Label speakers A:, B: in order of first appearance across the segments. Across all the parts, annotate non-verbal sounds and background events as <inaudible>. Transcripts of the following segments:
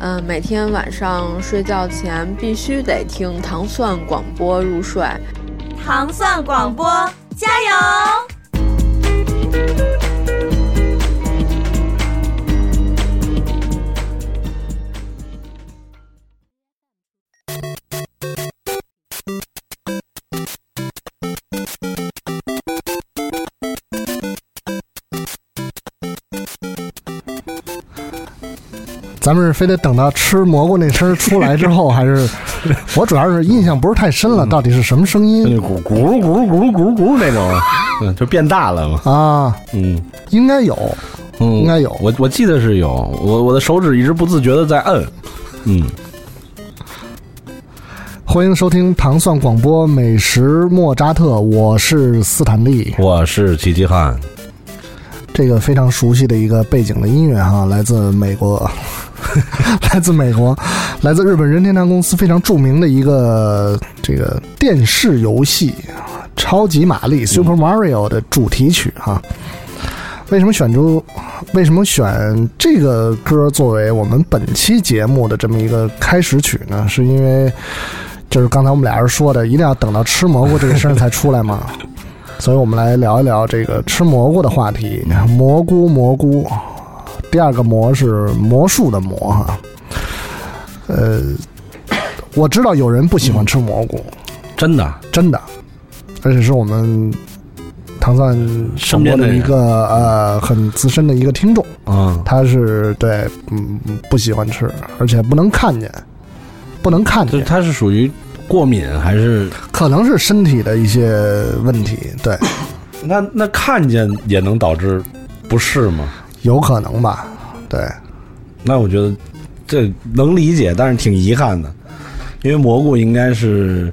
A: 嗯，每天晚上睡觉前必须得听糖蒜广播入睡。
B: 糖蒜广播，加油！
C: 咱们是非得等到吃蘑菇那声儿出来之后，还是 <laughs> 我主要是印象不是太深
D: 嗯
C: 了，到底是什么声
D: 就
C: 音
D: 那咕咕噜咕噜咕噜咕噜咕噜那种，嗯，就变大了嘛。
C: 啊？
D: 嗯
C: 应该有，
D: 嗯，
C: 应该有
D: 我我记得是有，我我的手指一直不自觉的在摁。嗯，
C: 欢迎收听糖蒜广播美食莫扎特，我是斯坦利。
D: 我是齐齐汉。
C: 这个非常熟悉的一个背景的音乐哈，来自美国， <laughs> 来自美国，来自日本任天堂公司非常著名的一个这个电视游戏《超级玛丽》（Super Mario） 的主题曲哈。为什么选出？为什么选这个歌作为我们本期节目的这么一个开始曲呢？是因为就是刚才我们俩人说的，一定要等到吃蘑菇这个声儿才出来嘛。所以我们来聊一聊这个吃蘑菇的话题。蘑菇，蘑菇，第二个“蘑”是魔术的“魔”哈。呃，我知道有人不喜欢吃蘑菇，
D: 真的，
C: 真的，而且是我们唐蒜
D: 身
C: 上
D: 边
C: 播
D: 的
C: 的
D: 人
C: 一个呃很资深的一个听众，
D: 嗯，
C: 他是对嗯不喜欢吃，而且不能看见，不能看
D: 就是
C: 见，
D: 它是属于过敏还是？
C: 可能是身体的一些问题，对，
D: 那那看见也能导致不适吗？
C: 有可能吧，对。
D: 那我觉得这能理解，但是挺遗憾的，因为蘑菇应该是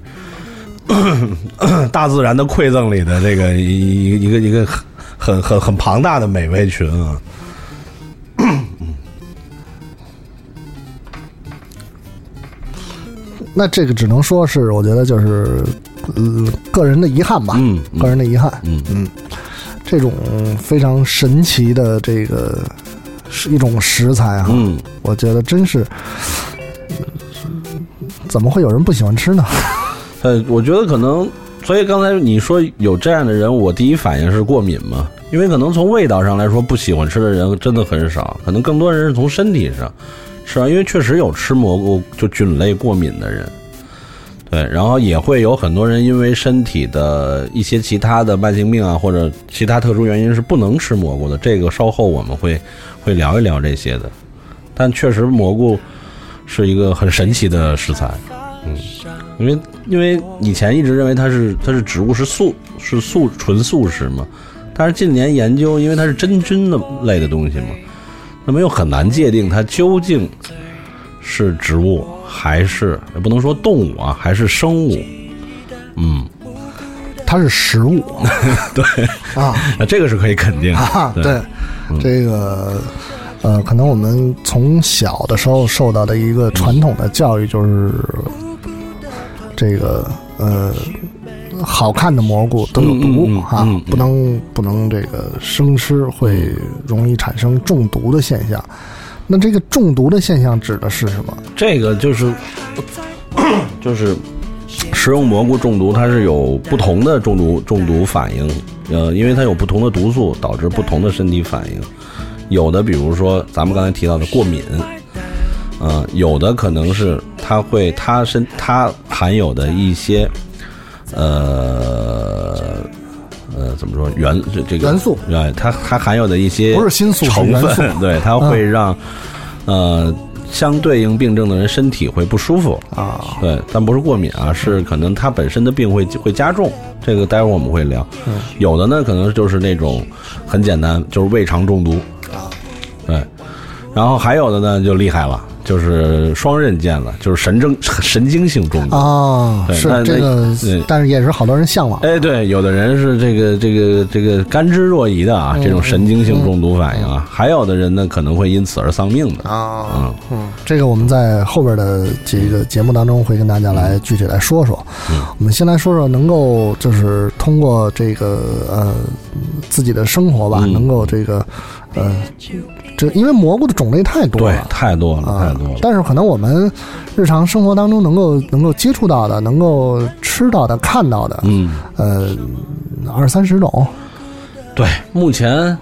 D: <coughs> 大自然的馈赠里的这个一一个一个很很很庞大的美味群啊。
C: 那这个只能说是，我觉得就是，嗯，个人的遗憾吧，
D: 嗯
C: 个人的遗憾。
D: 嗯
C: 嗯，这种非常神奇的这个是一种食材哈，
D: 嗯，
C: 我觉得真是，嗯怎么会有人不喜欢吃呢？
D: 呃，我觉得可能，所以刚才你说有这样的人，我第一反应是过敏嘛，因为可能从味道上来说，不喜欢吃的人真的很少，可能更多人是从身体上，是啊，因为确实有吃蘑菇就菌类过敏的人。对，然后也会有很多人因为身体的一些其他的慢性病啊，或者其他特殊原因是不能吃蘑菇的。这个稍后我们会会聊一聊这些的。但确实，蘑菇是一个很神奇的食材，嗯，因为因为以前一直认为它是它是植物是素是素纯素食嘛，但是近年研究，因为它是真菌的类的东西嘛，那么又很难界定它究竟是植物还是也不能说动物啊，还是生物。嗯，
C: 它是食物
D: <laughs> 对，
C: 啊
D: 那这个是可以肯定的。
C: 啊，对，
D: 嗯
C: 这个。呃，可能我们从小的时候受到的一个传统的教育就是，这个呃，好看的蘑菇都有毒、
D: 嗯嗯嗯
C: 啊，
D: 嗯嗯嗯
C: 不能不能这个生吃，会容易产生中毒的现象。那这个中毒的现象指的是什么？
D: 这个就是 <coughs> 就是食用蘑菇中毒，它是有不同的中毒中毒反应，呃，因为它有不同的毒素导致不同的身体反应，有的比如说咱们刚才提到的过敏，呃，有的可能是它会它身它含有的一些呃。呃，怎么说元这这个
C: 元素？
D: 对，它它含有的一些
C: 不是新素是
D: 成
C: <laughs> 元素
D: 分，对，它会让、呃相对应病症的人身体会不舒服
C: 啊，
D: 对，但不是过敏啊，是可能他本身的病会会加重，这个待会儿我们会聊。
C: 嗯
D: 有的呢，可能就是那种很简单，就是胃肠中毒，对，然后还有的呢就厉害了，就是双刃剑了，就是神经 <laughs> 神经性中毒。
C: 啊，
D: 对
C: 是
D: 那
C: 这个
D: 那对，
C: 但是也是好多人向往。
D: 哎，对，有的人是这个这个这个甘之若饴的啊，
C: 嗯
D: 这种神经性中毒反应啊，还有的人呢可能会因此而丧命的。
C: 啊，嗯，这个我们在后边的几个节目当中会跟大家来具体来说说。
D: 嗯
C: 我们先来说说能够就是通过这个呃自己的生活吧，
D: 嗯
C: 能够这个呃这因为蘑菇的种类太多
D: 对
C: 了，。
D: 太多了，
C: 啊
D: 太多了。，
C: 但是可能我们日常生活当中能够能够接触到的、能够吃到的、看到的，
D: 嗯，
C: 呃，二三十种，
D: 对，目前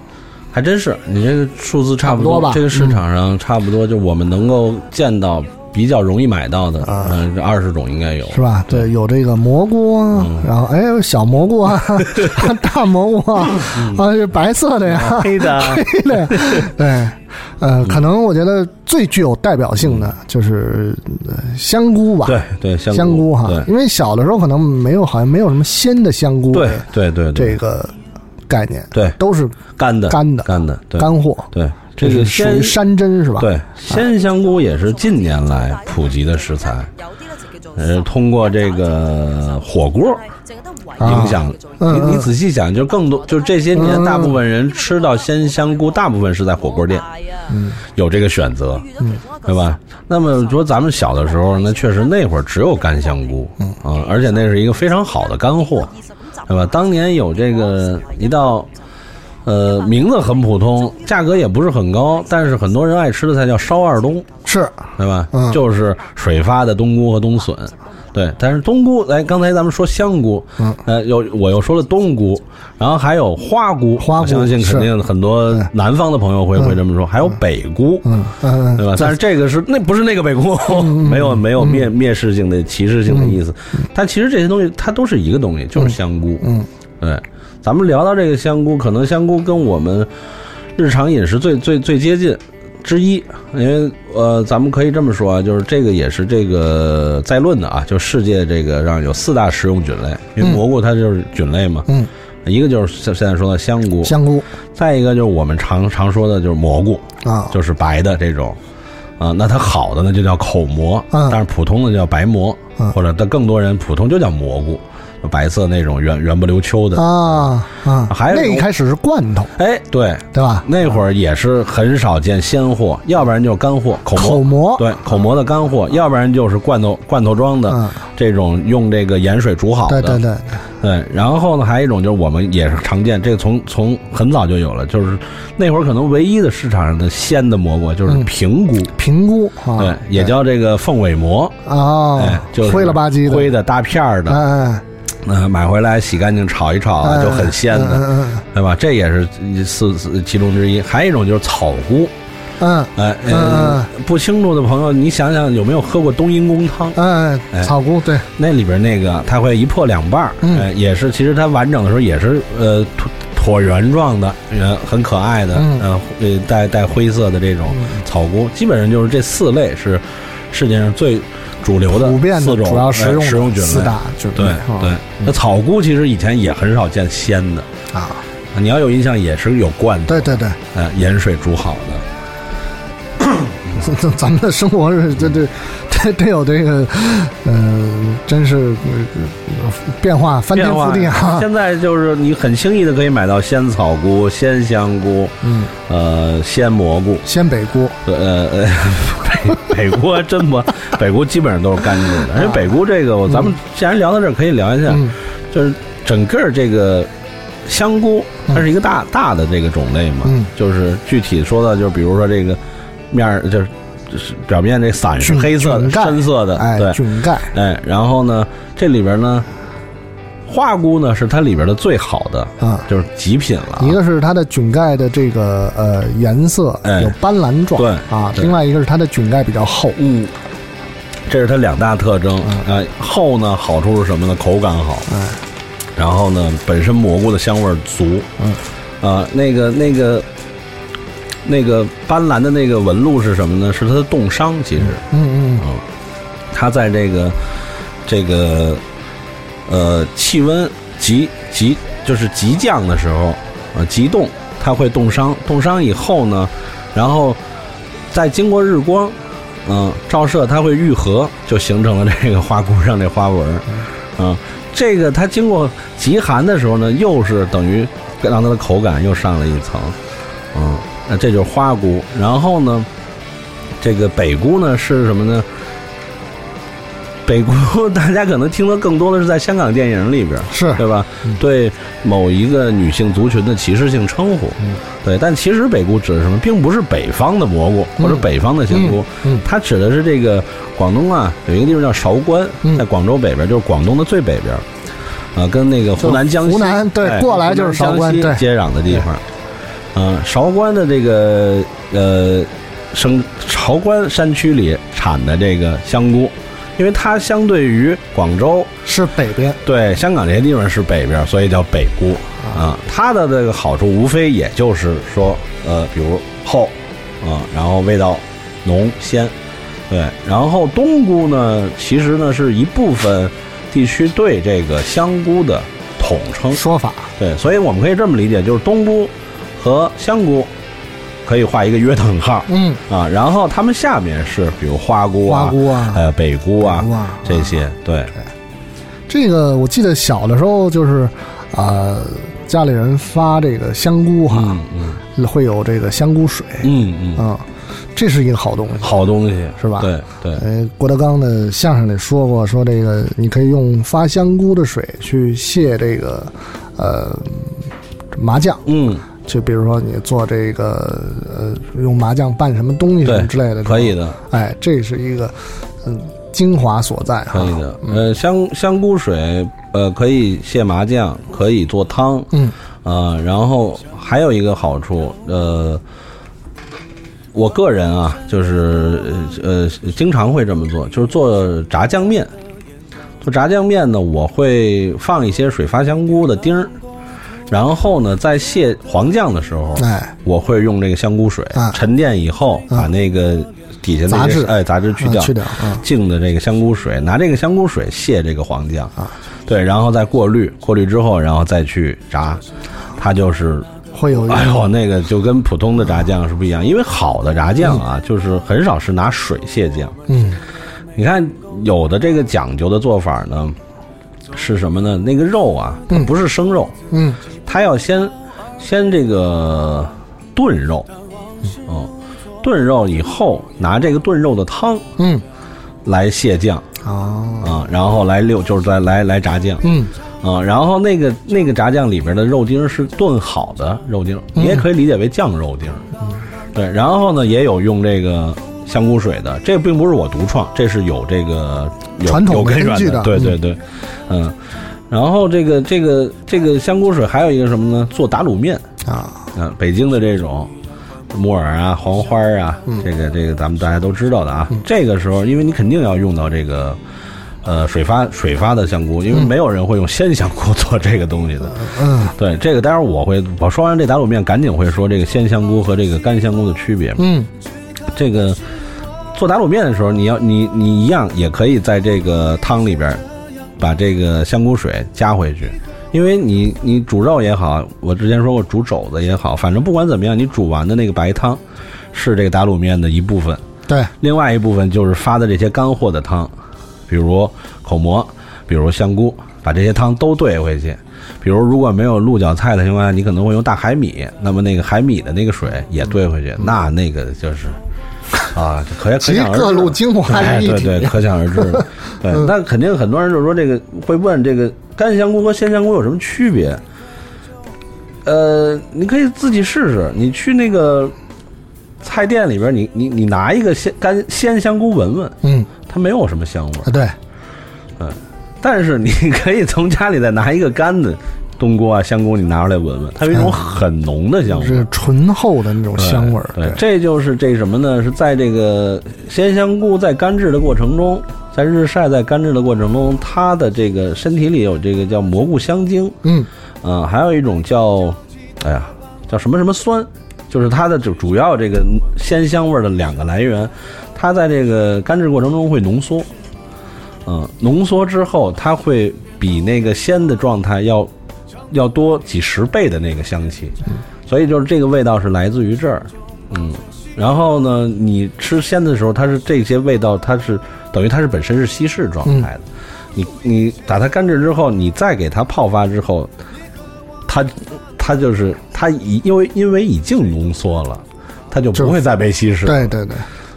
D: 还真是你这个数字差
C: 差
D: 不
C: 不多吧嗯
D: 这个市场上差不多就我们能够见到比较容易买到的，
C: 啊
D: 嗯，这二十种应该有，
C: 是吧？对，有这个蘑菇啊，
D: 嗯
C: 然后哎，有小蘑菇
D: <laughs>
C: 啊，大蘑菇啊，
D: 嗯
C: 啊，是白色 <laughs> 的呀，
E: 黑的，
C: 黑的呀， <laughs> 对，呃，
D: 嗯
C: 可能我觉得最具有代表性的就是呃香菇吧，
D: 对对，香
C: 香菇哈
D: 对，
C: 因为小的时候可能没有，好像没有什么鲜的香菇，
D: 对对对对
C: 这个概念，
D: 对，
C: 都是
D: 干的
C: 干的
D: 干的，对
C: 干货，
D: 对，这
C: 是
D: 个
C: 属于
D: 鲜
C: 山珍是吧？啊
D: 对鲜香菇也是近年来普及的食材，呃，通过这个火锅影响。
C: 嗯
D: 你你
C: 嗯
D: 仔细想，就更多，就这些年，大部分人吃到鲜香菇，大部分是在火锅店，有这个选择，对吧？那么说咱们小的时候，那确实那会儿只有干香菇，
C: 嗯
D: 啊，而且那是一个非常好的干货，对吧？当年有这个一道。呃，名字很普通，价格也不是很高，但是很多人爱吃的菜叫烧二冬，
C: 是，
D: 对吧？
C: 嗯
D: 就是水发的冬菇和冬笋。对，但是冬菇，哎，刚才咱们说香菇，
C: 嗯，
D: 呃，有我又说了冬菇，然后还有花菇，
C: 花菇
D: 我相信肯定很多南方的朋友会会这么说，还有北菇，
C: 嗯嗯，
D: 对吧？但是这个是那不是那个北嗯菇，没有没有蔑蔑视性的歧视性的意思，但其实这些东西它都是一个东西，就是香菇，
C: 嗯
D: 对，咱们聊到这个香菇，可能香菇跟我们日常饮食最最最接近之一，因为呃，咱们可以这么说啊，就是这个也是这个在论的啊，就世界这个上有四大食用菌类，因为
C: 嗯
D: 蘑菇它就是菌类嘛，
C: 嗯，
D: 一个就是现现在说的香菇，
C: 香菇
D: 再一个就是我们常常说的就是蘑菇，
C: 啊，
D: 就是白的这种。啊，那它好的呢就叫口蘑，
C: 嗯
D: 但是普通的叫白蘑，
C: 嗯
D: 或者但更多人普通就叫蘑菇，白色那种圆圆不溜秋的
C: 啊啊，
D: 还有
C: 那一开始是罐头，
D: 哎，对，
C: 对吧？
D: 那会儿也是很少见鲜货，要不然就是干货，口
C: 口蘑，
D: 对口蘑的干货，要不然就是罐头罐头装的、
C: 嗯，
D: 这种用这个盐水煮好的。
C: 对对对，
D: 对然后呢，还有一种就是我们也是常见，这个从从很早就有了，就是那会儿可能唯一的市场上的鲜的蘑菇就是
C: 嗯
D: 平菇，
C: 评估啊，
D: 对，也叫这个凤尾蘑。
C: 哦
D: 哎，，就是
C: 灰了吧唧的，
D: 灰的大片儿的，
C: 哎，
D: 嗯、买回来洗干净炒一炒啊，
C: 哎
D: 就很鲜的。
C: 嗯
D: 对吧？这也是一四四其中之一。还有一种就是草菇，
C: 嗯
D: 哎，
C: 嗯嗯
D: 呃不清楚的朋友，你想想有没有喝过冬阴功汤？
C: 嗯
D: 哎
C: 嗯，草菇对，
D: 那里边那个它会一破两半儿，
C: 嗯
D: 哎也是其实它完整的时候也是呃椭椭圆状的，呃很可爱的，
C: 嗯
D: 呃呃带带灰色的这种草菇，基本上就是这四类是世界上最主流的
C: 普遍
D: 四
C: 的
D: 种
C: 主要
D: 哎
C: 食用
D: 食用菌
C: 四
D: 类。
C: 大菌类，
D: 对
C: 啊
D: 对，那草菇其实以前也很少见鲜的，
C: 啊，
D: 你要有印象也是有罐头，
C: 对对对，
D: 呃盐水煮好的。
C: 这这咱们的生活是这这这这有这个，嗯，真是呃变化翻天
D: 变化
C: 覆地啊，
D: 现在就是你很轻易的可以买到鲜草菇、鲜香菇、
C: 嗯，
D: 呃鲜蘑菇，
C: 鲜北菇，
D: 呃呃 <laughs> 北北菇还真不，北菇基本上都是干制的。而且北菇这个，我咱们既然聊到这儿，可以聊一下，
C: 啊嗯
D: 就是整个这个香菇，它是一个大大的这个种类嘛，
C: 嗯
D: 就是具体说到，就是比如说这个面儿，就是就是表面这伞是
C: 菌
D: 黑色的、
C: 菌盖
D: 深色的，
C: 哎
D: 对，，
C: 菌盖，
D: 哎，然后呢，这里边呢，花菇呢是它里边的最好的，
C: 啊，
D: 就是极品了啊。
C: 一个是它的菌盖的这个呃颜色
D: 哎
C: 有斑斓状，
D: 对
C: 啊，
D: 对
C: 另外一个是它的菌盖比较厚，
D: 嗯，这是它两大特征。
C: 嗯
D: 啊，厚呢，好处是什么呢？口感好。
C: 哎
D: 然后呢，本身蘑菇的香味儿足。
C: 嗯。
D: 啊，那个那个那个斑斓的那个纹路是什么呢？是它的冻伤，其实。
C: 嗯嗯
D: 它在这个这个呃气温极极就是急降的时候，呃急冻，它会冻伤，冻伤以后呢，然后再经过日光，嗯，照射它会愈合，就形成了这个花菇上这花纹儿，嗯，这个它经过极寒的时候呢，又是等于让它的口感又上了一层，嗯，那这就是花菇。然后呢，这个北菇呢是什么呢？北菇 <laughs> 大家可能听得更多的是在香港电影里边儿，
C: 是
D: 对吧？对某一个女性族群的歧视性称呼，
C: 嗯
D: 对，但其实北菇指的是什么，并不是北方的蘑菇或者
C: 嗯
D: 北方的香菇，
C: 嗯嗯
D: 它指的是这个广东啊，有一个地方叫韶关，
C: 嗯
D: 在广州北边，就是广东的最北边，呃，跟那个湖南江西，
C: 湖南对
D: 哎
C: 过来就是韶关
D: 湖南江西接壤的地方。嗯、韶关的这个呃生韶关山区里产的这个香菇，因为它相对于广州
C: 是北边，
D: 对香港这些地方是北边，所以叫北菇啊。它的这个好处无非也就是说，呃，比如厚啊，然后味道浓鲜，对。然后冬菇呢，其实呢是一部分地区对这个香菇的统称，
C: 说法
D: 对，所以我们可以这么理解，就是冬菇和香菇可以画一个约等号
C: 嗯，
D: 啊。然后它们下面是比如花菇啊，
C: 花菇啊，
D: 呃，北菇啊
C: 菇啊
D: 这些，对，
C: 这个我记得小的时候就是，呃，家里人发这个香菇哈，
D: 嗯嗯
C: 会有这个香菇水，
D: 嗯嗯。
C: 嗯，这是一个好东西。
D: 好东西
C: 是吧
D: 对对，
C: 呃，郭德纲的相声里说过，说这个你可以用发香菇的水去卸这个，呃，麻酱。
D: 嗯，
C: 就比如说你做这个，呃，用麻酱拌什么东西什
D: 对
C: 么之类的，
D: 可以。的，
C: 哎，这是一个，嗯，精华所在哈。
D: 可以的。
C: 嗯
D: 呃，香香菇水，呃，可以卸麻酱，可以做汤，
C: 嗯，
D: 呃，然后还有一个好处，呃，我个人啊，就是呃，呃经常会这么做，就是做炸酱面。做炸酱面呢，我会放一些水发香菇的丁儿，然后呢，在卸黄酱的时候，
C: 哎，
D: 我会用这个香菇水
C: 啊
D: 沉淀以后，把那个底下那些
C: 杂质
D: 哎杂质去掉，
C: 嗯去掉嗯
D: 净的这个香菇水，拿这个香菇水卸这个黄酱，
C: 啊
D: 对，然后再过滤，过滤之后，然后再去炸，它就是。
C: 会有一个
D: 哎呦，那个就跟普通的炸酱是不一样，因为好的炸酱啊，就是很少是拿水卸酱。
C: 嗯
D: 你看，有的这个讲究的做法呢，是什么呢？那个肉啊，它
C: 嗯
D: 不是生肉，
C: 嗯
D: 它要先先这个炖肉，哦，炖肉以后拿这个炖肉的汤
C: 嗯，
D: 来卸酱
C: 哦，
D: 啊，然后来溜，就是再来来炸酱
C: 嗯
D: 啊，然后那个那个炸酱里边的肉丁是炖好的肉丁，你也可以理解为酱肉丁，对，然后呢也有用这个。香菇水的，这并不是我独创，这是有这个有
C: 传统
D: 有根
C: 根
D: 源
C: 据
D: 的，
C: 的
D: 对
C: 嗯
D: 对对，嗯，然后这个这个这个香菇水还有一个什么呢？做打卤面，
C: 啊，
D: 嗯，北京的这种木耳啊、黄花啊，这个这个咱们大家都知道的啊。这个时候，因为你肯定要用到这个呃水发水发的香菇，因为没有人会用鲜香菇做这个东西的。
C: 嗯
D: 对，这个待会儿我会我说完这打卤面，赶紧会说这个鲜香菇和这个干香菇的区别。
C: 嗯
D: 这个做打卤面的时候，你要你你一样也可以在这个汤里边儿把这个香菇水加回去，因为你你煮肉也好，我之前说过煮肘子也好，反正不管怎么样，你煮完的那个白汤是这个打卤面的一部分，
C: 对，
D: 另外一部分就是发的这些干货的汤，比如口蘑，比如香菇，把这些汤都兑回去。比如如果没有鹿角菜的情况下，你可能会用大海米，那么那个海米的那个水也兑回去，那那个就是啊，可可
C: 集
D: 想而知
C: 各路精华
D: 哎
C: 于一
D: 对
C: 体。
D: 对，可想而知了。对，那肯定很多人就说这个会问这个干香菇和鲜香菇有什么区别？呃，你可以自己试试，你去那个菜店里边，你你你拿一个鲜干鲜香菇闻闻，
C: 嗯
D: 它没有什么香味儿
C: 啊，对，
D: 但是你 <laughs> 可以从家里再拿一个干的冬菇啊、香菇，你拿出来闻闻，它有一种很浓的香味儿。
C: 是醇厚的那种
D: 对
C: 香味儿。
D: 对，这就是这什么呢？是在这个鲜香菇在干制的过程中，在日晒在干制的过程中，它的这个身体里有这个叫蘑菇香精，
C: 嗯
D: 嗯、还有一种叫，哎呀，叫什么什么酸，就是它的主主要这个鲜香味儿的两个来源，它在这个干制过程中会浓缩，嗯、浓缩之后它会比那个鲜的状态要要多几十倍的那个香气，所以就是这个味道是来自于这儿，嗯，然后呢，你吃鲜的时候，它是这些味道，它是等于它是本身是稀释状态
C: 嗯
D: 的。你你打它干制之后，你再给它泡发之后，它它就是它已因为因为已经浓缩了，它就
C: 就
D: 不会再被稀释了。
C: 对对对，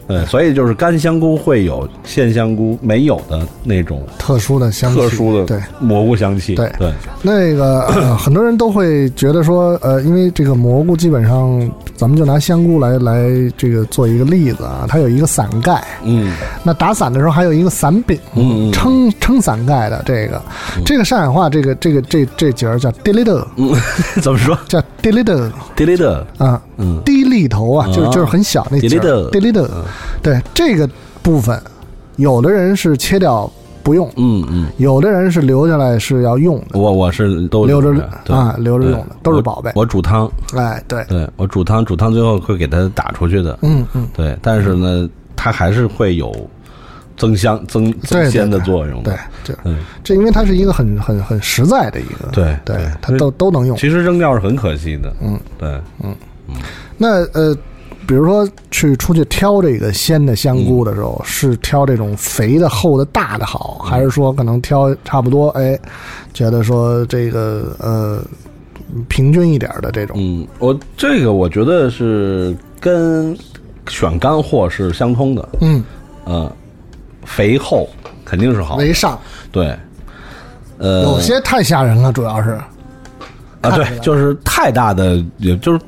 D: 对，所以就是干香菇会有线香菇没有的那种
C: 特殊的香气，
D: 特殊的
C: 对。
D: 蘑菇香气。
C: 对
D: 对
C: 那个、呃很多人都会觉得说，呃，因为这个蘑菇基本上，咱们就拿香菇来来这个做一个例子啊，它有一个伞盖，
D: 嗯
C: 那打伞的时候还有一个伞柄，
D: 嗯嗯
C: 撑撑伞盖的这个，这个上海话这个这个这这节儿叫滴哩的，
D: 嗯， <laughs> 怎么说？
C: 叫滴哩的
D: 滴哩的，
C: 啊，
D: 嗯
C: 滴哩头啊，
D: 啊嗯
C: 就是就是很小那节
D: 滴哩
C: 儿，
D: 的
C: 滴哩的，对这个部分，有的人是切掉不用，
D: 嗯嗯，
C: 有的人是留下来是要用的，
D: 我我是都
C: 留
D: 着
C: 着
D: 对
C: 啊留着
D: 对
C: 用的都是
D: 我
C: 宝贝
D: 我煮汤，
C: 哎，对，
D: 对我煮汤，煮汤最后会给它打出去的。
C: 嗯嗯。
D: 对，但是呢，它还是会有增香、增
C: 对
D: 增鲜的作用
C: 对
D: 的。，
C: 这
D: 嗯，
C: 这因为它是一个很很很实在的一个，
D: 对
C: 对
D: 对，
C: 它都都能用。
D: 其实扔掉是很可惜的。
C: 嗯，
D: 对，
C: 那呃，比如说去出去挑这个鲜的香菇的时
D: 嗯
C: 候，是挑这种肥的、厚的、大的好，还是说可能挑差不多？哎，觉得说这个呃平均一点的这种，
D: 嗯，我这个我觉得是跟选干货是相通的。
C: 嗯，
D: 嗯，肥厚肯定是好的。
C: 为上。
D: 对，呃，
C: 有些太吓人了，主要是
D: 啊，对，就是太大的，也就是。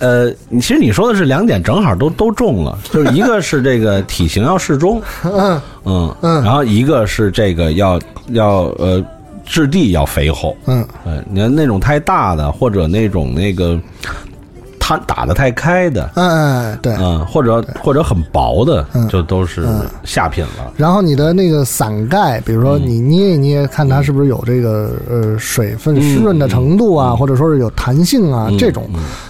D: 呃，你其实你说的是两点，正好都都中了，就是一个是这个体型要
C: <laughs>
D: 适中，
C: 嗯
D: 嗯
C: 嗯
D: 然后一个是这个要要呃质地要肥厚，
C: 嗯
D: 嗯，你看那种太大的或者那种那个它打的太开的，
C: 嗯，对。嗯
D: 嗯，或者或者很薄的，就都是下品了。
C: 然后你的那个伞盖，比如
D: 嗯
C: 说你捏一捏，看它是不是有这个呃水
D: 嗯
C: 分湿润的程度啊，或者说是有弹性啊，这种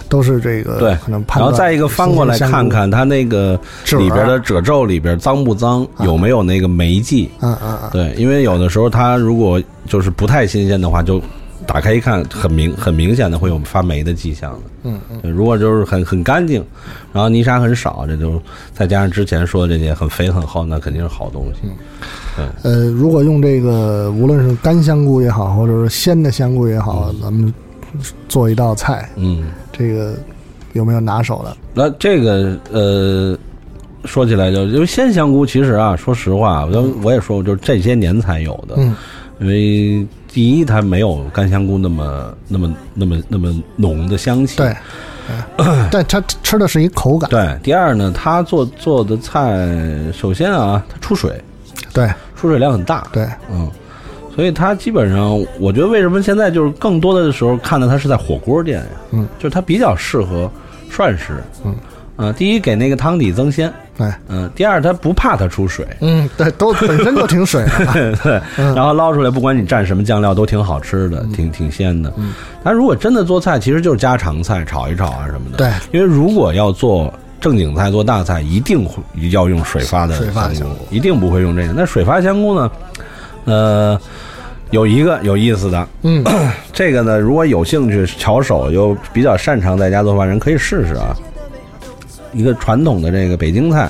C: 都是这个
D: 嗯对，
C: 呃可能判
D: 然
C: 断。
D: 后再一个翻过来看，看它那个
C: 褶儿啊
D: 里边的褶皱里边脏不脏，有没有那个霉迹？
C: 嗯嗯嗯，
D: 对，因为有的时候它如果就是不太新鲜的话，就打开一看，很明很明显的会有发霉的迹象的。嗯嗯，如果就是很很干净，然后泥沙很少，这就再加上之前说的这些很肥很厚，那肯定是好东西。
C: 嗯呃，如果用这个，无论是干香菇也好，或者是鲜的香菇也好，咱们做一道菜，
D: 嗯，
C: 这个有没有拿手的？
D: 那这个呃，说起来就因为鲜香菇，其实啊，说实话，我就我也说过，就是这些年才有的。
C: 嗯，
D: 因为第一，它没有干香菇那么那么那么那么浓的香气。
C: 对，呃但它吃的是一口感，
D: 对。第二呢，它做做的菜，首先啊，它出水，
C: 对
D: 出水量很大。
C: 对，
D: 嗯，所以它基本上，我觉得为什么现在就是更多的时候看到它是在火锅店呀，
C: 嗯，
D: 就是它比较适合涮食，
C: 嗯，
D: 啊，第一给那个汤底增鲜，
C: 哎，
D: 嗯、第二它不怕它出水，
C: 嗯，对， <laughs> 都本身就挺水的， <laughs>
D: 对，然后捞出来，不管你蘸什么酱料，都挺好吃的，挺挺鲜的。但如果真的做菜，其实就是家常菜，炒一炒啊什么的。
C: 对，
D: 因为如果要做正经菜、做大菜，一定会要用水发的
C: 水发的
D: 呃香
C: 香
D: 菇，一定不会用这个。那水发香菇呢？呃，有一个有意思的，
C: 嗯，
D: <clears throat> 这个呢，如果有兴趣、巧手又比较擅长在家做饭人，可以试试啊。一个传统的这个北京菜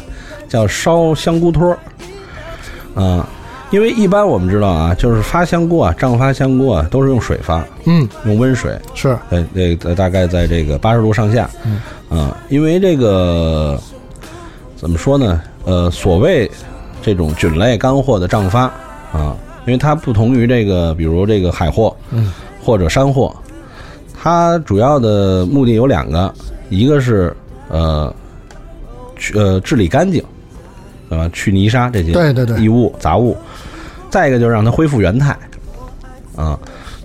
D: 叫烧香菇托儿，啊、因为一般我们知道啊，就是发香菇啊、胀发香菇啊，都是用水发，
C: 嗯，
D: 用温水，
C: 是，
D: 呃，那个大概在这个八十度上下，嗯，啊，因为这个怎么说呢？呃，所谓这种菌类干货的胀发啊，因为它不同于这个，比如这个海货，嗯，或者山货，它主要的目的有两个，一个是呃去呃治理干净，对吧？去泥沙这些
C: 对对对
D: 异物杂物，再一个就是让它恢复原态，啊。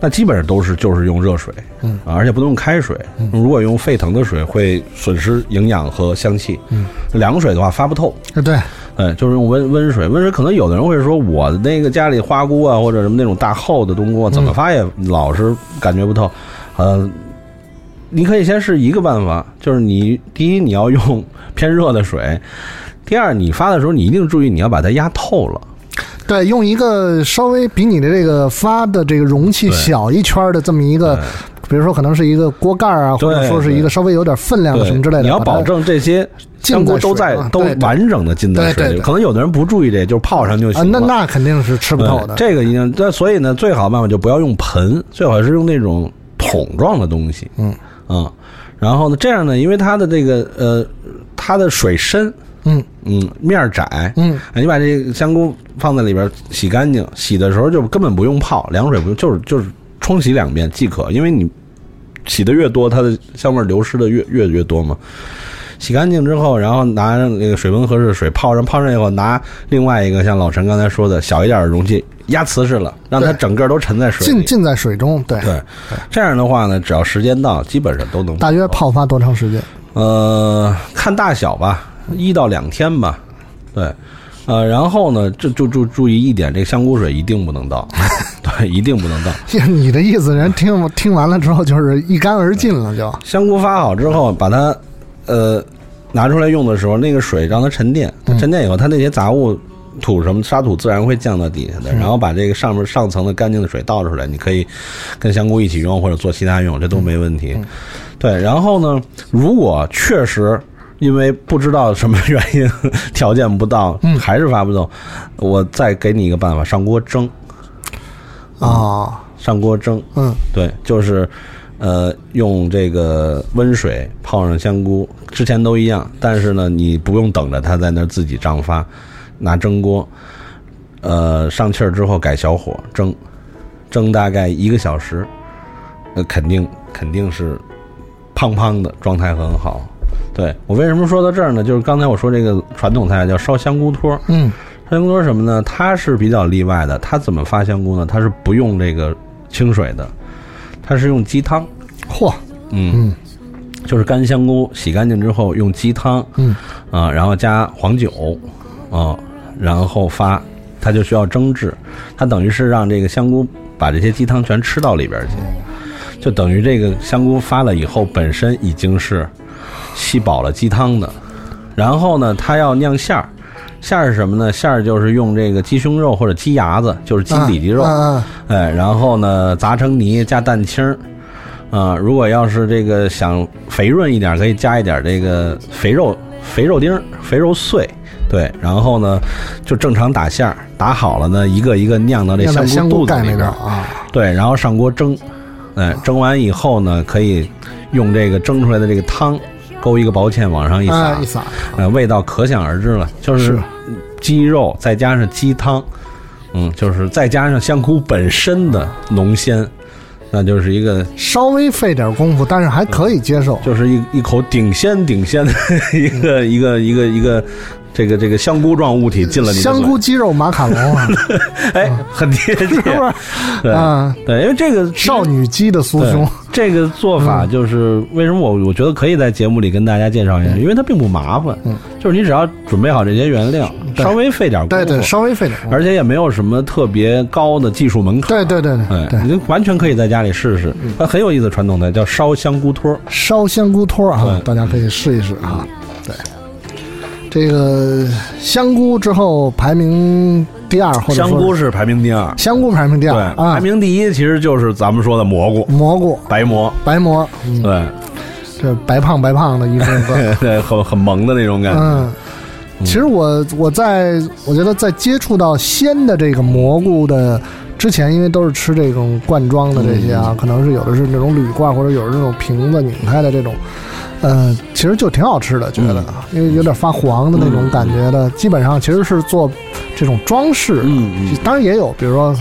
D: 那基本上都是就是用热水，
C: 嗯
D: 啊，而且不能用开水。如果用沸腾的水，会损失营养和香气。
C: 嗯，
D: 凉水的话发不透，
C: 对，
D: 哎，就是用温温水。温水可能有的人会说，我那个家里花菇啊，或者什么那种大厚的冬菇啊，怎
C: 嗯
D: 么发也老是感觉不透。呃，你可以先试一个办法，就是你第一你要用 <laughs> 偏热的水，第二你发的时候你一定注意你要把它压透了。
C: 对，用一个稍微比你的这个发的这个容器
D: 对哎
C: 小一圈儿的这么一个比如说可能是一个锅盖啊，
D: 对
C: 或者说是一个稍微有点分量的
D: 对，
C: 什么之类的，
D: 你要
C: 把它
D: 保证这些香锅都在
C: 浸在水里
D: 都
C: 对对
D: 完整的浸在
C: 对对
D: 水里。
C: 对
D: 可能有的人不注意这，就是泡上就行
C: 啊，
D: 了。
C: 那那肯定是吃不透的。
D: 对这个一定，那所以呢，最好的办法就不要用盆，最好是用那种桶状的东西。
C: 嗯
D: 啊，然后呢，这样呢，因为它的这个呃，它的水深，
C: 嗯
D: 嗯，面儿窄，
C: 嗯
D: 哎，你把这个香菇放在里边洗干净，洗的时候就根本不用泡，凉水不用，就是就是冲洗两遍即可，因为你洗的越多，它的香味儿流失的越越越多嘛。洗干净之后，然后拿上那个水温合适的水泡上，泡上以后拿另外一个像老陈刚才说的小一点的容器压瓷实了，让它
C: 对
D: 整个都沉在水
C: 浸
D: 里。
C: 浸在水中，对，
D: 对，这样的话呢，只要时间到，基本上都能
C: 大约泡发多长时间？ <laughs>
D: 呃，看大小吧，一到两天吧。对，呃，然后呢，这就注注意一点，这香菇水一定不能倒， <laughs> 对，一定不能倒。
C: 你的意思，人听听完了之后就是一干而尽了，就
D: 香菇发好之后，把它呃拿出来用的时候，那个水让它沉淀，它
C: 嗯
D: 沉淀以后，它那些杂物。土什么沙土自然会降到底下的，然后把这个上面上层的干净的水倒出来，你可以跟香菇一起用或者做其他用，这
C: 嗯
D: 都没问题。对，然后呢，如果确实因为不知道什么原因条件不到，
C: 嗯
D: 还是发不动，我再给你一个办法，上锅蒸，嗯
C: 啊，
D: 上锅蒸，
C: 嗯
D: 对，就是呃，用这个温水泡上香菇，之前都一样，但是呢，你不用等着它在那儿自己胀发，拿蒸锅，呃，上气儿之后改小火蒸，蒸大概一个小时，呃，肯定肯定是胖胖的，状态很好。对我为什么说到这儿呢？就是刚才我说这个传统菜叫烧香菇托，
C: 嗯
D: 烧香菇是什么呢？它是比较例外的，它怎么发香菇呢？它是不用这个清水的，它是用鸡汤，
C: 嚯，
D: 嗯，
C: 嗯
D: 就是干香菇洗干净之后用鸡汤
C: 嗯
D: 啊、然后加黄酒啊、然后发，它就需要蒸制，它等于是让这个香菇把这些鸡汤全吃到里边儿去，就等于这个香菇发了以后本身已经是吸饱了鸡汤的，然后呢，它要酿馅儿。馅儿是什么呢？馅儿就是用这个鸡胸肉或者鸡牙子，就是鸡里脊肉，
C: 啊啊
D: 哎，然后呢，砸成泥加蛋清儿，啊、如果要是这个想肥润一点，可以加一点这个肥肉、肥肉丁儿、肥肉碎，对，然后呢，就正常打馅儿，打好了呢，一个一个酿到这
C: 要在香
D: 菇
C: 菇
D: 肚子
C: 盖
D: 里
C: 那边
D: 边儿，
C: 啊，
D: 对，然后上锅蒸，哎，蒸完以后呢，可以用这个蒸出来的这个汤勾一个薄芡往上一撒
C: 啊，一撒，
D: 呃，味道可想而知了，就是
C: 是
D: 鸡肉再加上鸡汤，嗯，就是再加上香菇本身的浓鲜，那就是一个
C: 稍微费点功夫，但是还可以接受。
D: 嗯就是一一口顶鲜顶鲜的一个
C: 嗯
D: 一个一个一个这个这个香菇状物体进了你的
C: 香
D: 嘴
C: 菇，鸡肉马卡龙啊， <laughs>
D: 哎，很贴切，
C: 是不是？
D: <laughs> 对
C: 啊，
D: 对，因为这个
C: 少女鸡的酥
D: 对
C: 胸，嗯
D: 这个做法就是为什么我我觉得可以在节目里跟大家介绍一下，因为它并不麻烦，
C: 嗯
D: 就是你只要准备好这些原料，
C: 对
D: 稍微费点功
C: 对
D: 夫，
C: 对，稍微费点功夫。
D: 而且也没有什么特别高的技术门槛。
C: 对对对对
D: 哎，
C: 对嗯
D: 你，就完全可以在家里试试，它很有意思。传统的叫烧香菇托，
C: 烧香菇托儿啊
D: 对，
C: 大家可以试一试啊。对，这个香菇之后排名第二，或者说
D: 香菇是排名第二，
C: 香菇排名第
D: 对
C: 二，啊，
D: 排名第一其实就是咱们说的蘑菇，
C: 蘑菇、
D: 白蘑，
C: 白蘑，嗯，
D: 对
C: 这白胖白胖的一个个，
D: <laughs> 对，很很萌的那种感觉。
C: 嗯。其实我我在我觉得在接触到鲜的这个蘑菇的之前，因为都是吃这种罐装的这些
D: 嗯
C: 啊，可能是有的是那种铝罐，或者有的是那种瓶子拧开的这种，呃，其实就挺好吃的，觉得，啊
D: 嗯
C: 因为有点发黄的那种感觉的，基本上其实是做这种装饰，
D: 嗯嗯
C: 当然也有，比如说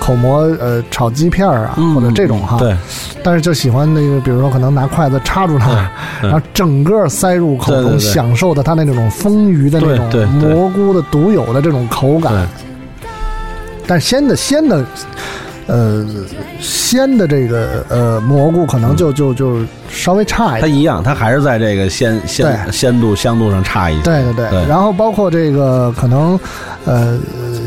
C: 口蘑呃炒鸡片儿啊，或者这种哈，
D: 嗯对，
C: 但是就喜欢那个，比如说可能拿筷子插住它，
D: 对
C: 然后整个塞入口
D: 嗯对对
C: 中，
D: 对
C: 享受的它那种丰腴的那
D: 对
C: 种
D: 对对
C: 蘑菇的独有的这种口感。但是鲜的鲜的，呃，鲜的这个呃蘑菇可能就
D: 嗯
C: 就就稍微差一
D: 它
C: 点。
D: 一样，它还是在这个鲜鲜
C: 对
D: 鲜度香度上差一些。
C: 对对对，
D: 对
C: 然后包括这个可能，呃，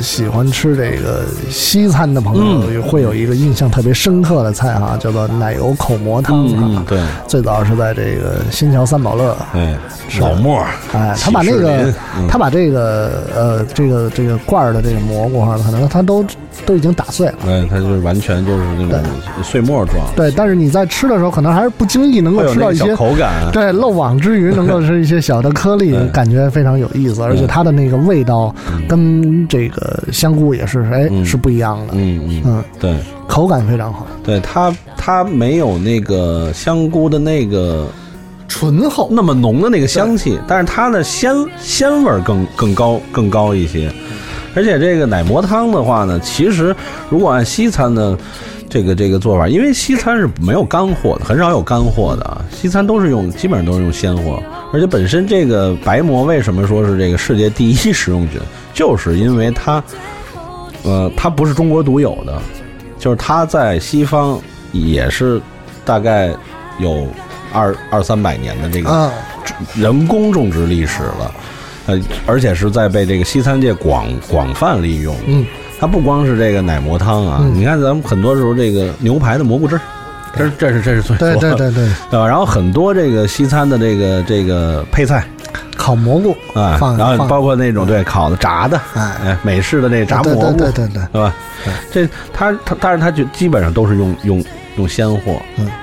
C: 喜欢吃这个西餐的朋友，
D: 嗯
C: 会有一个印象特别深刻的菜哈，叫做奶油口蘑汤
D: 嗯
C: 啊
D: 嗯，。对，
C: 最早是在这个新桥三宝乐，
D: 哎，老莫，
C: 哎，他把那
D: 喜事
C: 个
D: 林嗯
C: 他把这个呃这个这个罐儿的这个蘑菇哈，可能他都都已经打碎了。
D: 哎，他就是完全就是那种碎末状，
C: 对，但是你在吃的时候，可能还是不经意能
D: 会
C: 够
D: 有
C: 吃
D: 那
C: 到
D: 个
C: 一
D: 小
C: 些
D: 口感，啊
C: 对，漏网之鱼能够是一些小的颗粒
D: <laughs> 对，
C: 感觉非常有意思，而且它的那个味道跟这个香菇也是，哎，
D: 嗯
C: 是不一样的，
D: 嗯嗯，
C: 嗯，
D: 对
C: 口感非常好，
D: 对，它它没有那个香菇的那个
C: 醇厚。
D: 那么浓的那个香气，但是它的鲜鲜味儿更更高更高一些。而且这个奶蘑汤的话呢，其实如果按西餐的这个这个做法，因为西餐是没有干货的，很少有干货的啊，西餐都是用基本上都是用鲜货，而且本身这个白蘑为什么说是这个世界第一食用菌，就是因为它，呃，它不是中国独有的，就是它在西方也是大概有二二三百年的这个
C: 嗯，
D: 人工种植历史了，呃，而且是在被这个西餐界广广泛利用。
C: 嗯，
D: 它不光是这个奶蘑汤啊，
C: 嗯
D: 你看咱们很多时候这个牛排的蘑菇汁儿，这是这是这是最
C: 对
D: 多
C: 对
D: 的
C: 对
D: <laughs>
C: 对，
D: 对吧？然后很多这个西餐的这个这个配菜
C: 烤蘑菇
D: 啊，
C: 放
D: 然后
C: 放
D: 包括那种对烤的、炸的，
C: 哎，
D: 哎，美式的那炸
C: 对
D: 蘑菇，
C: 对对对对，
D: 对吧？这它它，但是它就基本上都是用用用鲜货，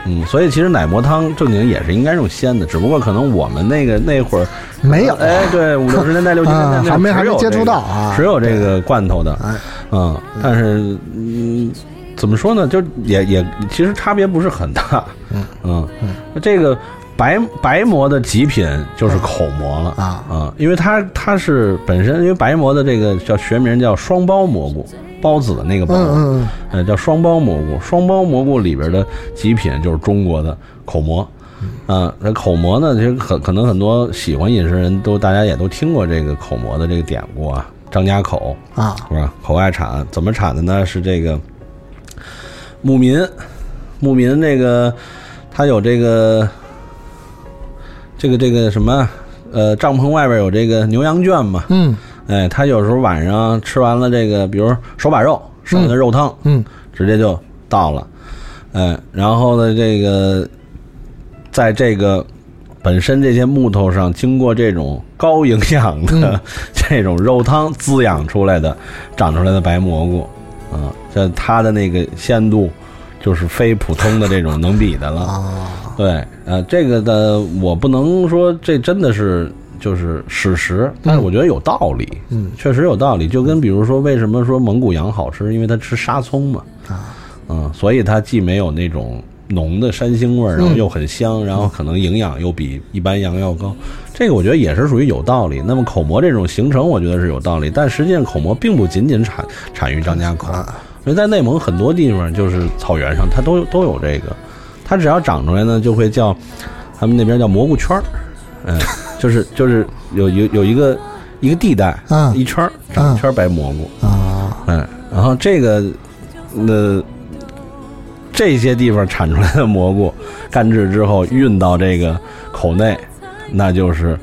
C: 嗯
D: 所以其实奶蘑汤正经也是应该用鲜的，只不过可能我们那个那会儿
C: 没有
D: 哎，对，五六十年代、六七十年代
C: 啊
D: 那会，儿
C: 还没还
D: 只
C: 没
D: 有
C: 接触
D: 这个
C: 到啊，
D: 只有这个罐头的，
C: 哎
D: 嗯，但是嗯，怎么说呢？就也也其实差别不是很大，
C: 嗯
D: 嗯
C: 嗯，
D: 这个白白蘑的极品就是口蘑了。
C: 啊，
D: 啊，因为它它是本身，因为白蘑的这个叫学名叫双胞蘑菇，孢子的那个
C: 嗯
D: 孢，
C: 嗯嗯，
D: 呃，叫双胞蘑菇。双胞蘑菇里边的极品就是中国的口蘑，啊，那口蘑呢，其实可可能很多喜欢饮食人都大家也都听过这个口蘑的这个典故啊，张家口
C: 啊，
D: 是吧？口外产怎么产的呢？是这个牧民，牧民这个他有这个这个这个什么呃，帐篷外边有这个牛羊圈嘛，
C: 嗯
D: 哎，他有时候晚上吃完了这个，比如手把肉剩的肉汤，
C: 嗯
D: 直接就到了，哎，然后呢，这个在这个本身这些木头上，经过这种高营养的、
C: 嗯
D: <laughs> 这种肉汤滋养出来的、长出来的白蘑菇，啊，这它的那个鲜度就是非普通的这种能比的了。
C: 啊，
D: 对，呃，这个的我不能说这真的是就是史实，但是我觉得有道理，
C: 嗯
D: 确实有道理。就跟比如说，为什么说蒙古羊好吃，因为它吃沙葱嘛，啊，嗯，所以它既没有那种浓的山腥味儿，然后又很香，然后可能营养又比一般羊要高。这个我觉得也是属于有道理。那么口蘑这种形成，我觉得是有道理，但实际上口蘑并不仅仅产产于张家口，因为在内蒙很多地方就是草原上，它都都有这个。它只要长出来呢，就会叫他们那边叫蘑菇圈儿，嗯，就是就是有有有一个一个地带，
C: 嗯
D: 一圈儿长一圈儿白蘑菇，
C: 啊，
D: 嗯，然后这个呃这些地方产出来的蘑菇干制之后运到这个口内，那就是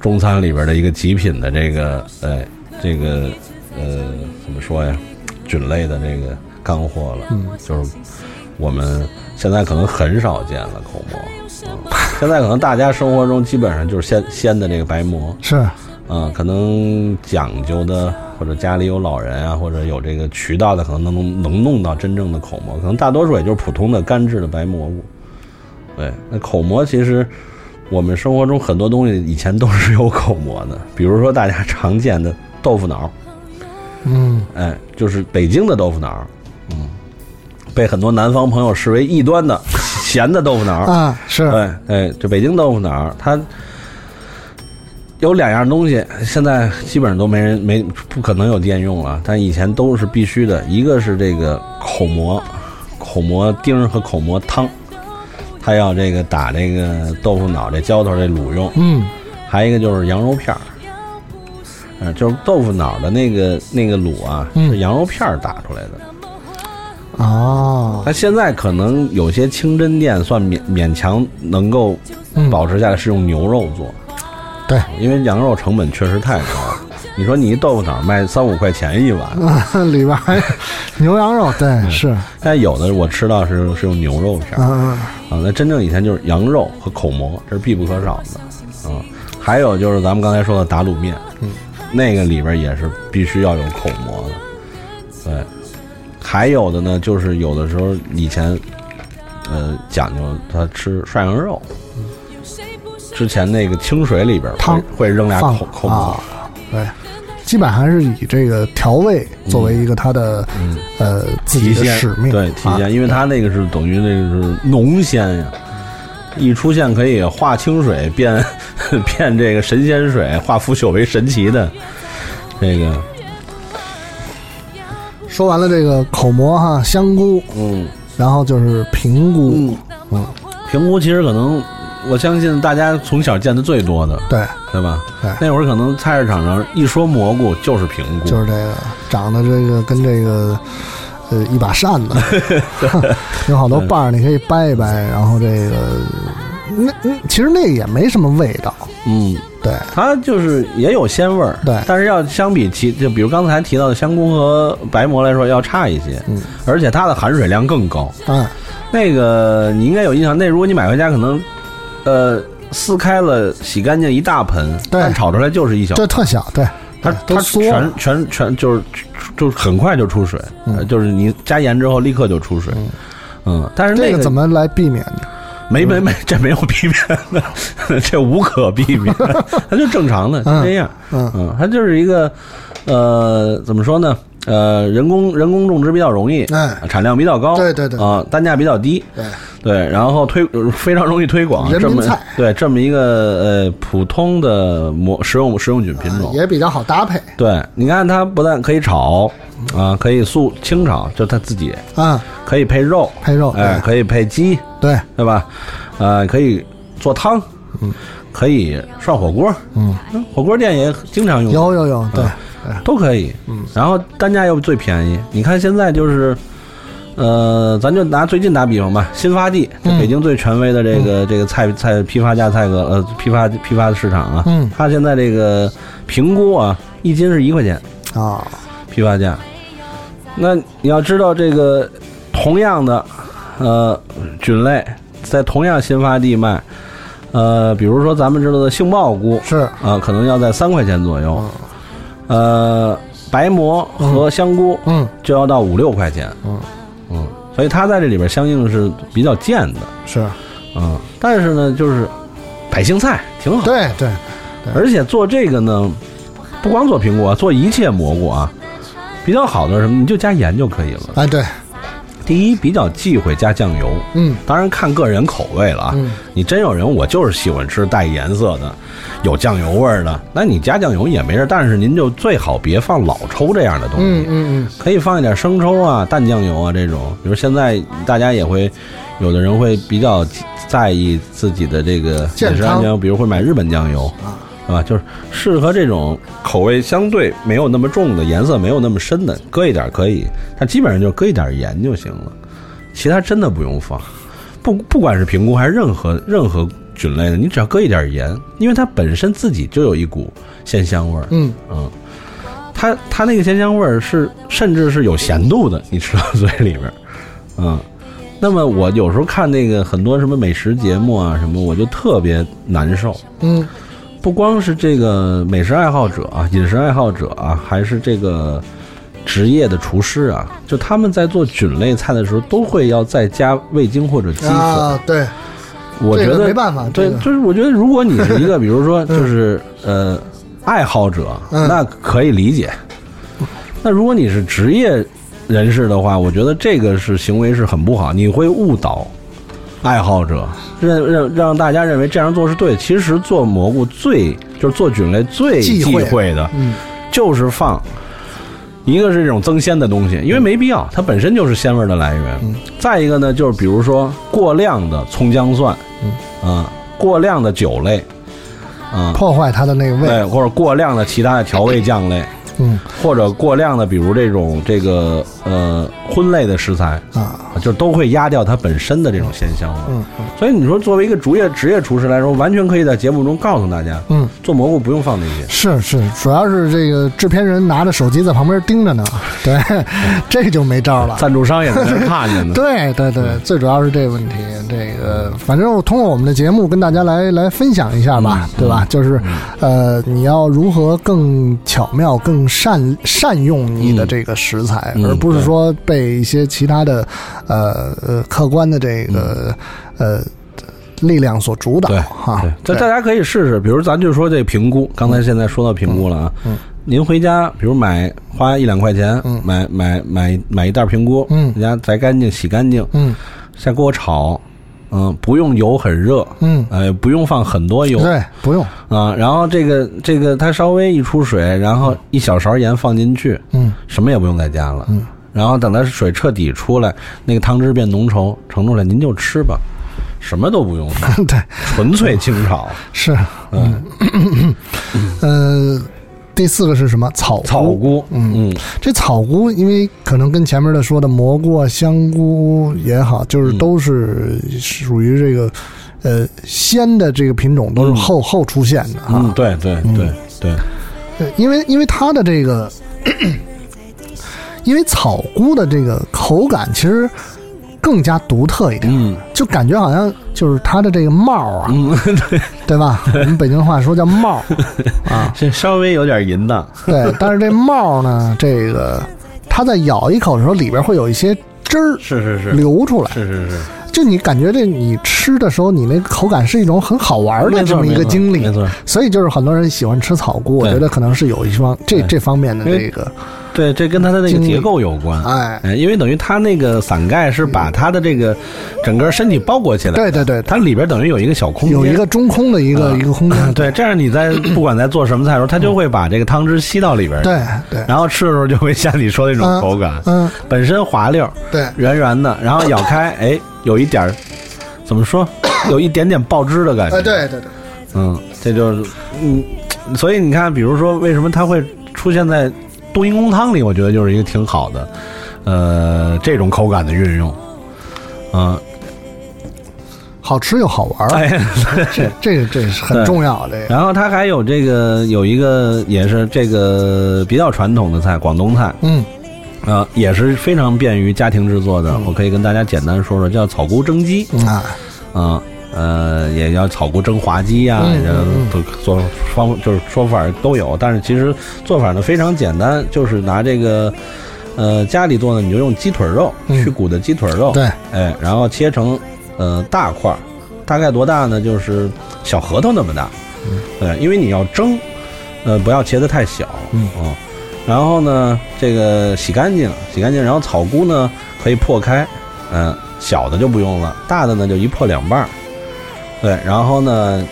D: 中餐里边的一个极品的这个呃这个呃怎么说呀，菌类的这个干货了，
C: 嗯
D: 就是我们现在可能很少见了口蘑。嗯现在可能大家生活中基本上就是鲜鲜的这个白蘑，
C: 是，
D: 啊，可能讲究的，或者家里有老人啊，或者有这个渠道的，可能能能弄到真正的口蘑，可能大多数也就是普通的干制的白蘑菇。对，那口蘑其实我们生活中很多东西以前都是有口蘑的，比如说大家常见的豆腐脑，
C: 嗯
D: 哎，就是北京的豆腐脑，嗯，被很多南方朋友视为异端的咸的豆腐脑，
C: 啊，是，
D: 哎哎，这北京豆腐脑儿，它有两样东西，现在基本上都没人没不可能有店用了，但以前都是必须的。一个是这个口蘑，口蘑丁儿和口蘑汤，它要这个打这个豆腐脑这浇头这卤用，
C: 嗯
D: 还有一个就是羊肉片儿。嗯，就是豆腐脑的那个那个卤啊，
C: 嗯
D: 是羊肉片儿打出来的。
C: 啊，
D: 它现在可能有些清真店算勉勉强能够
C: 嗯
D: 保持下来是用牛肉做，
C: 对， <laughs>
D: 因为羊肉成本确实太高。你说你一豆腐脑卖三五块钱一碗，
C: <laughs> 里边还牛羊肉，对，是，
D: 但有的我吃到是是用牛肉片儿
C: 嗯，
D: 啊，那真正以前就是羊肉和口蘑，这是必不可少的啊。还有就是咱们刚才说的打卤面，
C: 嗯，
D: 那个里边也是必须要有口蘑的，对。还有的呢，就是有的时候以前，呃，讲究他吃涮羊肉，之前那个清水里边
C: 嗯
D: 会
C: 汤
D: 会扔俩
C: 放
D: 口口蘑
C: 啊，，对，基本还是以这个调味作为一个它的
D: 嗯，
C: 呃自己
D: 提
C: 的
D: 鲜
C: 使命，
D: 对提
C: 啊
D: 鲜，因为它那个是等于那个是浓鲜呀，一出现可以化清水变 <laughs> 变这个神仙水，化腐朽为神奇的这个，
C: 说完了这个口蘑哈，香菇，
D: 嗯，
C: 然后就是平菇，
F: 嗯，
D: 平菇其实可能我相信大家从小见的最多的，
C: 对，
D: 对吧？
C: 对
D: 那会儿可能菜市场上一说蘑菇就是平菇，
C: 就是这个长得这个跟这个呃一把扇子，有好多瓣儿，你可以掰一掰，然后这个那嗯其实那个也没什么味道，
D: 嗯，
C: 对，
D: 它就是也有鲜味儿，
C: 对
D: 但是要相比其就比如刚才提到的香菇和白蘑来说要差一些，
C: 嗯，
D: 而且它的含水量更高。
C: 当然
D: 那个你应该有印象，那如果你买回家，可能呃撕开了洗干净一大盆，
C: 对
D: 但炒出来就是一小，
C: 这特小，对，
D: 它
C: 都
D: 它
C: 缩了
D: 全全全就是就很快就出水，
C: 嗯
D: 呃就是你加盐之后立刻就出水。
C: 嗯
D: 嗯，但是那
C: 这个怎么嗯来避免呢？
D: 没没没，这没有避免的， <laughs> 这无可避免，
C: <laughs>
D: 它就正常的，就
C: 嗯
D: 这样。
C: 嗯
D: 嗯，它就是一个，呃，怎么说呢？呃，人工人工种植比较容易，
C: 哎
D: 产量比较高，
C: 对对对
D: 啊、单价比较低，
C: 对
D: 对，然后推呃非常容易推广，
C: 人民
D: 这么
C: 菜
D: 对这么一个呃普通的蘑食用食用菌品种，
C: 嗯啊也比较好搭配，
D: 对，你看它不但可以炒啊、可以素清炒，就它自己
C: 啊，
D: 可以配肉，
C: 配肉，
D: 哎、可以配鸡，
C: 对，对
D: 对吧？呃，可以做汤，嗯，可以涮火锅，
C: 嗯，
D: 火锅店也经常用，
C: 有有有，对，
D: 都可以，嗯，然后单价又最便宜。你看现在就是，呃，咱就拿最近打比方吧，新发地，这
C: 嗯
D: 北京最权威的这个、这个菜菜批发价菜格，呃，批发批发市场啊，
C: 嗯
D: 它现在这个评估啊，一斤是一块钱
C: 啊，
D: 批发价。那你要知道这个同样的呃菌类，在同样新发地卖，呃，比如说咱们知道的杏鲍菇，
C: 是，嗯
D: 啊，可能要在三块钱左右。呃，白蘑和香菇
C: 嗯，
D: 就要到五六块钱。
C: 嗯
D: 嗯，所以它在这里边相应是比较贱的。
C: 是
D: 嗯，但是呢，就是百姓菜挺好，
C: 对对，
D: 而且做这个呢，不光做苹果，啊做一切蘑菇啊。比较好的是什么？你就加盐就可以了。
C: 哎对，
D: 第一，比较忌讳加酱油，
C: 嗯
D: 当然看个人口味了啊。
C: 嗯
D: 你真有人，我就是喜欢吃带颜色的，有酱油味儿的，那你加酱油也没事儿。但是您就最好别放老抽这样的东西，
C: 嗯嗯
D: 可以放一点生抽啊、淡酱油啊这种。比如现在大家也会，有的人会比较在意自己的这个
C: 健
D: 饮食
C: 康
D: 安全，比如会买日本酱油
C: 啊，
D: 是吧？就是适合这种口味相对没有那么重的、颜色没有那么深的，搁一点可以，但基本上就搁一点盐就行了，其他真的不用放。不不管是平菇还是任何任何菌类的，你只要搁一点盐，因为它本身自己就有一股鲜香味儿。
C: 嗯
D: 嗯，它它那个鲜香味儿是甚至是有咸度的，你吃到嘴里边儿，嗯。那么我有时候看那个很多什么美食节目啊什么，我就特别难受。
C: 嗯
D: 不光是这个美食爱好者啊、饮食爱好者啊，还是这个职业的厨师啊，就他们在做菌类菜的时候，都会要再加味精或者鸡
C: 嗯
D: 粉。
C: 啊，对，
D: 我
C: 这
D: 觉
C: 个
D: 得
C: 没办法，
D: 对
C: 这，个
D: 就是我觉得，如果你是一个，比如说就是呃爱好者，
C: 嗯
D: 那可以理解。那如果你是职业人士的话，我觉得这个是行为是很不好，你会误导爱好者，认认让大家认为这样做是对的。其实做蘑菇最就是做菌类最
C: 忌
D: 忌
C: 讳
D: 讳的，
C: 嗯
D: 就是放。一个是这种增鲜的东西，因为没必要，它本身就是鲜味儿的来源。
C: 嗯
D: 再一个呢，就是比如说过量的葱姜蒜，
C: 嗯
D: 啊、过量的酒类，哎啊、
C: 破坏它的那个味，
D: 对，或者过量的其他的调味酱类，
C: 嗯
D: 或者过量的比如这种这个呃荤类的食材，
C: 啊，
D: 就都会压掉它本身的这种鲜香味。
C: 嗯嗯
D: 所以你说，作为一个职业职业厨师来说，完全可以在节目中告诉大家，
C: 嗯，
D: 做蘑菇不用放这些。
C: 是是，主要是这个制片人拿着手机在旁边盯着呢， <laughs> 对，这就没招了。
D: 赞助商也在嗯那看着呢。
C: 对对对，最主要是这个问题。这个反正我通过我们的节目跟大家来来分享一下吧，
D: 嗯
C: 对吧？就是呃，你要如何更巧妙、更善善用你的这个食材，
D: 嗯
C: 而不是说被一些其他的呃呃客观的这个呃力量所主导
D: 嗯对
C: 哈
D: 对，。这
C: 对
D: 大家可以试试，比如咱就说这评估，刚才现在说到评估了啊。
C: 嗯嗯
D: 您回家，比如买花一两块钱，
C: 嗯
D: 买买买买一袋评估，
C: 嗯
D: 人家摘干净、洗干净，
C: 嗯
D: 下锅炒，嗯、不用油很热，
C: 嗯，
D: 呃，不用放很多油啊、
C: 对，不用，
D: 然后这个这个它稍微一出水，然后一小勺盐放进去， <laughs>
C: 嗯
D: 什么也不用再加了。
C: 嗯
D: 然后等它水彻底出来，那个汤汁变浓稠，盛出来您就吃吧，什么都不用
C: <laughs>
D: 放，
C: 对。
D: 纯粹清炒。
C: 是，嗯，呃，第四个是什么？草菇
D: 草菇，
C: 嗯
D: 嗯
C: 这草菇，因为可能跟前面的说的蘑菇啊、香菇也好，就是
D: 嗯
C: 都是属于这个呃鲜的这个品种，都是
D: 嗯
C: 后、后出现的啊。
D: 嗯，对对对对，嗯
C: 对，因为因为它的这个， <clears throat> 因为草菇的这个口感其实更加独特一点，
D: 嗯
C: 就感觉好像就是它的这个帽啊，
D: 嗯，对，
C: <laughs> 对吧？我们北京话说叫帽啊，
D: 这稍微有点淫荡，
C: 对，但是这帽呢，这个它在咬一口的时候，里边会有一些汁儿
D: 是是是
C: 流出来，
D: 是是是，
C: 就你感觉这你吃的时候，你那口感是一种很好玩的
D: 没
C: 这
D: 错
C: 么一个经历
D: 没。错，没错
C: 所以就是很多人喜欢吃草菇，我
D: 对
C: 觉得可能是有一方这
D: 对
C: 这方面的
D: 因
C: 这
D: 为
C: 个，
D: 对，这跟它的那个
C: 经历
D: 结构有关。
C: 哎，
D: 哎，因为等于它那个伞盖是把它的这个整个身体包裹起来，
C: 对对对，
D: 它里边等于有一个小空间，啊嗯
C: 有一个中空的一个一个空间，嗯
D: 对，这样
C: <clears throat>
D: 你在不管在做什么菜的时候，它就会把这个汤汁吸到里边，，
C: 对对，
D: 然后吃的时候就会像你说的那种
C: 嗯
D: 口感，
C: 嗯，
D: 本身滑溜儿
C: 对
D: 圆圆的，然后咬开，哎，有一点儿怎么说，有一点点爆汁的感觉，
C: 哎，对对对，
D: 嗯，这就是嗯，所以你看，比如说为什么它会出现在冬阴功汤里，我觉得就是一个挺好的，呃，这种口感的运用，嗯、
C: 好吃又好玩儿，
D: 哎，
C: 这这这是很
D: 对
C: 重要的，这个
D: 然后它还有这个有一个也是这个比较传统的菜，广东菜，
C: 嗯
D: 呃，也是非常便于家庭制作的。我可以跟大家简单说说，叫草菇蒸鸡，
C: 嗯啊，
D: 啊、呃，也叫草菇蒸滑鸡呀、
C: 嗯
D: 也
C: 嗯
D: 都做方就是说法都有，但是其实做法呢非常简单，就是拿这个。呃，家里做呢，你就用鸡腿肉，
C: 嗯
D: 去骨的鸡腿肉，
C: 对，
D: 哎，然后切成呃大块儿，大概多大呢？就是小核桃那么大，对，因为你要蒸，呃，不要切的太小，
C: 嗯
D: 哦然后呢，这个洗干净，洗干净，然后草菇呢可以破开，嗯、小的就不用了，大的呢就一破两半儿，对，然后呢，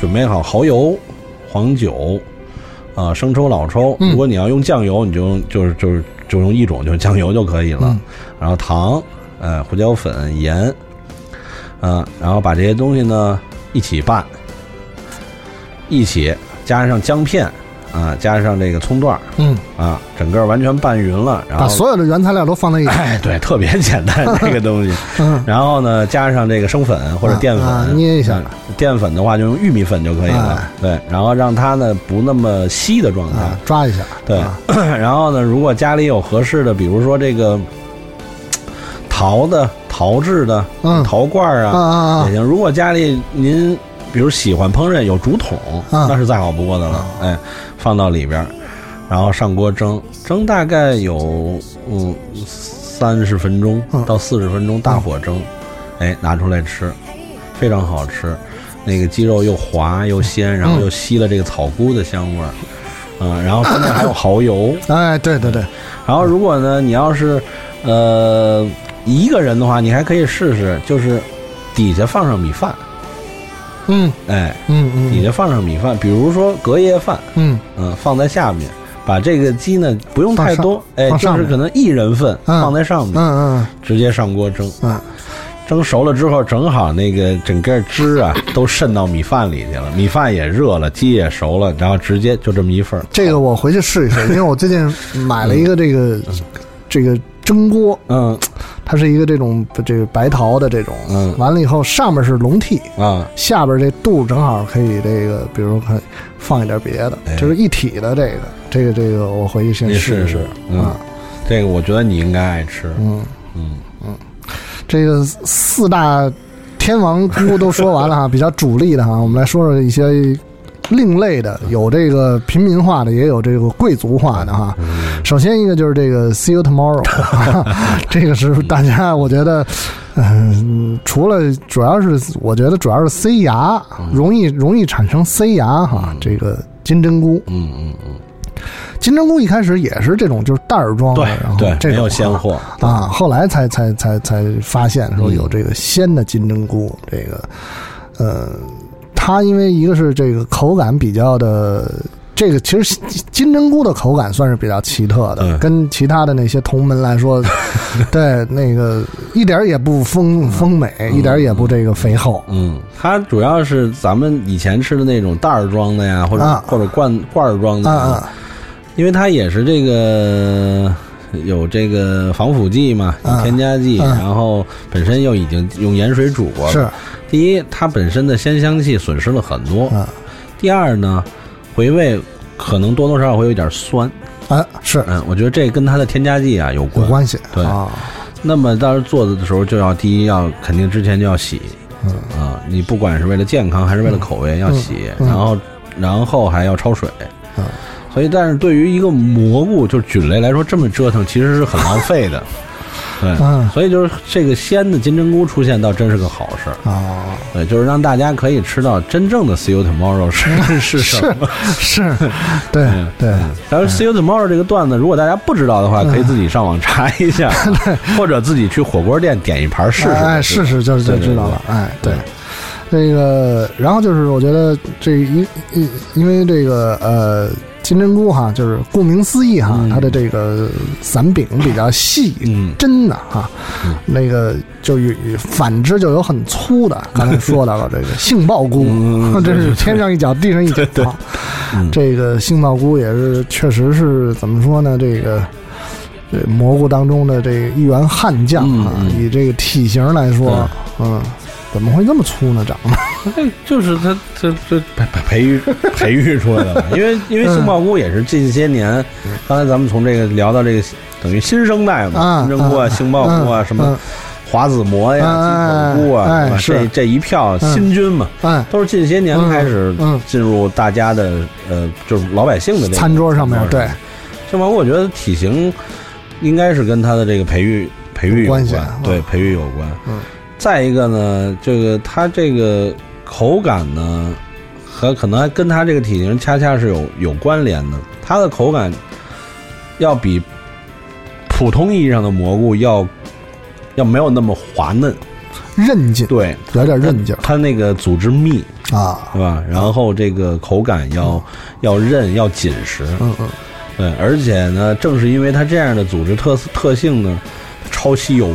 D: 准备好蚝油、黄酒，啊、生抽、老抽，
C: 嗯
D: 如果你要用酱油，你就用就是就是就用一种就是酱油就可以了，
C: 嗯
D: 然后糖，呃，胡椒粉、盐，嗯、然后把这些东西呢一起拌，一起加上姜片，啊、加上这个葱段儿
C: 嗯，
D: 啊，整个完全拌匀了，然
C: 把
D: 后
C: 所有的原材料都放在一
D: <laughs>
C: 起，
D: 哎，对，特别简单这个东西。
C: <laughs> 嗯
D: 然后呢，加上这个生粉或者淀粉、
C: 啊啊捏一下
D: 嗯淀粉的话就用玉米粉就可以了。
C: 哎
D: 对，然后让它呢不那么稀的状态。
C: 啊，抓一下，
D: 嗯对
C: 啊
D: 然后呢，如果家里有合适的，比如说这个陶的、陶制的、
C: 嗯
D: 陶罐儿
C: 啊
D: 啊
C: 啊
D: 也
C: 啊，
D: 行。如果家里您比如喜欢烹饪有竹筒，
C: 啊
D: 那是再好不过的了。哎，放到里边儿，然后上锅蒸，蒸大概有嗯三十分钟
C: 嗯
D: 到四十分钟，大火蒸，哎，拿出来吃，非常好吃。那个鸡肉又滑又
C: 嗯
D: 鲜，然后又吸了这个草菇的香味儿，嗯，然后中间还有蚝
C: <coughs>
D: 油，
C: 哎，对对对，
D: 然后如果呢，你要是呃一个人的话，你还可以试试，就是底下放上米饭，
C: 嗯
D: 哎，
C: 嗯
D: 底
C: 嗯
D: 下放上米饭，比如说隔夜饭，
C: 嗯
D: 嗯、放在下面。把这个鸡呢不用太多，哎，
C: 放
D: 就
C: 上
D: 是
C: 面
D: 可能一人份
C: 嗯
D: 放在上
C: 嗯
D: 面，
C: 嗯
D: 直接上锅蒸，
C: 嗯
D: 蒸熟了之后正好那个整个汁啊都渗到米饭里去了，米饭也热了，鸡也熟了，然后直接就这么一份儿， <laughs>
C: 这个我回去试一试，因为我最近买了一个这个这个蒸锅，
D: 嗯
C: 它是一个这种这个白陶的这种，
D: 嗯
C: 完了以后上面是笼屉，
D: 啊，
C: 下边这肚正好可以这个，比如可以放一点别的，
D: 哎
C: 就是一体的这个，这个这个我回去先
D: 你
C: 试
D: 试
C: 一
D: 试
C: 试，
D: 嗯
C: 啊，
D: 这个我觉得你应该爱吃，
C: 嗯，
D: 嗯
C: 这个四大天王菇都说完了哈，比 <laughs> 较主力的哈，我们来说说一些另类的，有这个平民化的，也有这个贵族化的哈。
D: 嗯
C: 首先一个就是这个 “See you
D: <laughs>
C: tomorrow”，这个是大家我觉得，嗯、除了主要是我觉得主要是塞牙，
D: 嗯
C: 容易容易产生塞牙哈，这个金针菇，
D: 嗯嗯嗯，
C: 金针菇一开始也是这种就是袋儿装的，然后
D: 对
C: 这
D: 对，没有
C: 种
D: 现
C: 哈
D: 货，
C: 啊，后来才才才才发现说
D: 嗯
C: 有这个鲜的金针菇，这个，呃，它因为一个是这个口感比较的，这个其实金金针菇的口感算是比较奇特的，
D: 嗯
C: 跟其他的那些同门来
D: <laughs>
C: 说，对那个一点儿也不丰丰美，一点儿也不这个肥厚，
D: 嗯，它主要是咱们以前吃的那种袋儿装的呀，或者、
C: 啊
D: 或者罐罐儿装的
C: 啊
D: 呀，
C: 啊
D: 因为它也是这个有这个防腐剂嘛，有
C: 啊
D: 添加剂，
C: 啊
D: 然后本身又已经用盐水煮过了。
C: 是
D: 第一，它本身的鲜香气损失了很多；
C: 啊
D: 第二呢，回味可能多多少少会有一点酸。
C: 啊是
D: 嗯，我觉得这跟它的添加剂啊有
C: 有
D: 关。
C: 关系
D: 对
C: 啊，
D: 那么当时做的时候，就要第一要肯定之前就要洗，
C: 嗯
D: 啊，你不管是为了健康还是为了口味，要洗，
C: 嗯
D: 然后然后还要焯水。
C: 嗯
D: 所以，但是对于一个蘑菇，就是菌类来说，这么折腾其实是很浪费
C: <laughs>
D: 的。对，
C: 嗯
D: 所以就是这个鲜的金针菇出现，倒真是个好事儿。 <laughs>
C: 啊。
D: 对，就是让大家可以吃到真正的 “see you tomorrow”
C: <laughs>
D: 是是什么。
C: 是，对
D: 嗯
C: 对，
D: 但是 “see you tomorrow” 这个段子，如果大家不知道的
C: 嗯
D: 话，可以自己上网查
C: <laughs>
D: 一下，或者自己去火锅店点一盘试试。
C: 哎，试试就就
D: 对对
C: 知道了，哎，对。这个，然后就是我觉得这一一，因为这个呃金针菇哈，就是顾名思义哈，
D: 嗯
C: 它的这个伞柄比较细，
D: 嗯
C: 真的哈，那个就有反之就有很粗的，刚才说
D: <laughs>
C: 到了这个杏鲍菇
D: 嗯，
C: <laughs>
D: 嗯
C: 真是天上一脚地上一脚。
D: 嗯
C: 这个杏鲍菇也是确实是怎么说呢？这个。这蘑菇当中的这个一员悍将啊，
D: 嗯嗯
C: 以这个体型来说，嗯，怎么会那么粗呢？
D: <laughs>
C: 长得
D: 这就是他他这培培育 <laughs> 培育出来的吧，因为因为杏鲍菇也是近些年，刚才咱们从这个聊到这个等于新生代嘛，
C: 啊
D: 金针菇啊、杏鲍菇啊、
C: 嗯
D: 什么华子蘑呀、
C: 哎
D: 鸡头菇啊，
C: 哎
D: 是吧
C: 是
D: 这这一票新军嘛，
C: 嗯，
D: 都哎是近些年开始
C: 嗯嗯
D: 进入大家的呃，就是老百姓的这个嗯
C: 餐桌上面对
D: 杏鲍菇，我觉得体型应该是跟它的这个培育培育有
C: 有关系啊
D: 对培育有关。
C: 嗯，
D: 再一个呢，这个它这个口感呢，和可能还跟它这个体型恰恰是有有关联的。它的口感要比普通意义上的蘑菇要要没有那么滑嫩，
C: 韧劲，
D: 对，
C: 有点韧劲儿
D: 它那个组织密，
C: 啊，
D: 对吧？然后这个口感要要韧，要紧实。
C: 嗯嗯，
D: 对，而且呢，正是因为它这样的组织特色特性呢，超吸油，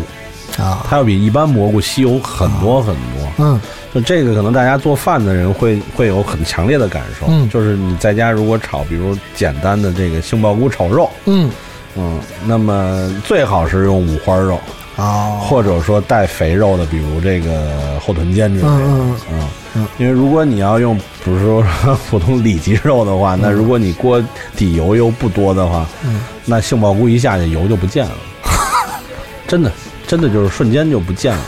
C: 啊，
D: 它要比一般蘑菇吸油很多很多。
C: 嗯
D: 就这个，可能大家做饭的人会会有很强烈的感受，
C: 嗯
D: 就是你在家如果炒，比如简单的这个杏鲍菇炒肉，
C: 嗯，
D: 嗯，那么最好是用五花肉，
C: 啊，
D: 或者说带肥肉的，比如这个后臀尖之类的。
C: 嗯嗯
D: 嗯
C: 嗯
D: 因为如果你要用，比如说普通里脊肉的话，那如果你锅底油又不多的话，
C: 嗯
D: 那杏鲍菇一下去油就不
C: <laughs>
D: 见了，真的，真的就是瞬间就不见了。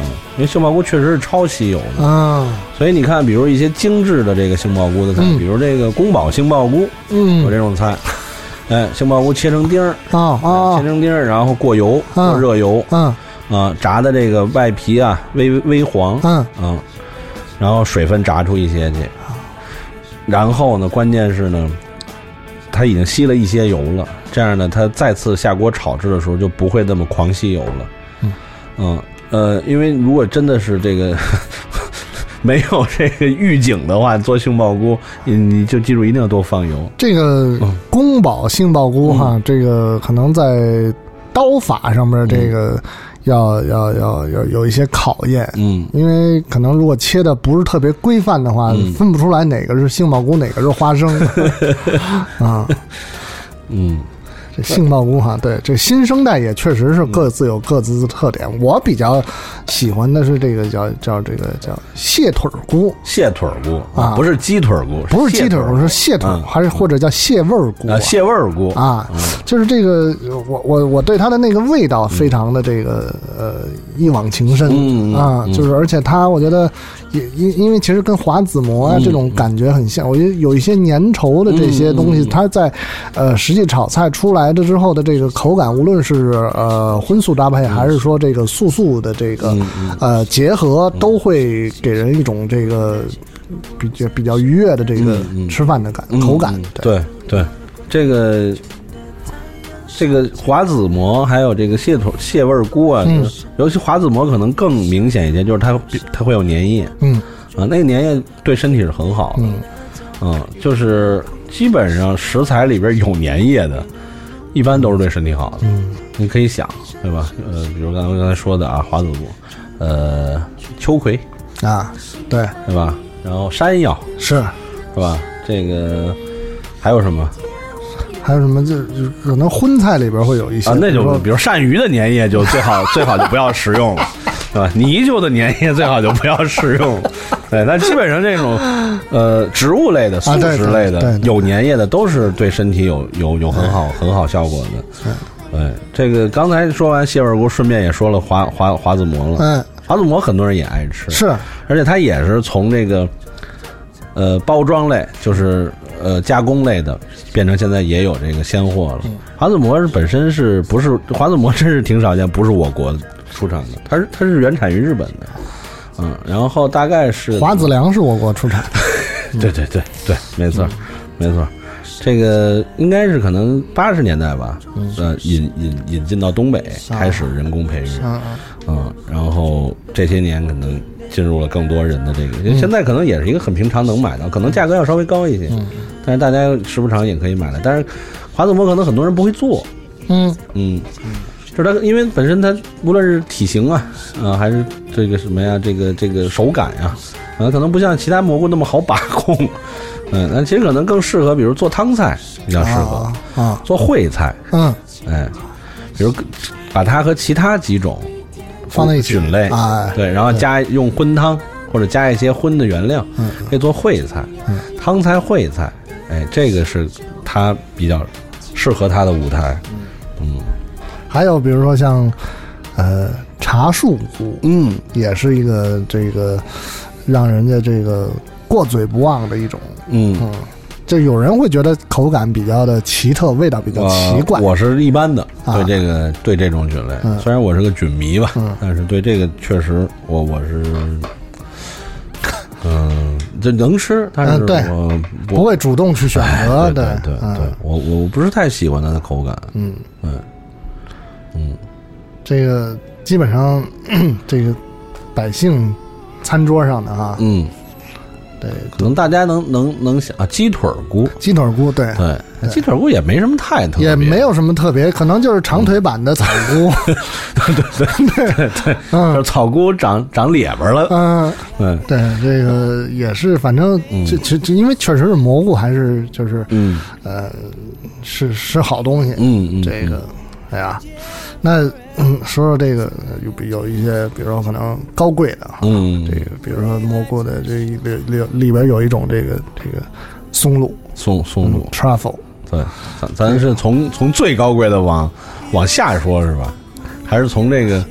D: 嗯，因为杏鲍菇确实是超吸油的，
C: 啊，
D: 所以你看，比如一些精致的这个杏鲍菇的菜，
C: 嗯
D: 比如这个宫保杏鲍菇有这
C: 嗯，
D: 种菜，哎，杏鲍菇切成丁儿，哎
C: 啊
D: 切
C: 啊，
D: 成丁儿，然后过油，过
C: 嗯
D: 热油，
C: 嗯
D: 啊，炸的这个外皮啊微微黄，
C: 嗯
D: 嗯，然后水分炸出一些去，然后呢，关键是呢，它已经吸了一些油了，这样呢，它再次下锅炒制的时候就不会那么狂吸油了。
C: 嗯
D: 嗯呃，因为如果真的是这个 <laughs> 没有这个预警的话，做杏鲍菇，你你就记住一定要多放油。
C: 这个
D: 嗯
C: 宫保杏鲍菇哈，这个可能在刀法上面这个要、要要要有一些考验，
D: 嗯
C: 因为可能如果切的不是特别规范的话，
D: 嗯
C: 分不出
D: <laughs>
C: 来哪个是杏鲍菇，哪个是花生啊。
D: 嗯，
C: 这性爆谷哈，对这新生代也确实是各自有各自的特点。我比较喜欢的是这个叫叫这个叫蟹腿儿菇，
D: 蟹腿儿菇
C: 啊
D: 不是鸡腿儿菇，
C: 不是鸡
D: 蟹
C: 腿
D: 儿
C: 儿，是蟹腿儿，
D: 嗯
C: 还是或者叫蟹味儿菇
D: 啊，蟹味儿菇
C: 啊，就是这个，我我我对它的那个味道非常的这个、呃一往情深、
D: 嗯嗯
C: 啊，
D: 嗯
C: 就是而且它我觉得也因因为其实跟华子模啊、
D: 嗯
C: 这种感觉很像，我觉得有一些粘稠的这些东西，
D: 嗯嗯嗯
C: 它在呃实际炒菜出来的之后的这个口感，无论是呃荤素搭配，还是说这个素素的这个、
D: 嗯嗯
C: 呃结合，都会给人一种这个比较比较愉悦的这个
D: 嗯嗯
C: 吃饭的感、
D: 嗯
C: 口感
D: 嗯。对对，这个这个华子蘑还有这个蟹腿蟹味儿菇啊，
C: 嗯
D: 就是尤其华子蘑可能更明显一些，就是它它会有粘液
C: 嗯
D: 啊，那个粘液对身体是很好的，
C: 嗯。
D: 嗯就是基本上食材里边有粘液的，一般都是对身体好的。
C: 嗯
D: 你可以想，对吧？呃，比如刚才刚才说的啊，华子蘑，呃，秋葵，
C: 啊，对，
D: 对吧？然后山药，
C: 是，
D: 是吧？这个还有什么
C: 还有什么就就可能荤菜里边会有一些
D: 啊？那就
C: 比
D: 比如鳝鱼的粘液就最好最好就不要食用了，对吧？泥鳅的粘液最好就不要食用了。对，但基本上这种呃植物类的、素
C: 啊对
D: 食类的、
C: 对对对
D: 有粘液的，都是对身体有有有很好很好效果的。对，这个刚才说完蟹味菇，顺便也说了华华华子蘑了。
C: 嗯，
D: 华子蘑很多人也爱吃，
C: 是
D: 而且它也是从这个呃包装类，就是呃加工类的，变成现在也有这个鲜货了。
C: 嗯
D: 华子蘑是本身是不是华子蘑真是挺少见，不是我国出产的，它是它是原产于日本的，嗯，然后大概是
C: 华子良是我国出
D: <laughs>
C: 产的，
D: 对对对对，没
C: 嗯
D: 错儿，没错儿。这个应该是可能八十年代吧，呃，引引引进到东北开始人工培育，
C: 嗯嗯
D: 嗯，然后这些年可能进入了更多人的这个，
C: 嗯
D: 因为现在可能也是一个很平常能买到，可能价格要稍微高一些，
C: 嗯
D: 但是大家时不常也可以买来。但是华子蘑可能很多人不会做，
C: 嗯，
D: 嗯，就是它因为本身它无论是体型啊，啊还是这个什么呀，这个这个手感呀、啊，可能不像其他蘑菇那么好把控，嗯，那其实可能更适合，比如做汤菜比较适合，
C: 啊啊，
D: 做烩菜，
C: 嗯，
D: 哎，比如把它和其他几种
C: 放在一起
D: 菌类
C: 哎
D: 对，然后加用荤汤或者加一些荤的原料，
C: 嗯
D: 可以做烩菜
C: 嗯，
D: 汤菜烩菜，哎，这个是它比较适合它的舞台，嗯
C: 还有比如说像呃茶树菇，
D: 嗯，
C: 也是一个这个让人家这个过嘴不忘的一种，
D: 嗯，
C: 嗯，就有人会觉得口感比较的奇特，味道比较奇怪，
D: 我我是一般的，
C: 啊
D: 对这个对这种菌类，
C: 嗯
D: 虽然我是个菌迷吧，
C: 嗯
D: 但是对这个确实我我
C: <laughs>
D: 是，嗯，这能吃，但是
C: 嗯对
D: 我我
C: 不会主动去选择，
D: 哎对对对
C: 嗯，
D: 我我不是太喜欢它的口感，
C: 嗯。
D: 嗯嗯，
C: 这个基本上 <clears throat> 这个百姓餐桌上的啊，
D: 嗯，
C: 对，
D: 可能大家能能能想啊，鸡腿儿菇，
C: 鸡腿菇对。
D: 对，鸡腿儿菇也没什么太哎特别，
C: 哎也没有什么特别，可能就是长腿版的草菇。对对对
D: 就
C: 嗯
D: 是草菇长长咧巴了，
C: <laughs> 嗯，
D: 嗯
C: 对，这个也是，反正
D: 嗯
C: 这这这，因为确实是蘑菇，还是就是
D: 嗯
C: 呃，是是好东西。
D: 嗯嗯，
C: 这个，哎呀，那嗯，说说这个有有一些，比如说可能高贵的哈，啊
D: 嗯
C: 这个比如说蘑菇的这一里里里边有一种这个这个松露，
D: 松松
C: 嗯
D: 露，
C: truffle，
D: 对，咱咱是从从最高贵的往往下说，是吧？还是从这个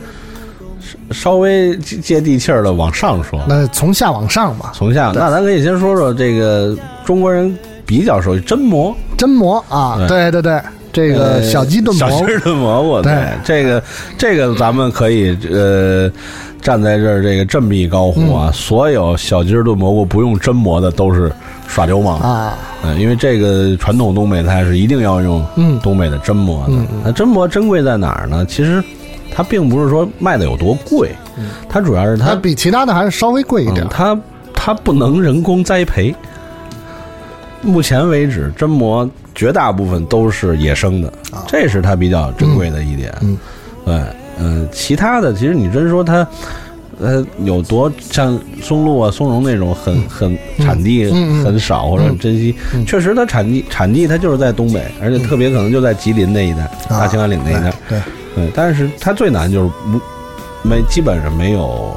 D: 稍微接接地气儿的往上说？
C: 那从下往上吧，
D: 从下，那咱可以先说说这个中国人比较熟悉榛蘑，
C: 榛蘑啊，对对对，这个
D: 哎呃
C: 小鸡炖蘑
D: 小
C: 菇
D: 鸡，炖蘑菇，对
C: 对
D: 这个这个咱们可以呃站在这儿这个振臂高呼
C: 嗯
D: 啊，所有小鸡炖蘑菇不用榛蘑的都是耍流氓，
C: 啊，
D: 嗯，因为这个传统东北菜是一定要用
C: 嗯
D: 东北的榛蘑的
C: 嗯嗯。
D: 那榛蘑珍贵在哪儿呢？其实它并不是说卖的有多贵，
C: 嗯
D: 它主要是
C: 它
D: 它
C: 比其他的还是稍微贵一点
D: 嗯，它它不能人工栽培。目前为止，榛蘑绝大部分都是野生的，这是它比较珍贵的一点。
C: 啊
D: 呃
C: 嗯
D: 对，嗯、其他的其实你真说它，呃，有多像松露啊、松茸那种很很产地
C: 嗯嗯嗯
D: 很少或者很珍惜
C: 嗯，
D: 确实它产地产地它就是在东北，而且特别可能就在吉林那一带、嗯大兴安岭那一带。
C: 啊对，
D: 对，但是它最难就是无没基本上没有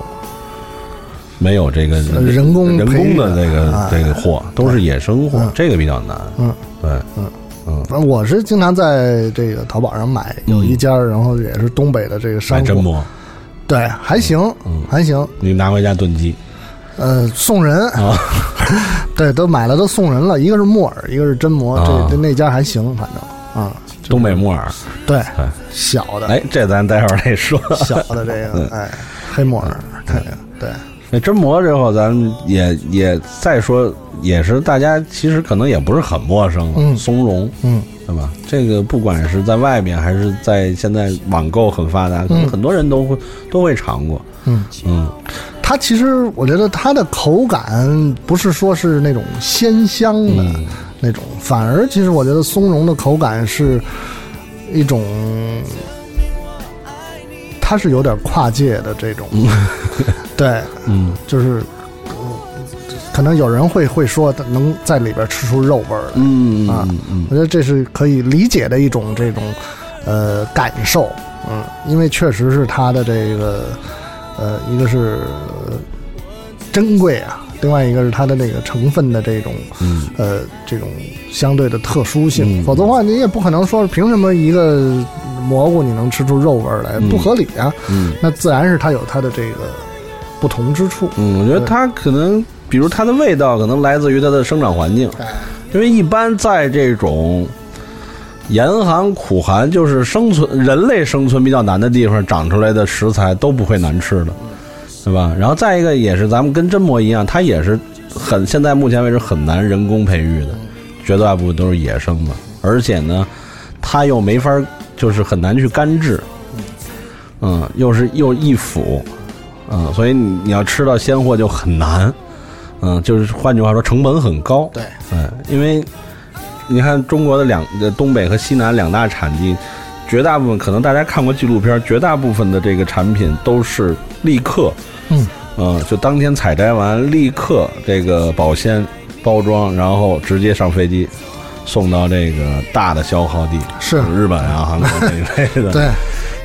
D: 没有这个
C: 呃人工
D: 人
C: 培
D: 工
C: 育
D: 的这个
C: 啊
D: 这个货，都是野生货
C: 嗯，
D: 这个比较难。
C: 嗯，
D: 对，
C: 嗯
D: 嗯，
C: 反正我是经常在这个淘宝上买，有一家，然后也是东北的这个
D: 嗯买
C: 山
D: 真
C: 货，
D: 不？
C: 对，还行
D: 嗯，
C: 还行，
D: 你拿回家炖
C: <laughs>
D: 鸡
C: 呃，送人
D: 啊？
C: 对，都买了都送人了，一个是木耳，一个是真蘑，
D: 啊
C: 这这那家还行，反正啊，
D: 东北木耳，
C: 对
D: 哎，
C: 小的，
D: 哎，嗯这咱待会儿再说。
C: 小的
D: <laughs>
C: 这个，哎，黑木耳，
D: 嗯
C: 这个对，
D: 那真蘑之后，咱们也也再说，也是大家其实可能也不是很陌生了，
C: 嗯
D: 松茸，
C: 嗯，
D: 对吧？这个不管是在外面还是在现在网购很发达，可能很多人都会都会尝过，
C: 嗯
D: 嗯，
C: 它其实我觉得它的口感不是说是那种鲜香的
D: 嗯
C: 那种，反而其实我觉得松茸的口感是一种，它是有点跨界的这种， <laughs> 对，
D: 嗯，
C: 就是。嗯可能有人会会说能在里边吃出肉味儿来，
D: 嗯
C: 啊
D: 嗯嗯
C: 我觉得这是可以理解的一种这种呃感受，嗯，因为确实是它的这个呃，一个是呃珍贵啊，另外一个是它的那个成分的这种
D: 嗯
C: 呃这种相对的特殊性，
D: 嗯
C: 否则的话你也不可能说凭什么一个蘑菇你能吃出肉味儿来，
D: 嗯
C: 不合理啊，
D: 嗯
C: 那自然是它有它的这个不同之处，
D: 嗯，我觉得它可能，比如它的味道可能来自于它的生长环境，
C: 哎，
D: 因为一般在这种严寒苦寒，就是生存人类生存比较难的地方长出来的食材都不会难吃的，对吧？然后再一个也是咱们跟真蘑一样，它也是很现在目前为止很难人工培育的，绝大部分都是野生的，而且呢，它又没法儿就是很难去干制，嗯，又是又易腐，嗯，所以你你要吃到鲜货就很难，嗯，就是换句话说成本很高，
C: 对，
D: 嗯，因为你看中国的两呃东北和西南两大产地，绝大部分可能大家看过纪录片，绝大部分的这个产品都是立刻，
C: 嗯，
D: 呃，就当天采摘完立刻这个保鲜包装，然后直接上飞机。送到这个大的消耗地，
C: 是
D: 日本啊、韩国这一类
C: <laughs>
D: 的。
C: 对，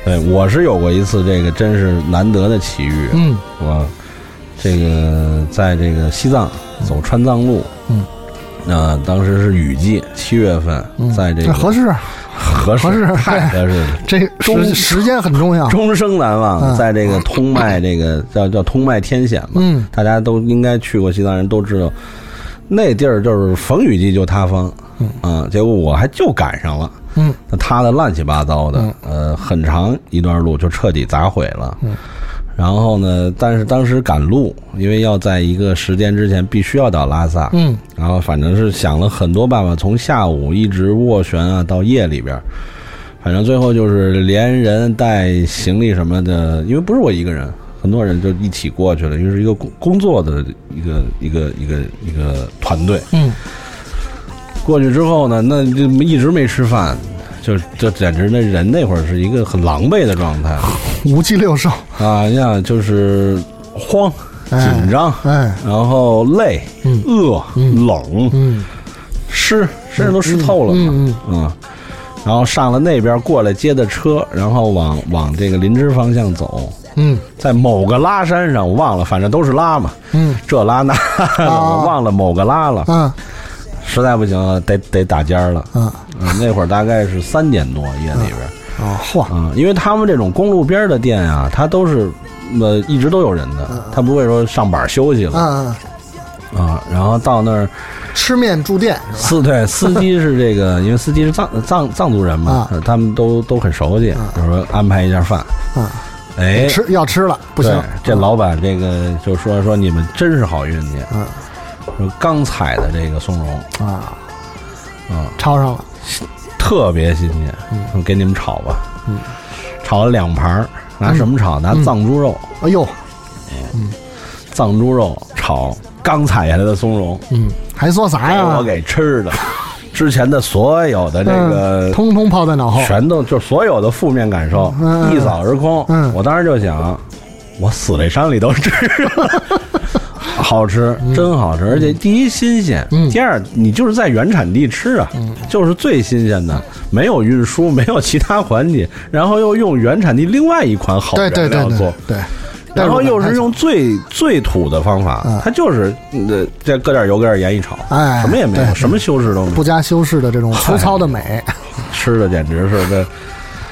D: 对，我是有过一次这个真是难得的奇遇，
C: 嗯
D: 我这个在这个西藏走川藏路，
C: 嗯，
D: 呃，当时是雨季，七月份，
C: 嗯，
D: 在这
C: 那
D: 个
C: 合适啊，
D: 合适
C: 合适
D: 太合适了。
C: 这
D: 中
C: 时时间很重要，
D: 终生难忘，
C: 嗯
D: 在这个通麦，这个叫叫通麦天险嘛，
C: 嗯
D: 大家都应该去过西藏人都知道，那地儿就是逢雨季就塌方，
C: 嗯
D: 啊，结果我还就赶上了。
C: 嗯
D: 那塌的乱七八糟的
C: 嗯，
D: 呃，很长一段路就彻底砸毁了。
C: 嗯
D: 然后呢，但是当时赶路，因为要在一个时间之前必须要到拉萨，
C: 嗯
D: 然后反正是想了很多办法，从下午一直斡旋啊到夜里边儿，反正最后就是连人带行李什么的，因为不是我一个人，很多人就一起过去了，因为是一个工工作的一个一个一个一个团队。
C: 嗯
D: 过去之后呢，那就一直没吃饭，就就简直那人那会儿是一个很狼狈的状态
C: 五鸡六兽，
D: 啊呀，就是慌、紧张，
C: 哎，
D: 然后累、
C: 嗯
D: 饿、
C: 嗯
D: 冷、
C: 嗯
D: 湿，身上都湿透了嘛，
C: 嗯
D: 嗯然后上了那边过来接的车，然后往往这个林芝方向走，
C: 嗯
D: 在某个拉山上，我忘了，反正都是拉嘛，
C: 嗯
D: 这拉那拉的， <laughs> 我忘了某个拉了，
C: 啊
D: 实在不行了得得打尖儿了。
C: 啊
D: 嗯，那会儿大概是三点多夜里边
C: 哦嚯，
D: 啊、因为他们这种公路边儿的店啊，它都是呃一直都有人的，
C: 嗯
D: 他不会说上班儿休息了啊、
C: 啊
D: 然后到那儿，
C: 吃面住店是吧？<laughs>
D: 司对司机是这个，因为司机是藏藏藏族人嘛
C: 啊，
D: 呃他们都都很熟悉，就说安排一下饭，
C: 啊，
D: 哎，
C: 吃要吃了不
D: 对
C: 行，嗯
D: 这老板这个就说说你们真是好运气，
C: 嗯
D: 说刚采的这个松茸
C: 啊
D: 嗯
C: 抄上了，
D: 特别新鲜，说给你们炒吧，
C: 嗯
D: 炒了两盘儿，拿什么炒？拿藏猪肉。
C: 哎呦，
D: 藏猪肉炒刚采下来的松茸，
C: 嗯，还说啥
D: 给
C: 呀？
D: 我给吃的。之前的所有的这个
C: 嗯，通通抛在脑后，
D: 全都就所有的负面感受
C: 嗯
D: 一扫而空
C: 嗯。
D: 我当时就想，我死在山里都吃，
C: <laughs>
D: 好吃，
C: 嗯
D: 真好吃，而且第一新鲜，第二你就是在原产地吃啊，
C: 嗯
D: 就是最新鲜的，没有运输，没有其他环节，然后又用原产地另外一款好
C: 对对
D: 原
C: 对
D: 料
C: 对
D: 做。
C: 对，代
D: 然
C: 入
D: 后
C: 感
D: 又
C: 太
D: 是
C: 强
D: 用最最土的方法
C: 嗯，
D: 它就是呃，再搁点油，搁点盐一炒，
C: 哎
D: 什么也没
C: 对
D: 有，什么修饰都没有
C: 不，加修饰的这种粗糙的美，
D: 吃的简直是这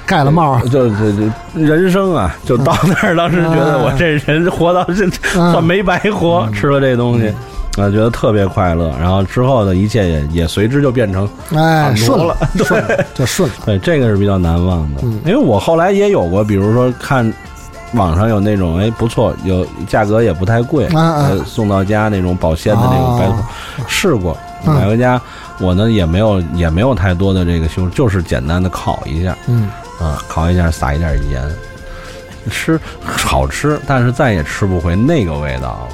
C: 盖了帽儿，
D: 就就就人生啊，就到那儿，当时觉得我这人活到这 <laughs>
C: 嗯
D: 算没白活，吃了这东西。啊，觉得特别快乐，然后之后的一切也也随之就变成，
C: 哎，
D: 啊
C: 顺
D: 挪
C: 了，顺了，就顺了。
D: 对，这个是比较难忘的。
C: 嗯
D: 因为我后来也有过，比如说看网上有那种，哎，不错，有价格也不太贵，
C: 啊啊
D: 呃送到家那种保鲜的那种白
C: 哦
D: 醋，试过
C: 嗯
D: 买回家，我呢也没有也没有太多的这个修，就是简单的烤一下，
C: 嗯，
D: 啊，烤一下，撒一点盐，吃好吃，但是再也吃不回那个味道了。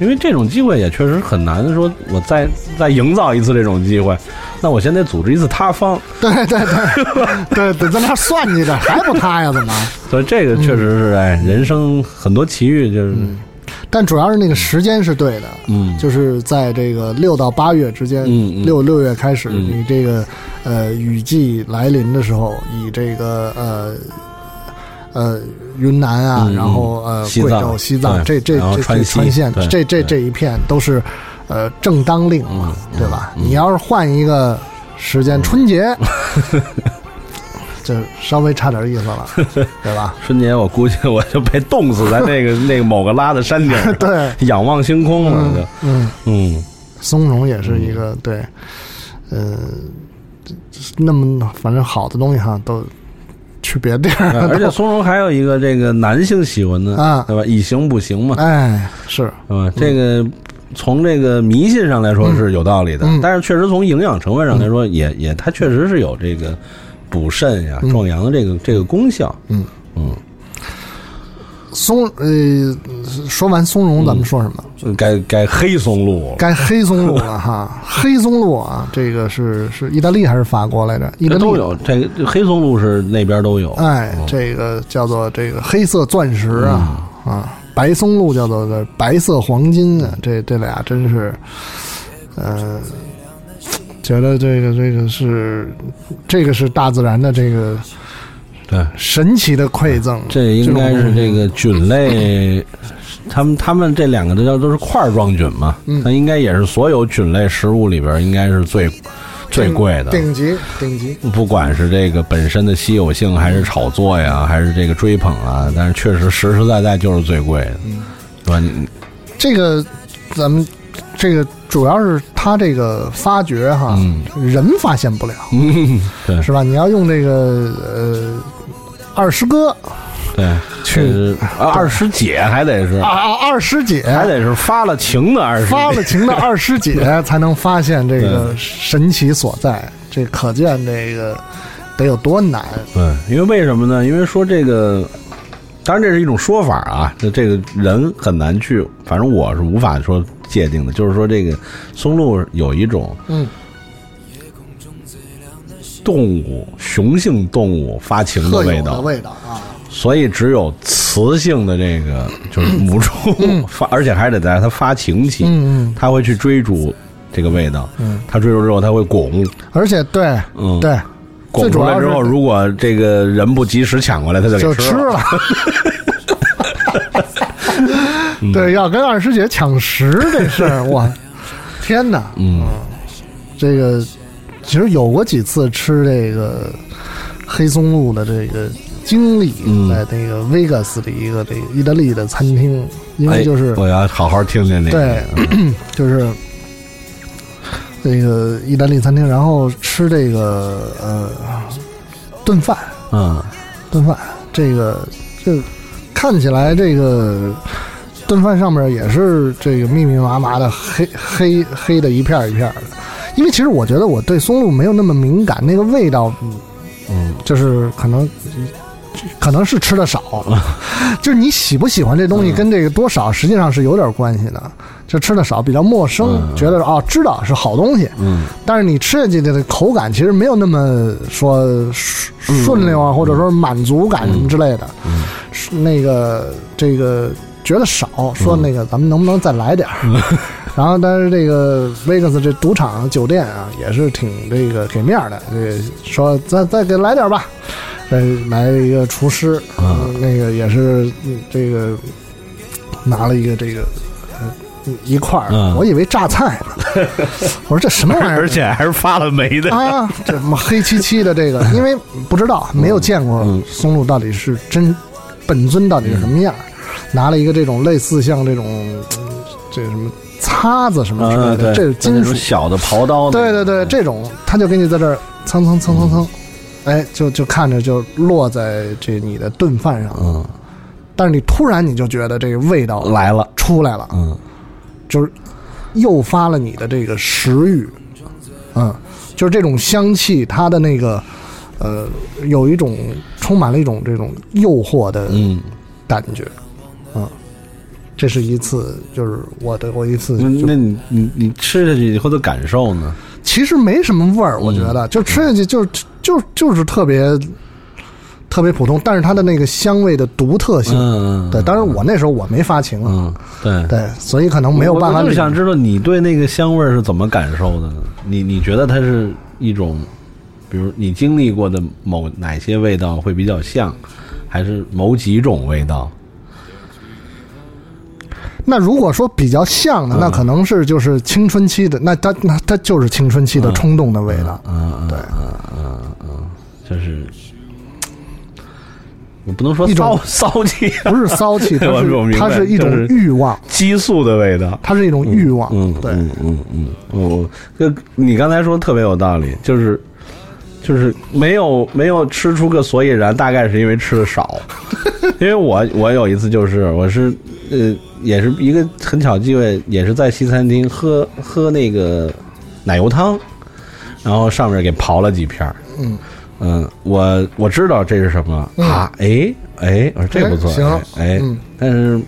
D: 因为这种机会也确实很难，说我再再营造一次这种机会，那我先得组织一次塌方，
C: 对对对对对，在那儿算计着，还不塌呀？怎么？
D: 所以这个确实
C: 嗯
D: 是哎，人生很多奇遇就是
C: 但主要是那个时间是对的，
D: 嗯
C: 就是在这个六到八月之间，
D: 嗯嗯
C: 六六月开始，
D: 嗯
C: 你这个呃雨季来临的时候，以这个呃呃云南啊，
D: 嗯嗯
C: 然后呃
D: 西
C: 贵
D: 藏
C: 州、西藏这
D: 对
C: 这
D: 然后
C: 这
D: 川
C: 这
D: 西
C: 川线
D: 对
C: 这这
D: 对
C: 这一片都是呃正当令嘛，
D: 嗯
C: 对吧？
D: 嗯
C: 你要是换一个时间，春
D: <laughs>
C: 节。就稍微差点意思了，对吧？
D: 春节，我估计我就被冻死在那
C: <laughs>
D: 个那个某个拉的山顶上，
C: 对，
D: 仰望星空了就，
C: 嗯， <laughs>
D: 嗯
C: 松茸也是一个、对，呃，这那么反正好的东西哈，都去别地儿
D: 呃而且松茸还有一个这个男性喜欢的，
C: 啊
D: 对吧？以形补形嘛，
C: <laughs> 哎，是，
D: 对吧？这个从这个迷信上来说是有道理的，
C: 嗯
D: 但是确实从营养成分上来说，也也它确实是有这个补肾呀、
C: 嗯
D: 壮阳的这个这个功效。
C: 嗯
D: 嗯，
C: 松呃，说完松茸，咱们说什么？
D: 就嗯该该黑松露了。
C: 该黑松露了哈，黑松露啊，这个是是意大利还是法国来着？意大
D: 这
C: 利
D: 都有，这个黑松露是那边都有。
C: 哎
D: 嗯，
C: 这个叫做这个黑色钻石啊、啊，白松露叫做这白色黄金啊，这这俩真是，呃，觉得这个这个是这个是大自然的这个
D: 对，
C: 神奇的馈赠，
D: 这应该
C: 种
D: 是
C: 东西
D: 这个
C: <laughs>
D: 菌类，他们他们这两个都叫都是块状菌嘛，
C: 嗯
D: 那应该也是所有菌类食物里边应该是最最贵的。
C: 顶级顶级，
D: 不管是这个本身的稀有性，还是炒作呀，还是这个追捧啊，但是确实实实在在就是最贵的，
C: 嗯
D: 是吧？你
C: 这个咱们这个主要是它这个发掘哈，
D: 嗯
C: 人发现不了。 <laughs>
D: 嗯，对
C: 是吧？你要用这个呃二师哥
D: 对，确实啊二师姐还得是
C: 啊，啊二师姐，
D: 还得是发了情的二师姐，
C: 发了情的二师姐才能发现这个神奇所在。这可见这个得有多难。
D: 对，嗯因为为什么呢？因为说这个，当然这是一种说法啊，就这个人很难去，反正我是无法说界定的。就是说，这个松露有一种
C: 嗯，
D: 动物雄性动物发情的
C: 特
D: 味
C: 有的
D: 道，
C: 味道啊，
D: 所以只有雌性的这个就是母猪、发，而且还得在它发情期，
C: 嗯嗯
D: 它会去追逐这个味道，
C: 嗯
D: 它追逐之后它会拱，
C: 而且对
D: 嗯，
C: 对，最
D: 拱
C: 主
D: 出来
C: 要
D: 之后，
C: 是
D: 如果这个人不及时抢过来，它就
C: 就
D: 给
C: 吃
D: 了。
C: 了。
D: 嗯
C: 对，要跟二师姐抢食这事
D: <laughs>
C: 儿，我天哪！
D: 嗯，
C: 这个其实有过几次吃这个黑松露的这个经历，
D: 嗯
C: 在那个 Vegas 的一个这个意大利的餐厅，因为就是、
D: 哎、我要好好听听那
C: 对 <clears throat>
D: 个。
C: 就是这个意大利餐厅，然后吃这个呃炖饭，
D: 嗯，
C: 炖饭这个这看起来这个。炖饭上面也是这个密密麻麻的黑黑黑的一片儿一片儿的，因为其实我觉得我对松露没有那么敏感，那个味道，嗯，就是可能可能是吃的少，
D: 嗯
C: 就是你喜不喜欢这东西跟这个多少实际上是有点关系的。就吃的少，比较陌生，
D: 嗯
C: 觉得哦知道是好东西，
D: 嗯，
C: 但是你吃下去的口感其实没有那么说顺顺溜啊，或者说满足感什么之类的。是那个这个觉得少，说那个咱们能不能再来点儿？ <laughs> 然后但是这个 Vegas 这赌场酒店啊，也是挺这个给面儿的，这个说再再给来点儿吧。呃，来了一个厨师，
D: 啊
C: 嗯那个也是嗯这个拿了一个这个。呃一块儿，
D: 嗯
C: 我以为榨菜呢， <laughs> 我说这什么玩意儿？
G: 而且还是发了霉的。
C: 啊，这么黑漆漆的这
D: <laughs>
C: 个，因为不知道没有见过
D: 嗯
C: 松露到底是真本尊到底是什么样儿，拿了一个这种类似像这种嗯这什么擦子什么之
D: 啊
C: 类的，
D: 对，
C: 这是
D: 那
C: 金属
D: 种，小的嗯刨刀，
C: 对对对，，这种他就给你在这儿蹭蹭蹭蹭蹭，哎，就就看着就落在这你的炖饭上，
D: 嗯，
C: 但是你突然你就觉得这个味道
D: 来了，
C: 出来了，
D: 嗯，
C: 就是诱发了你的这个食欲，嗯，就是这种香气，它的那个呃，有一种充满了一种这种诱惑的
D: 嗯，
C: 感觉，嗯，这是一次，就是我的我一次
D: 那
C: 就
D: 嗯那你你你吃下去以后的感受呢？
C: 其实没什么味
D: 嗯
C: 儿，我觉得、就吃下去就就就是特别特别普通，但是它的那个香味的独特性，
D: 嗯，
C: 对，当然我那时候我没发情，啊
D: 嗯，对。
C: 对，所以可能没有
D: 我
C: 办法
D: 我就
C: 领
D: 是想知道你对那个香味儿是怎么感受的呢？你你觉得它是一种，比如你经历过的某哪些味道会比较像，还是某几种味道？
C: 那如果说比较像的，那
D: 嗯
C: 可能是就是青春期的，那它那它就是青春期的冲动的味道。
D: 嗯，
C: 对
D: 嗯嗯嗯，就是我不能说
C: 一
D: 骚
C: 种
D: 骚 <laughs> 气，
C: 不是骚
D: <laughs>
C: 气，它
G: 我我
C: 是
G: 明白
C: 它是一种
G: 就是
C: 欲望，
G: 激素的味道，
C: 它是一种欲望。
D: 嗯，
C: 对，
D: 嗯嗯嗯，我这你刚才说特别有道理，就是就是没有没有吃出个所以然，大概是因为吃
C: <laughs>
D: 的少，因为我我有一次就是我是呃也是一个很巧机会，也是在西餐厅喝喝那个奶油汤，然后上面给刨了几片儿
C: 嗯
D: 嗯，我我知道这是什么
C: 嗯
D: 啊？哎哎，我说这不错，
C: 哎行
D: 哎，哎
C: 嗯
D: 但是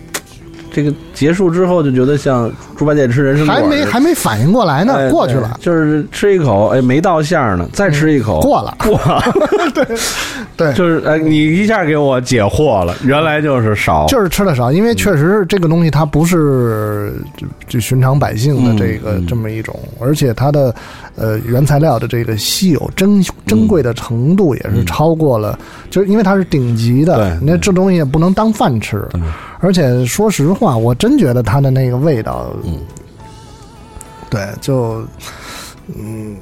D: 这个结束之后就觉得像猪八戒吃人参果
C: 还
D: 似
C: 没
D: 的，
C: 还没反应过来
D: 哎
C: 呢，过去了嗯
D: 对，就是吃一口，哎，没到馅儿呢，再吃一口，
C: 过了，
D: 过了， <laughs>
C: 对，
D: 就是哎，你一下给我解惑了，原来就是少，
C: 就是吃的少，因为确实这个东西它不是就就寻常百姓
D: 嗯
C: 的这个这么一种，而且它的呃原材料的这个稀有珍
D: 嗯
C: 珍贵的程度也是超过了，就是因为它是顶级的
D: 对，
C: 那这东西也不能当饭吃，而且说实话，我真觉得它的那个味道，
D: 嗯
C: 对，就嗯，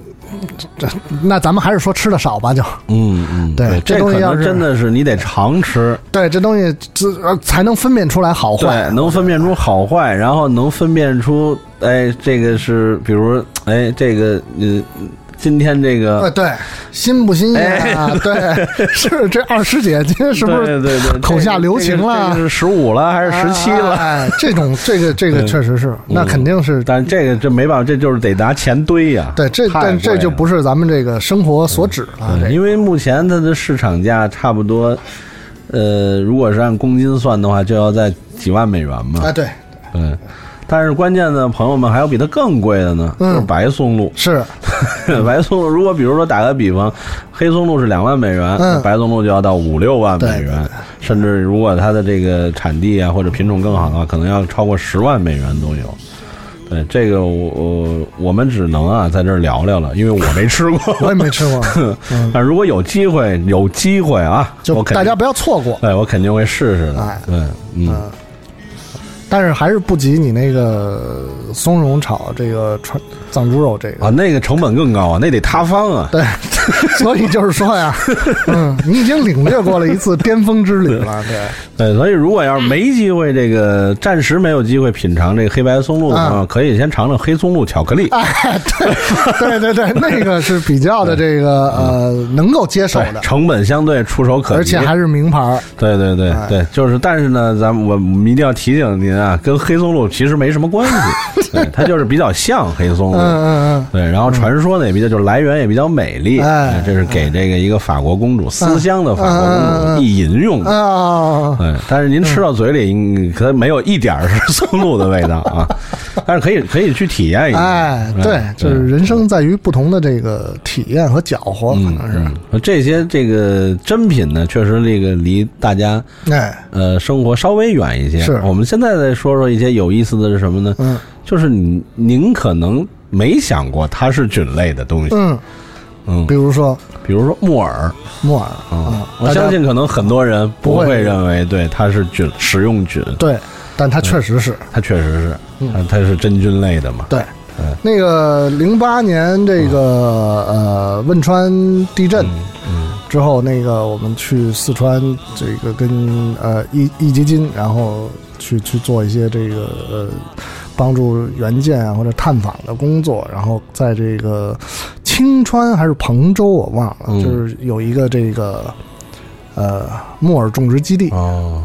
C: 这那咱们还是说吃的少吧，就
D: 嗯嗯，
C: 对这
D: 这
C: 东西
D: 可
C: 要
D: 能
C: 是
D: 真的是你得常吃，
C: 对这东西这呃才能分辨出来好坏
D: 对，，能分辨出好坏，然后能分辨出，哎，这个是，比如，哎，这个，呃，今天这个，
C: 呃，对，新不新鲜啊？ <laughs>
D: <laughs>
C: 对，是这二师姐今天是不
D: 哎
C: 啊
D: 对
C: 是
D: 对对，
C: 口下留情了
D: 这个这个是十五了还是十七了？
C: 哎，这种这个这个
D: 嗯
C: 确实是，那肯定是
D: 但这个这没办法，这就是得拿钱堆呀、
C: 对这，
D: 太
C: 但
D: 贵
C: 这
D: 了嗯
C: 就不是咱们这个生活所指了。
D: 对
C: 这
D: 因为目前它的市场价差不多，呃，如果是按公斤算的话，就要在几万美元嘛。
C: 哎，对，
D: 对。但是关键呢，朋友们还有比它更贵的呢，
C: 嗯
D: 就是白松露。
C: 是
D: <laughs> 白松露，如果比如说打个比方，黑松露是两万美元，
C: 嗯
D: 白松露就要到五六万美
C: 对对
D: 元，甚至如果它的这个产地啊或者品种更好的话，可能要超过十万美元都有。对这个我，我我们只能啊在这儿聊聊了，因为我没吃过。
C: <laughs> 我也没
D: <laughs>
C: 吃过，
D: 啊，如果有机会，有机会啊，
C: 嗯就
D: 我肯定
C: 大家不要错过。
D: 对我肯定会试试的
C: 哎。
D: 对，嗯，
C: 但是还是不及你那个松茸炒这个川藏猪肉这个。
D: 啊，那个成本更高啊，那得塌方啊。
C: 对， <laughs> 所以就是说呀，嗯，你已经领略过了一次巅峰之旅了，对。
D: 对，所以如果要是没机会，这个暂时没有机会品尝这个黑白松露的话，
C: 嗯
D: 可以先尝尝黑松露巧克力。
C: 哎，
D: <laughs>
C: 对对对对，那个是比较的这个呃能够接受
D: 对，
C: 的，
D: 成本相嗯对触手可及，
C: 而且还是名牌儿。
D: 对对对对，就是，但是呢，咱们我们一定要提醒您啊，跟黑松露其实没什么关
C: <laughs>
D: 系，对，它就是比较像黑松露。
C: 嗯嗯
D: 对，然后传说呢也比较，就是来源也比较美丽，
C: 哎嗯
D: 这是给这个一个法国公主思乡的法国公
C: 嗯嗯嗯
D: 主一饮用
C: 嗯，
D: 的。 <laughs>
C: 啊，
D: 对，哎但是您吃到嘴里，嗯可能没有一点儿是松露的味道
C: <laughs>
D: 啊，但是可以可以去体验一下。
C: 哎，
D: 嗯
C: 对，就是人生在于不同的这个体验和搅和，可能是，
D: 嗯这些这个珍品呢，确实这个离大家
C: 哎，
D: 呃生活稍微远一些。
C: 是
D: 我们现在再说说一些有意思的是什么呢？
C: 嗯
D: 就是你您可能没想过它是菌类的东西，
C: 嗯，
D: 嗯
C: 比，如说
D: 比如说木耳，
C: 木耳
D: 嗯
C: 啊，，
D: 我
C: 大家
D: 相信可能很多人不
C: 不
D: 会
C: 会
D: 认为对它是菌食用菌，
C: 对，但它确实是
D: 它确实是，
C: 嗯
D: 它它是真菌类的嘛，
C: 对
D: 嗯。
C: 那个零八年这个呃汶川地震
D: 嗯嗯
C: 之后，那个我们去四川这个跟呃壹壹基金，然后去去做一些这个呃帮助援建啊或者探访的工作，然后在这个青川还是彭州我忘了，
D: 嗯
C: 就是有一个这个呃木耳种植基地，
D: <laughs> 哦，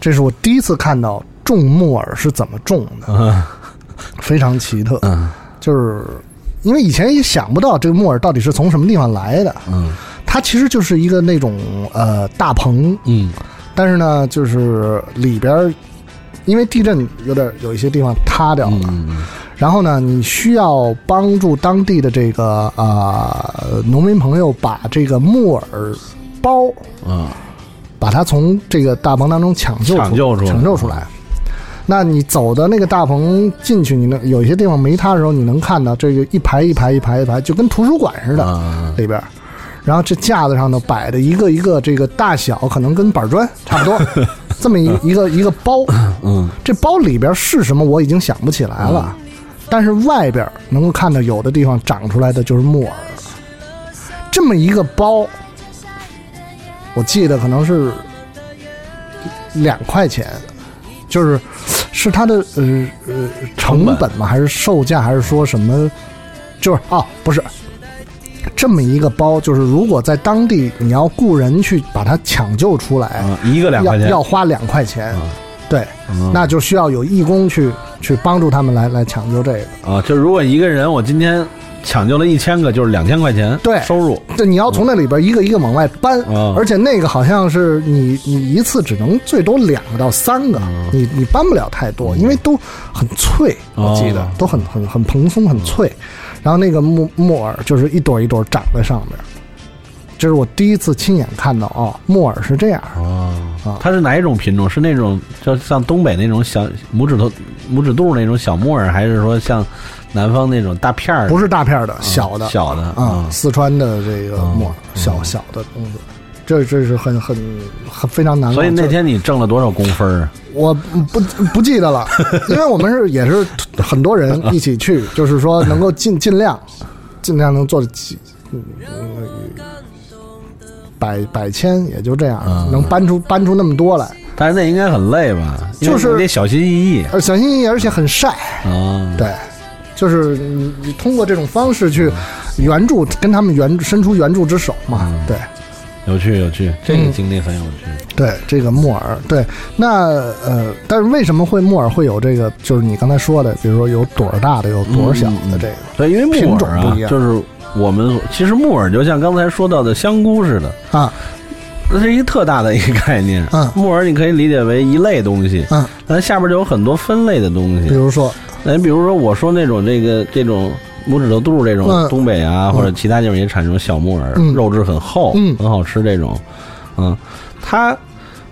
C: 这是我第一次看到种木耳是怎么种的，
D: 啊
C: 非常奇特，
D: 嗯
C: 就是因为以前也想不到这个木耳到底是从什么地方来的，
D: 嗯
C: 它其实就是一个那种呃大棚，
D: 嗯
C: 但是呢，就是里边儿因为地震有点有一些地方塌掉了，
D: 嗯
C: 然后呢，你需要帮助当地的这个啊、呃农民朋友把这个木耳包
D: 啊
C: 把它从这个大棚当中抢救出
D: 抢救出来
C: 抢救出来。那你走到那个大棚进去，你能有一些地方没塌的时候，你能看到这个一排一排一排一排，就跟图书馆似的、
D: 啊
C: 里边儿。然后这架子上呢摆的一个一个这个大小可能跟板砖差不多，这么一一个一个包，
D: 嗯
C: 这包里边是什么我已经想不起来了，但是外边能够看到有的地方长出来的就是木耳，这么一个包，我记得可能是两块钱，就是是它的呃呃成本吗？还是售价？还是说什么？就是哦，不是。这么一个包，就是如果在当地你要雇人去把它抢救出来，
D: 啊，一个两块钱啊
C: 要要花两块钱，对，
D: 嗯
C: 那就需要有义工去去帮助他们来来抢救这个。
D: 啊，就如果一个人我今天抢救了一千个，就是两千块钱，
C: 对
D: 收入
C: 这你要从那里边一个一个往外搬，
D: 啊
C: 而且那个好像是你你一次只能最多两个到三
D: 啊
C: 个，你你搬不了太
D: 嗯
C: 多，因为都很脆，我记得、
D: 哦
C: 都很很很蓬松很脆。
D: 啊
C: 然后那个木木耳就是一朵一朵长在上面，这是我第一次亲眼看到哦，木耳是这样的。
D: 啊
C: 啊
D: 它是哪一种品种？是那种就像东北那种小拇指头、拇指肚那种小木耳，还是说像南方那种大片儿？嗯
C: 不是大片儿的，小的，
D: 小的
C: 啊，四川的这个
D: 嗯
C: 木耳，小小的东西，这这是很很很非常难忘。
D: 所以那
C: 这
D: 天你挣了多少工分儿啊？
C: 我不不记得
D: <laughs>
C: 了，因为我们是也是很多人一起去，就是说能够尽尽量尽量能做几嗯百百千也就这样，
D: 嗯
C: 能搬出搬出那么多来，
D: 但是那应该很累吧？因为
C: 就是
D: 你得小心翼翼
C: 而小心翼翼，而且很晒，
D: 啊。
C: 对，就是你你通过这种方式
D: 嗯
C: 去援助，跟他们援伸出援助之手嘛，
D: 嗯
C: 对。
D: 有趣有趣，这个
C: 嗯
D: 经历很有趣。
C: 对，这个木耳，对，那呃，但是为什么会木耳会有这个？就是你刚才说的，比如说有朵儿大的，有朵儿小的这个，
D: 嗯对，因为木
C: 品种
D: 耳
C: 不
D: 啊
C: 一，样
D: 就是我们所其实木耳就像刚才说到的香菇似的，
C: 啊，
D: 那是一个特大的一个概念。
C: 嗯
D: 木耳你可以理解为一类东西，
C: 嗯，
D: 但下边就有很多分类的东西。
C: 比如说，
D: 那比如说我说那种这个这种拇指头肚这种、
C: 嗯
D: 东北啊、
C: 嗯
D: 或者其他地方也产这种小木耳，
C: 嗯
D: 肉质很厚，
C: 嗯
D: 很好吃这种，嗯，它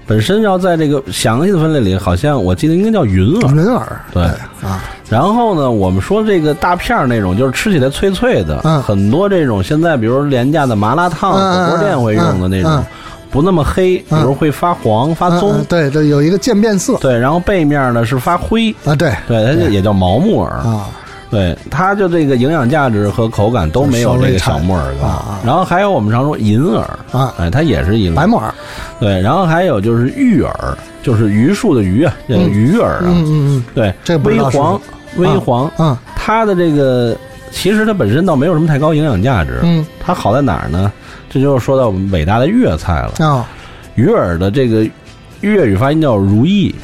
D: 本身要在这个详细的分类里，好像我记得应该叫云耳。
C: 云耳，
D: 对
C: 啊，
D: 然后呢，我们说这个大片儿那种，就是吃起来脆脆的，
C: 嗯
D: 很多这种现在比如廉价的麻辣烫、
C: 嗯
D: 火锅店会用的那种，
C: 嗯嗯嗯
D: 不那么黑，比如会发黄、发棕，
C: 嗯嗯对对，有一个渐变色
D: 对，然后背面呢是发灰，
C: 啊，对
D: 对，它就也叫毛木耳，
C: 啊，
D: 对，它就这个营养价值和口感都没有这个小木耳
C: 啊
D: 高
C: 啊。
D: 然后还有我们常说银耳
C: 啊
D: 哎，它也是一类
C: 白木耳，
D: 对，然后还有就是玉耳，就是榆树的榆啊，叫
C: 嗯
D: 榆耳啊。
C: 嗯嗯
D: 对，
C: 这不知
D: 微
C: 道是什
D: 黄
C: 么，
D: 微黄，
C: 嗯
D: 它的这个其实它本身倒没有什么太高营养价值。
C: 嗯
D: 它好在哪儿呢？这就是说到我们伟大的粤菜了。
C: 嗯啊，
D: 鱼耳的这个粤语发音叫如意，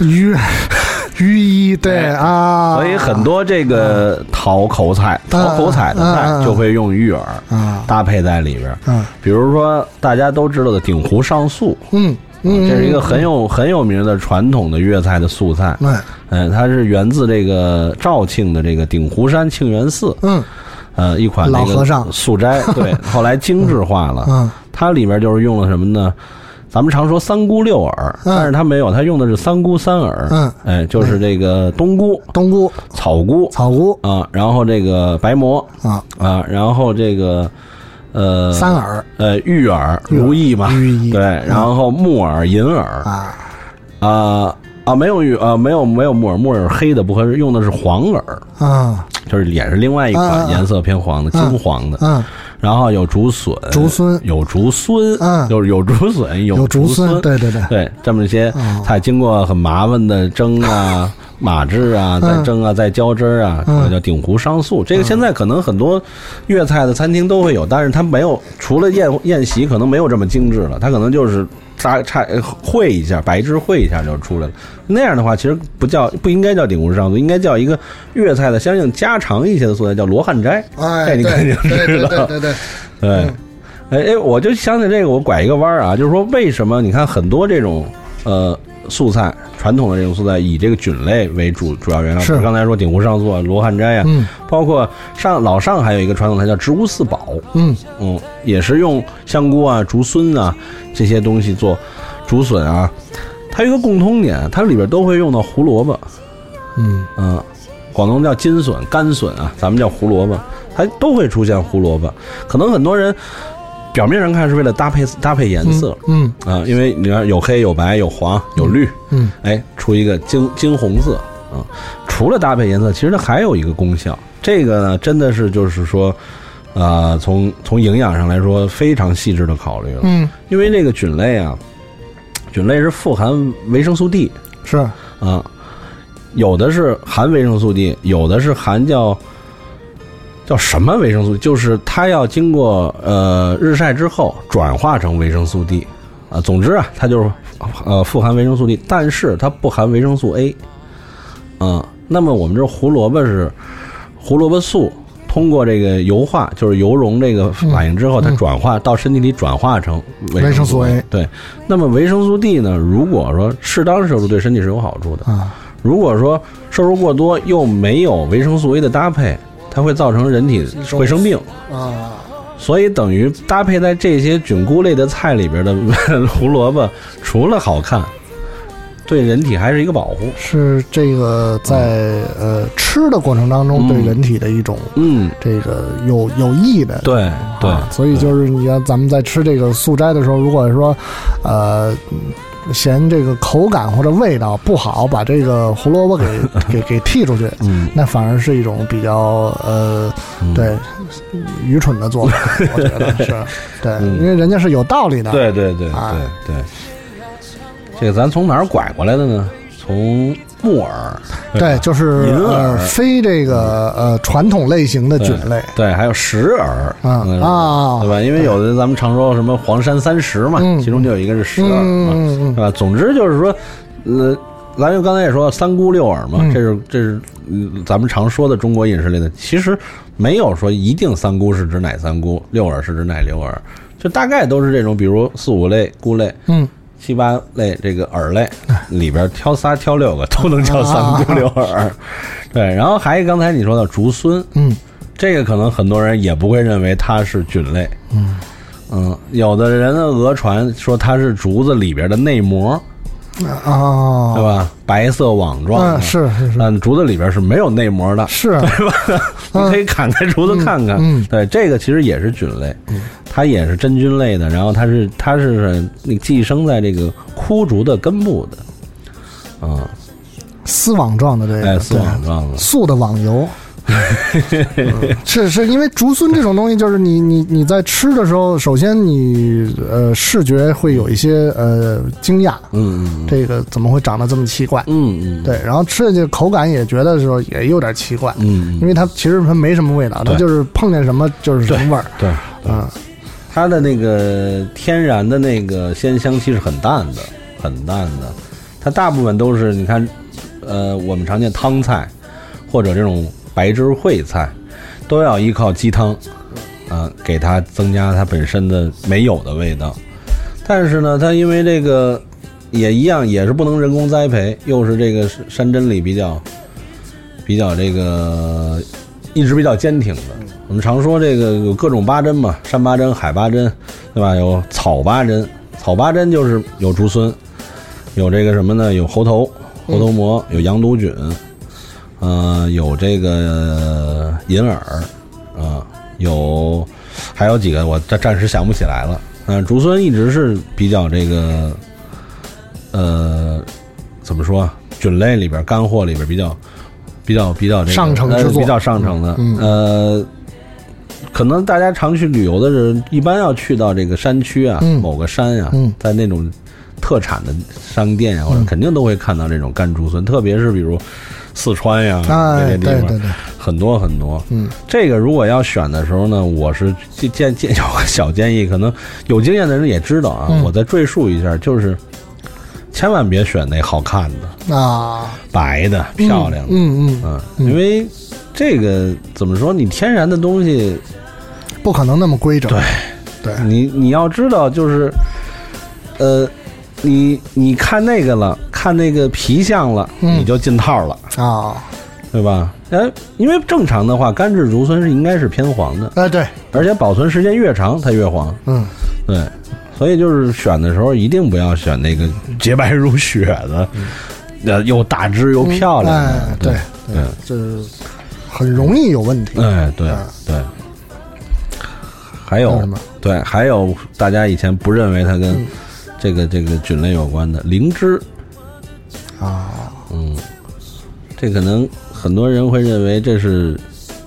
C: 鱼 <laughs> 鱼衣，对啊，嗯
D: 所以很多这个讨口菜、讨口彩的菜就会用鱼饵
C: 啊
D: 搭配在里边。
C: 嗯，
D: 比如说大家都知道的鼎湖上素，
C: 嗯嗯，
D: 这是一个很有很有名的传统的粤菜的素菜。
C: 嗯
D: 嗯，它是源自这个肇庆的这个鼎湖山庆元寺。
C: 嗯，
D: 呃，一款
C: 老
D: 这个
C: 和尚
D: 素斋，
C: <laughs>
D: 对，后来精致化了。
C: 嗯，
D: 它里边就是用了什么呢？咱们常说三菇六饵，但是它没有，它用的是三菇三饵。
C: 嗯，
D: 哎，就是这个冬菇、
C: 冬菇、
D: 草菇、
C: 草菇
D: 啊，然后这个白馍
C: 啊
D: 啊，然后这个呃
C: 三饵
D: 呃玉饵、
C: 玉饵
D: 如意嘛，
C: 玉意嗯
D: 对，然后木耳、银耳
C: 啊
D: 啊啊，没有玉啊，没有没有木耳，木耳是黑的不合适，用的是黄饵，
C: 啊
D: 就是也是另外一
C: 啊啊
D: 款
C: 啊
D: 颜色偏黄的、金黄的，
C: 嗯，
D: 然后有竹笋、
C: 竹荪
D: 有竹荪，
C: 嗯
D: 有有竹笋，
C: 有竹
D: 竹
C: 荪，对哦对对，
D: 对，这么一些菜经过很麻烦的蒸
C: <laughs>
D: 啊、码制啊、
C: 嗯
D: 再蒸啊、再浇汁儿啊，
C: 嗯
D: 这叫鼎湖上素。这个现在可能很多粤菜的餐厅都会有，但是它没有，除了宴宴席，可能没有这么精致了。它可能就是炸差烩一下，白汁烩一下就出来了。那样的话，其实不叫不应该叫鼎湖上素，应该叫一个粤菜的相应家常一些的素菜，叫罗汉斋。
C: 哎，
D: 这你
C: 对
D: 肯定
C: 对
D: 知
C: 对对
D: 道。
C: 对对，
D: 对，
C: 嗯
D: 哎哎，我就想起这个，我拐一个弯儿啊，就是说为什么你看很多这种呃素菜，传统的这种素菜以这个菌类为主主要原料，
C: 是
D: 刚才说鼎湖上素啊、罗汉斋呀、
C: 嗯
D: 包括上老上海有一个传统菜叫植物四宝，
C: 嗯
D: 嗯，也是用香菇啊、竹荪啊这些东西做竹笋啊，它有一个共通点，它里边都会用到胡萝卜，
C: 嗯
D: 嗯，广东叫金笋、干笋啊，咱们叫胡萝卜，它都会出现胡萝卜。可能很多人表面上看是为了搭配搭配颜色
C: 嗯
D: 啊、因为你看有黑、有白、有黄、有绿，
C: 嗯
D: 哎，出一个金金红色啊、除了搭配颜色，其实它还有一个功效，这个呢真的是就是说。呃，从从营养上来说，非常细致的考虑了，
C: 嗯，
D: 因为这个菌类啊，菌类是富含维生素 D，
C: 是
D: 啊，有的是含维生素 D，有的是含叫叫什么维生素 D，就是它要经过呃日晒之后转化成维生素 D 啊。总之啊，它就是呃富含维生素 D，但是它不含维生素 A 啊。那么我们这胡萝卜是胡萝卜素。通过这个油化，就是油溶这个反应之后，它转化到身体里转化成
C: 嗯
D: 维
C: 维生
D: 素
C: 素 A
D: 对，那么维生素 D 呢？如果说适当摄入，对身体是有好处的。
C: 啊，
D: 如果说摄入过多又没有维生素 A 的搭配，它会造成人体会生病。
C: 啊，
D: 所以等于搭配在这些菌菇类的菜里边的胡萝卜，除了好看，对人体还是一个保护。
C: 是这个在呃吃的过程当中对
D: 嗯
C: 人体的一种
D: 嗯，
C: 这个有有益的
D: 对对，
C: 啊，所以就是你看咱们在吃这个素斋的时候，如果说，呃，嫌这个口感或者味道不好，把这个胡萝卜给 <laughs> 给给剔出去，
D: 嗯，
C: 那反而是一种比较呃，
D: 嗯
C: 对，愚蠢的做法，我觉得 <laughs> 是，对，
D: 嗯
C: 因为人家是有道理的，
D: 对对对
C: 啊
D: 对对，这个咱从哪儿拐过来的呢？从木耳，
C: 对，
D: 吧
C: 就是
D: 银
C: 呃
D: 耳，
C: 非这个呃传统类型的菌类，
D: 嗯对，还有石耳
C: 啊
D: 嗯
C: 啊
D: 对吧？因为有的咱们常说什么黄山三石嘛，
C: 嗯
D: 其中就有一个是石耳嘛，
C: 嗯嗯嗯
D: 对吧？总之就是说，呃，咱就刚才也说三姑六耳嘛，
C: 嗯
D: 这是这是、嗯咱们常说的中国饮食类的，其实没有说一定三姑是指哪三姑，六耳是指哪六耳，就大概都是这种，比如四五类菇类。
C: 嗯，
D: 七八类这个饵类里边挑仨挑六个都能叫三
C: 啊
D: 姑六耳，对。然后还有刚才你说的竹荪，
C: 嗯，
D: 这个可能很多人也不会认为它是菌类，嗯有的人的讹传说它是竹子里边的内膜，
C: 哦，
D: 对吧？白色网状的，
C: 嗯，是是是
D: 但竹子里边是没有内膜的，
C: 是，
D: <laughs>
C: 嗯
D: 你可以砍开竹子看看。
C: 嗯嗯嗯
D: 对，这个其实也是菌类，它也是真菌类的，然后它是它是那寄生在这个枯竹的根部的，啊、
C: 丝网状的这个，
D: 哎，丝
C: 对啊
D: 网状的，
C: 素的网
D: <laughs>
C: 游。嗯是是因为竹荪这种东西，就是你你你在吃的时候，首先你呃视觉会有一些呃惊讶，
D: 嗯嗯
C: 这个怎么会长得这么奇怪？
D: 嗯嗯，
C: 对，然后吃下去口感也觉得时候也有点奇怪，
D: 嗯，嗯
C: 因为它其实它没什么味道，它
D: 对
C: 就是碰见什么就是什么味儿，
D: 对。
C: 嗯
D: 它的那个天然的那个鲜香气是很淡的，很淡的。它大部分都是你看，呃我们常见汤菜，或者这种白汁烩菜，都要依靠鸡汤，啊、给它增加它本身的没有的味道。但是呢，它因为这个也一样，也是不能人工栽培，又是这个山珍里比较比较这个一直比较坚挺的。我们常说这个有各种八珍嘛，山八珍、海八珍，对吧？有草八珍，草八珍就是有竹荪，有这个什么呢？有猴头、猴
C: 嗯
D: 头蘑，有羊肚菌，呃，有这个银耳，啊、有还有几个我暂暂时想不起来了。嗯、竹荪一直是比较这个，呃，怎么说啊？菌类里边干货里边比较比较比较这个
C: 上乘之作
D: 呃比较上乘的，
C: 嗯
D: 呃。可能大家常去旅游的人，一般要去到这个山区啊，
C: 嗯
D: 某个山呀、
C: 嗯
D: 在那种特产的商店呀、或者
C: 嗯
D: 肯定都会看到这种干竹荪，特别是比如四川呀、
C: 哎，
D: 这些地
C: 对
D: 方，
C: 对对，
D: 很多很多。
C: 嗯，
D: 这个如果要选的时候呢，我是建建建 <laughs> 有个小建议，可能有经验的人也知道啊，
C: 嗯
D: 我再赘述一下，就是千万别选那好看的、
C: 啊，
D: 白的、漂亮的，
C: 嗯嗯，
D: 嗯，
C: 嗯
D: 因为这个怎么说，你天然的东西，
C: 嗯不可能那么规整，
D: 对
C: 对，
D: 你你要知道，就是，呃，你你看那个了，看那个皮相了，
C: 嗯
D: 你就进套了，
C: 啊，
D: 对吧？哎，因为正常的话，干制竹荪是应该是偏黄的，
C: 哎对，
D: 而且保存时间越长，它越黄。
C: 嗯，
D: 对，所以就是选的时候一定不要选那个洁白如雪的，呃，又大只又漂
C: 嗯
D: 亮
C: 哎
D: 的。
C: 对，对
D: 嗯，
C: 这很容易有问题，
D: 哎，对
C: 啊
D: 对。还
C: 还有
D: 有
C: 什么
D: 对，还有大家以前不认为它跟
C: 嗯
D: 这个这个菌类有关的灵芝，
C: 啊？
D: 嗯，这可能很多人会认为这是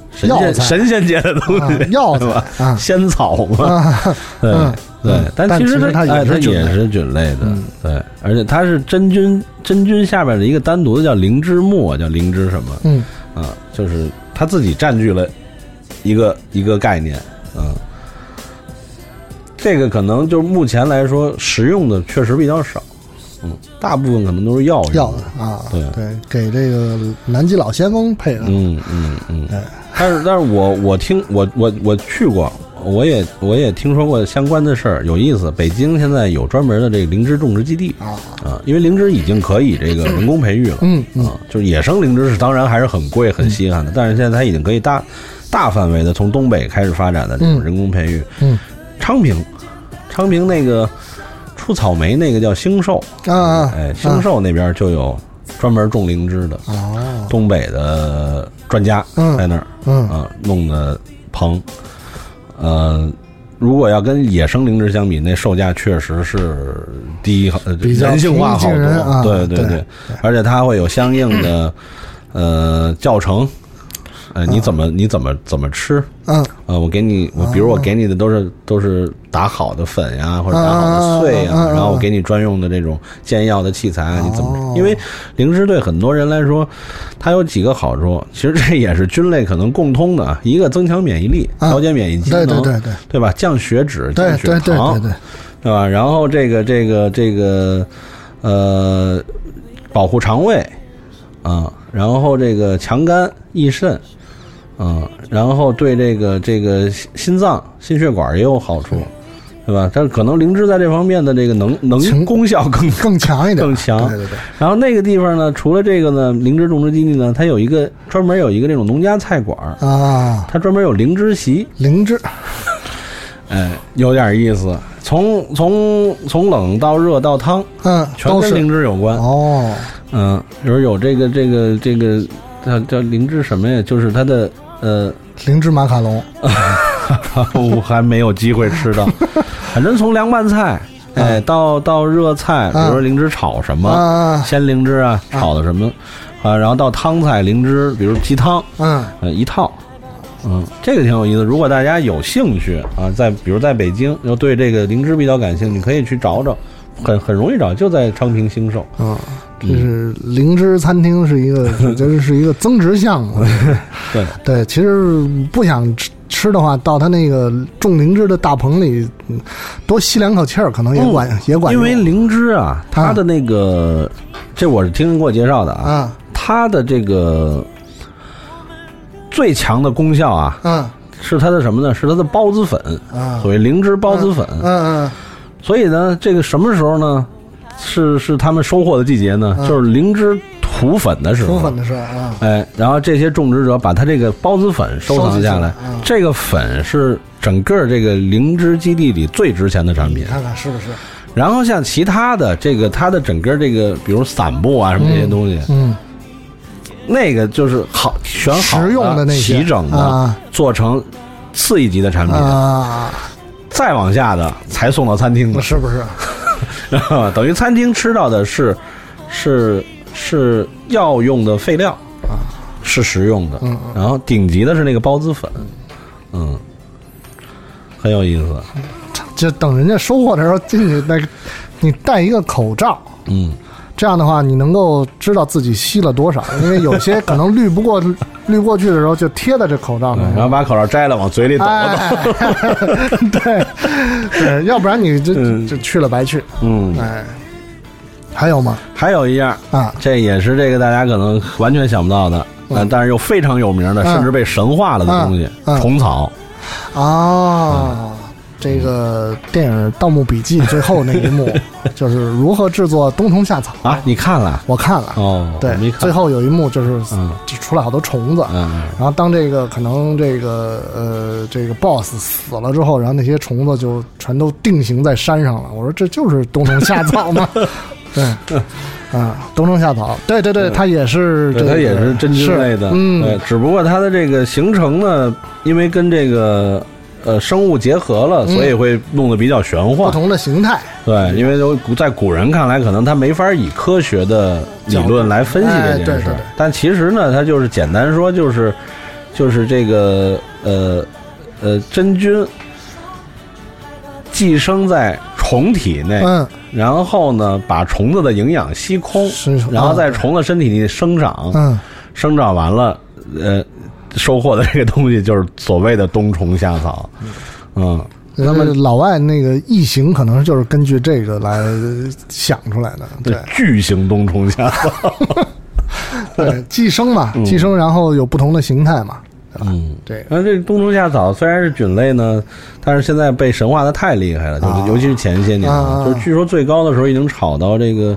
D: 神
C: 药
D: 仙
C: 材
D: <laughs> 神仙界的东
C: 啊
D: 西，
C: 药材
D: 是吧？
C: 啊
D: 仙草嘛，
C: 啊，
D: 对、
C: 嗯嗯
D: 对，
C: 但
D: 其
C: 其实
D: 它
C: 它也
D: 哎
C: 是
D: 它
C: 菌类
D: 也是菌类的，
C: 嗯
D: 对，而且它是真菌真菌下边的一个单独的叫灵芝末，叫灵芝什么
C: 嗯
D: 啊？就是它自己占据了一个一个概念啊。这个可能就是目前来说食用的确实比较少，嗯，大部分可能都是药用的
C: 药材啊，
D: 对
C: 对，给这个南极老仙翁配的，
D: 嗯嗯嗯
C: 哎。
D: 但是，但是我我听我我我去过，我也我也听说过相关的事儿，有意思。北京现在有专门的这个灵芝种植基地
C: 啊
D: 啊，因为灵芝已经可以这个人工培育了。
C: 嗯嗯
D: 啊，就是野生灵芝是当然还是很贵很稀罕的，但是现在它已经可以大大范围的从东北开始发展的这种
C: 嗯
D: 人工培育。
C: 嗯，
D: 昌平，昌平那个出草莓那个叫兴寿，
C: 啊啊，
D: 哎，兴寿那边就有专门种灵芝的。
C: 哦，
D: 东北的专家
C: 嗯
D: 在那儿
C: 嗯
D: 啊、弄的棚，呃，如果要跟野生灵芝相比，那售价确实是低，呃
C: 比较
D: 人性化
C: 平
D: 好
C: 易近
D: 多，
C: 人啊
D: 对
C: 对
D: 对，而且它会有相应的呃教程，呃，你怎么、你怎么怎么吃。
C: 嗯
D: 呃，我给你，我比如我给你的都是、都是打好的粉呀，或者打好的碎呀，
C: 啊啊啊啊啊
D: 然后我给你专用的这种煎药的器材啊，你怎么
C: 哦
D: 吃？因为灵芝对很多人来说，它有几个好处，其实这也是菌类可能共通的啊，一个增强免疫力，
C: 啊
D: 调节免疫机
C: 对
D: 能，
C: 对对对
D: 对吧？降血脂，
C: 对
D: 降血
C: 对对对
D: 糖，
C: 对，
D: 对吧？啊然后这个这个这个，呃，保护肠胃啊，然后这个强肝益肾啊，然后对这个这个心心脏、心血管也有好处，对吧？但是可能灵芝在这方面的这个能
C: 情
D: 能功
C: <laughs>
D: 效更
C: 更强一点，
D: 更强
C: 对对对，
D: 然后那个地方呢，除了这个呢，灵芝种植基地呢，它有一个专门有一个这种农家菜馆儿，
C: 啊，
D: 它专门有灵芝席，
C: 灵芝，
D: 哎，有点意思。从从从冷到热到汤，
C: 嗯，
D: 全
C: 都
D: 跟
C: 是
D: 灵芝有关。
C: 哦，
D: 嗯，比如有这个这个这个叫叫灵芝什么呀？就是它的呃，
C: 灵芝马卡龙，
D: <laughs> 我还没有机会吃到。 <laughs> 反正从凉拌菜，哎，到到热菜，比如说灵芝炒什么，
C: 啊，
D: 鲜灵芝啊，炒的什么啊，然后到汤菜灵芝，比如鸡汤，
C: 嗯
D: 呃，一套。嗯，这个挺有意思。如果大家有兴趣啊，在比如在北京，又对这个灵芝比较感兴趣，你可以去找找，很很容易找，就在昌平兴寿。
C: 啊，这是灵芝餐厅是一
D: <laughs>
C: 个，我觉得是一个增值项目。
D: 对
C: 对，其实不想吃吃的话，到他那个种灵芝的大棚里，嗯多吸两口气儿，可能也管也管
D: 哦因
C: 用。
D: 为灵芝啊，它的那个，这我是听人给我介绍的啊，
C: 啊，
D: 它的这个最强的功效啊，
C: 嗯，
D: 是它的什么呢？是它的孢子粉，
C: 啊
D: 所谓灵芝孢子粉。
C: 嗯嗯，
D: 所以呢，这个什么时候呢？是是他们收获的季节呢，
C: 嗯
D: 就是灵芝吐粉的时候。
C: 除粉的是啊，
D: 哎，然后这些种植者把它这个孢子粉收藏下来，
C: 嗯
D: 这个粉是整个这个灵芝基地里最值钱的产品
C: 你。看看是不是？
D: 然后像其他的这个它的整个这个，比如散布啊什么这些东西，
C: 嗯，
D: 那个就是好选好啊
C: 实用的那些
D: 齐整的，
C: 啊
D: 做成次一级的产品，
C: 啊，
D: 再往下的才送到餐厅的，
C: 是不是？
D: <laughs> 等于餐厅吃到的是是是药用的废料
C: 啊，
D: 是食用的，
C: 嗯
D: 然后顶级的是那个孢子粉，嗯，很有意思，
C: 就等人家收获的时候进去，那个你戴一个口罩，
D: 嗯，
C: 这样的话你能够知道自己吸了多少，因为有些可能滤不过滤过去的时候就贴在这口罩上
D: 嗯然后把口罩摘了往嘴里抖了抖，
C: 哎， <laughs> 对对，要不然你这这去了白去。
D: 嗯，
C: 哎，还有吗？
D: 还有一样
C: 啊，
D: 这也是这个大家可能完全想不到的，但但是又非常有名的，
C: 嗯
D: 甚至被神化了的东西
C: 嗯嗯
D: ——虫草。
C: 啊，这个电影《盗墓笔记》最后那一幕
D: <laughs>
C: 就是如何制作冬虫夏草，
D: 啊，你看了？
C: 我看了。
D: 哦，
C: 嗯对
D: 我没，看。
C: 最，后有一幕就是
D: 嗯
C: 就出来好多虫子，
D: 嗯
C: 然后当这个可能这个呃这个 boss 死了之后，然后那些虫子就全都定型在山上了。我说这就是冬虫夏草吗？ <laughs> 对，啊，冬虫夏草，对对对，它也是、这
D: 对
C: 个，
D: 它也是真菌类的，对
C: 嗯，
D: 只不过它的这个形成呢，因为跟这个呃生物结合了，
C: 嗯
D: 所以会弄得比较玄
C: 不
D: 幻。
C: 同的形态，
D: 对，因为都在古人看来，可能他没法以科学的理论来分析这件
C: 哎对
D: 事
C: 对
D: 儿
C: 对，
D: 但其实呢，它就是简单说，就是就是这个呃呃真菌寄生在虫体内，
C: 嗯，
D: 然后呢把虫子的营养吸空
C: 是，
D: 然后在
C: 啊
D: 虫子身体里生长，
C: 嗯，
D: 生长完了，呃，收获的这个东西就是所谓的冬虫夏草，嗯，
C: 那么老外那个异形可能就是根据这个来想出来的，对
D: 巨型冬虫夏
C: <laughs>
D: 草，
C: 对，寄生嘛，寄生，然后有不同的形态嘛，
D: 嗯。
C: 对，
D: 那这冬虫夏草虽然是菌类呢，但是现在被神化的太厉害了，就是、
C: 啊
D: 尤其是前些年，
C: 啊
D: 就是据说最高的时候已经炒到这个，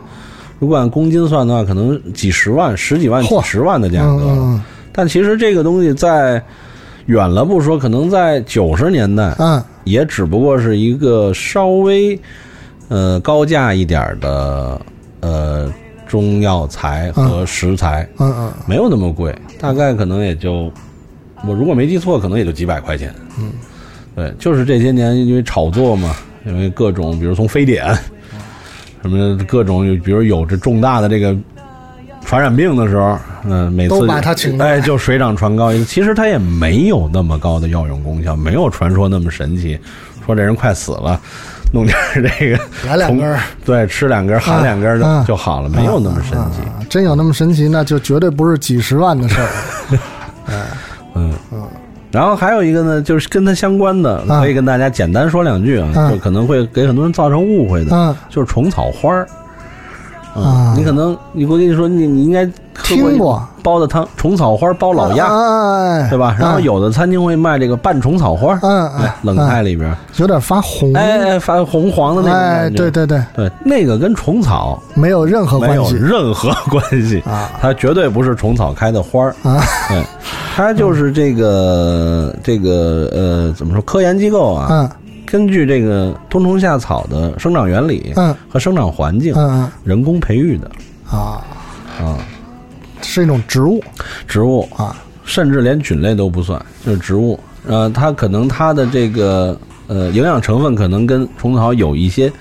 D: 如果按公斤算的话，可能几十万、十几万、几
C: 嚯
D: 十万的价
C: 嗯
D: 格。
C: 嗯
D: 但其实这个东西在远了不说，可能在九十年代，
C: 嗯
D: 也只不过是一个稍微呃高价一点儿的呃中药材
C: 啊
D: 和食材，
C: 嗯嗯
D: 没有那么贵，大概可能也就我如果没记错，可能也就几百块钱。嗯，对，就是这些年因为炒作嘛，因为各种比如从非典
C: 嗯
D: 什么各种，比如有这重大的这个。传染病的时候，嗯、每次
C: 都把它请过来
D: 哎，就水涨船高。其实它也没有那么高的药用功效，没有传说那么神奇。说这人快死了，弄点儿这个，
C: 来两根儿
D: 对，吃两根儿含两根儿
C: 啊
D: 的
C: 啊
D: 就好了，没有那么神奇。
C: 啊，真有那么神奇，那就绝对不是几十万的事
D: <laughs>
C: 儿。
D: 嗯，然后还有一个呢，就是跟它相关的，
C: 啊
D: 可以跟大家简单说两句啊，
C: 啊
D: 就可能会给很多人造成误会的，
C: 嗯
D: 就是虫草花儿。嗯
C: 啊
D: 你可能你我跟你说，你你应该喝
C: 听
D: <laughs>
C: 过
D: 煲的汤，虫草花煲老鸭，
C: 哎，
D: 对吧？然后有的餐厅会卖这个拌虫草花，
C: 嗯嗯
D: 哎冷菜里边，
C: 有点发红，
D: 哎哎，发红黄的那
C: 嗯
D: 种
C: 哎，
D: 感觉，
C: 对对对，
D: 对，那个跟虫草
C: 没有任何
D: 没
C: 关
D: 有
C: 系
D: 任何关系，
C: 啊
D: 它绝对不是虫草开的花儿，
C: 啊，
D: 对，它就是这个这个呃，怎么说？科研机构啊，
C: 嗯
D: 根据这个冬虫夏草的生长原理
C: 嗯
D: 和生长环境
C: 嗯，嗯
D: 人工培育的
C: 啊，
D: 啊
C: 是一种植物
D: 植物，
C: 啊，
D: 甚至连菌类都不算，就是植物。呃，它可能它的这个呃营养成分可能跟虫草有一些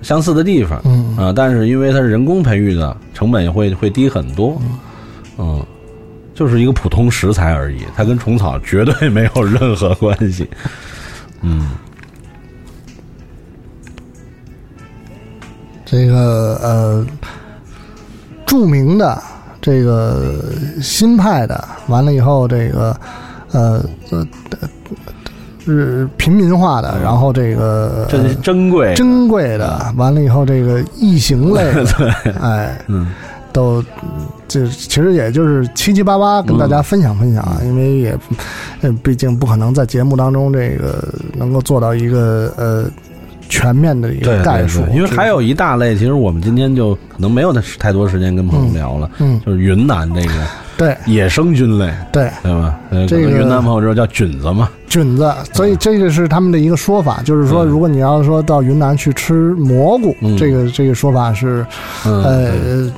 D: 相似的地方，
C: 嗯
D: 啊、但是因为它是人工培育的，成本也会会低很多，嗯，就是一个普通食材而已，它跟虫草绝对没有任何关系，嗯
C: 这个呃，著名的这个新派的，完了以后这个呃呃是平民化
D: 嗯
C: 的，然后这个
D: 这是珍贵， <laughs>
C: 珍贵的，完了以后这个异形类的，哎，
D: 嗯，
C: 都这其实也就是七七八八跟大家分享分享
D: 嗯
C: 啊，因为也呃毕竟不可能在节目当中这个能够做到一个呃全面的一
D: 对
C: 个概述
D: 对，对因为还有一大类，其实我们今天就可能没有太多时间跟朋友聊了，
C: 嗯嗯
D: 就是云南这个
C: 对
D: 野生菌类，
C: 对
D: 对吧？呃
C: 这个
D: 可能云南朋友知道叫菌子嘛，
C: 菌子，所
D: 嗯
C: 以这个是他们的一个说法，就是说，如果你要说到云南去吃蘑菇，
D: 嗯
C: 这个这个说法是，
D: 嗯
C: 呃，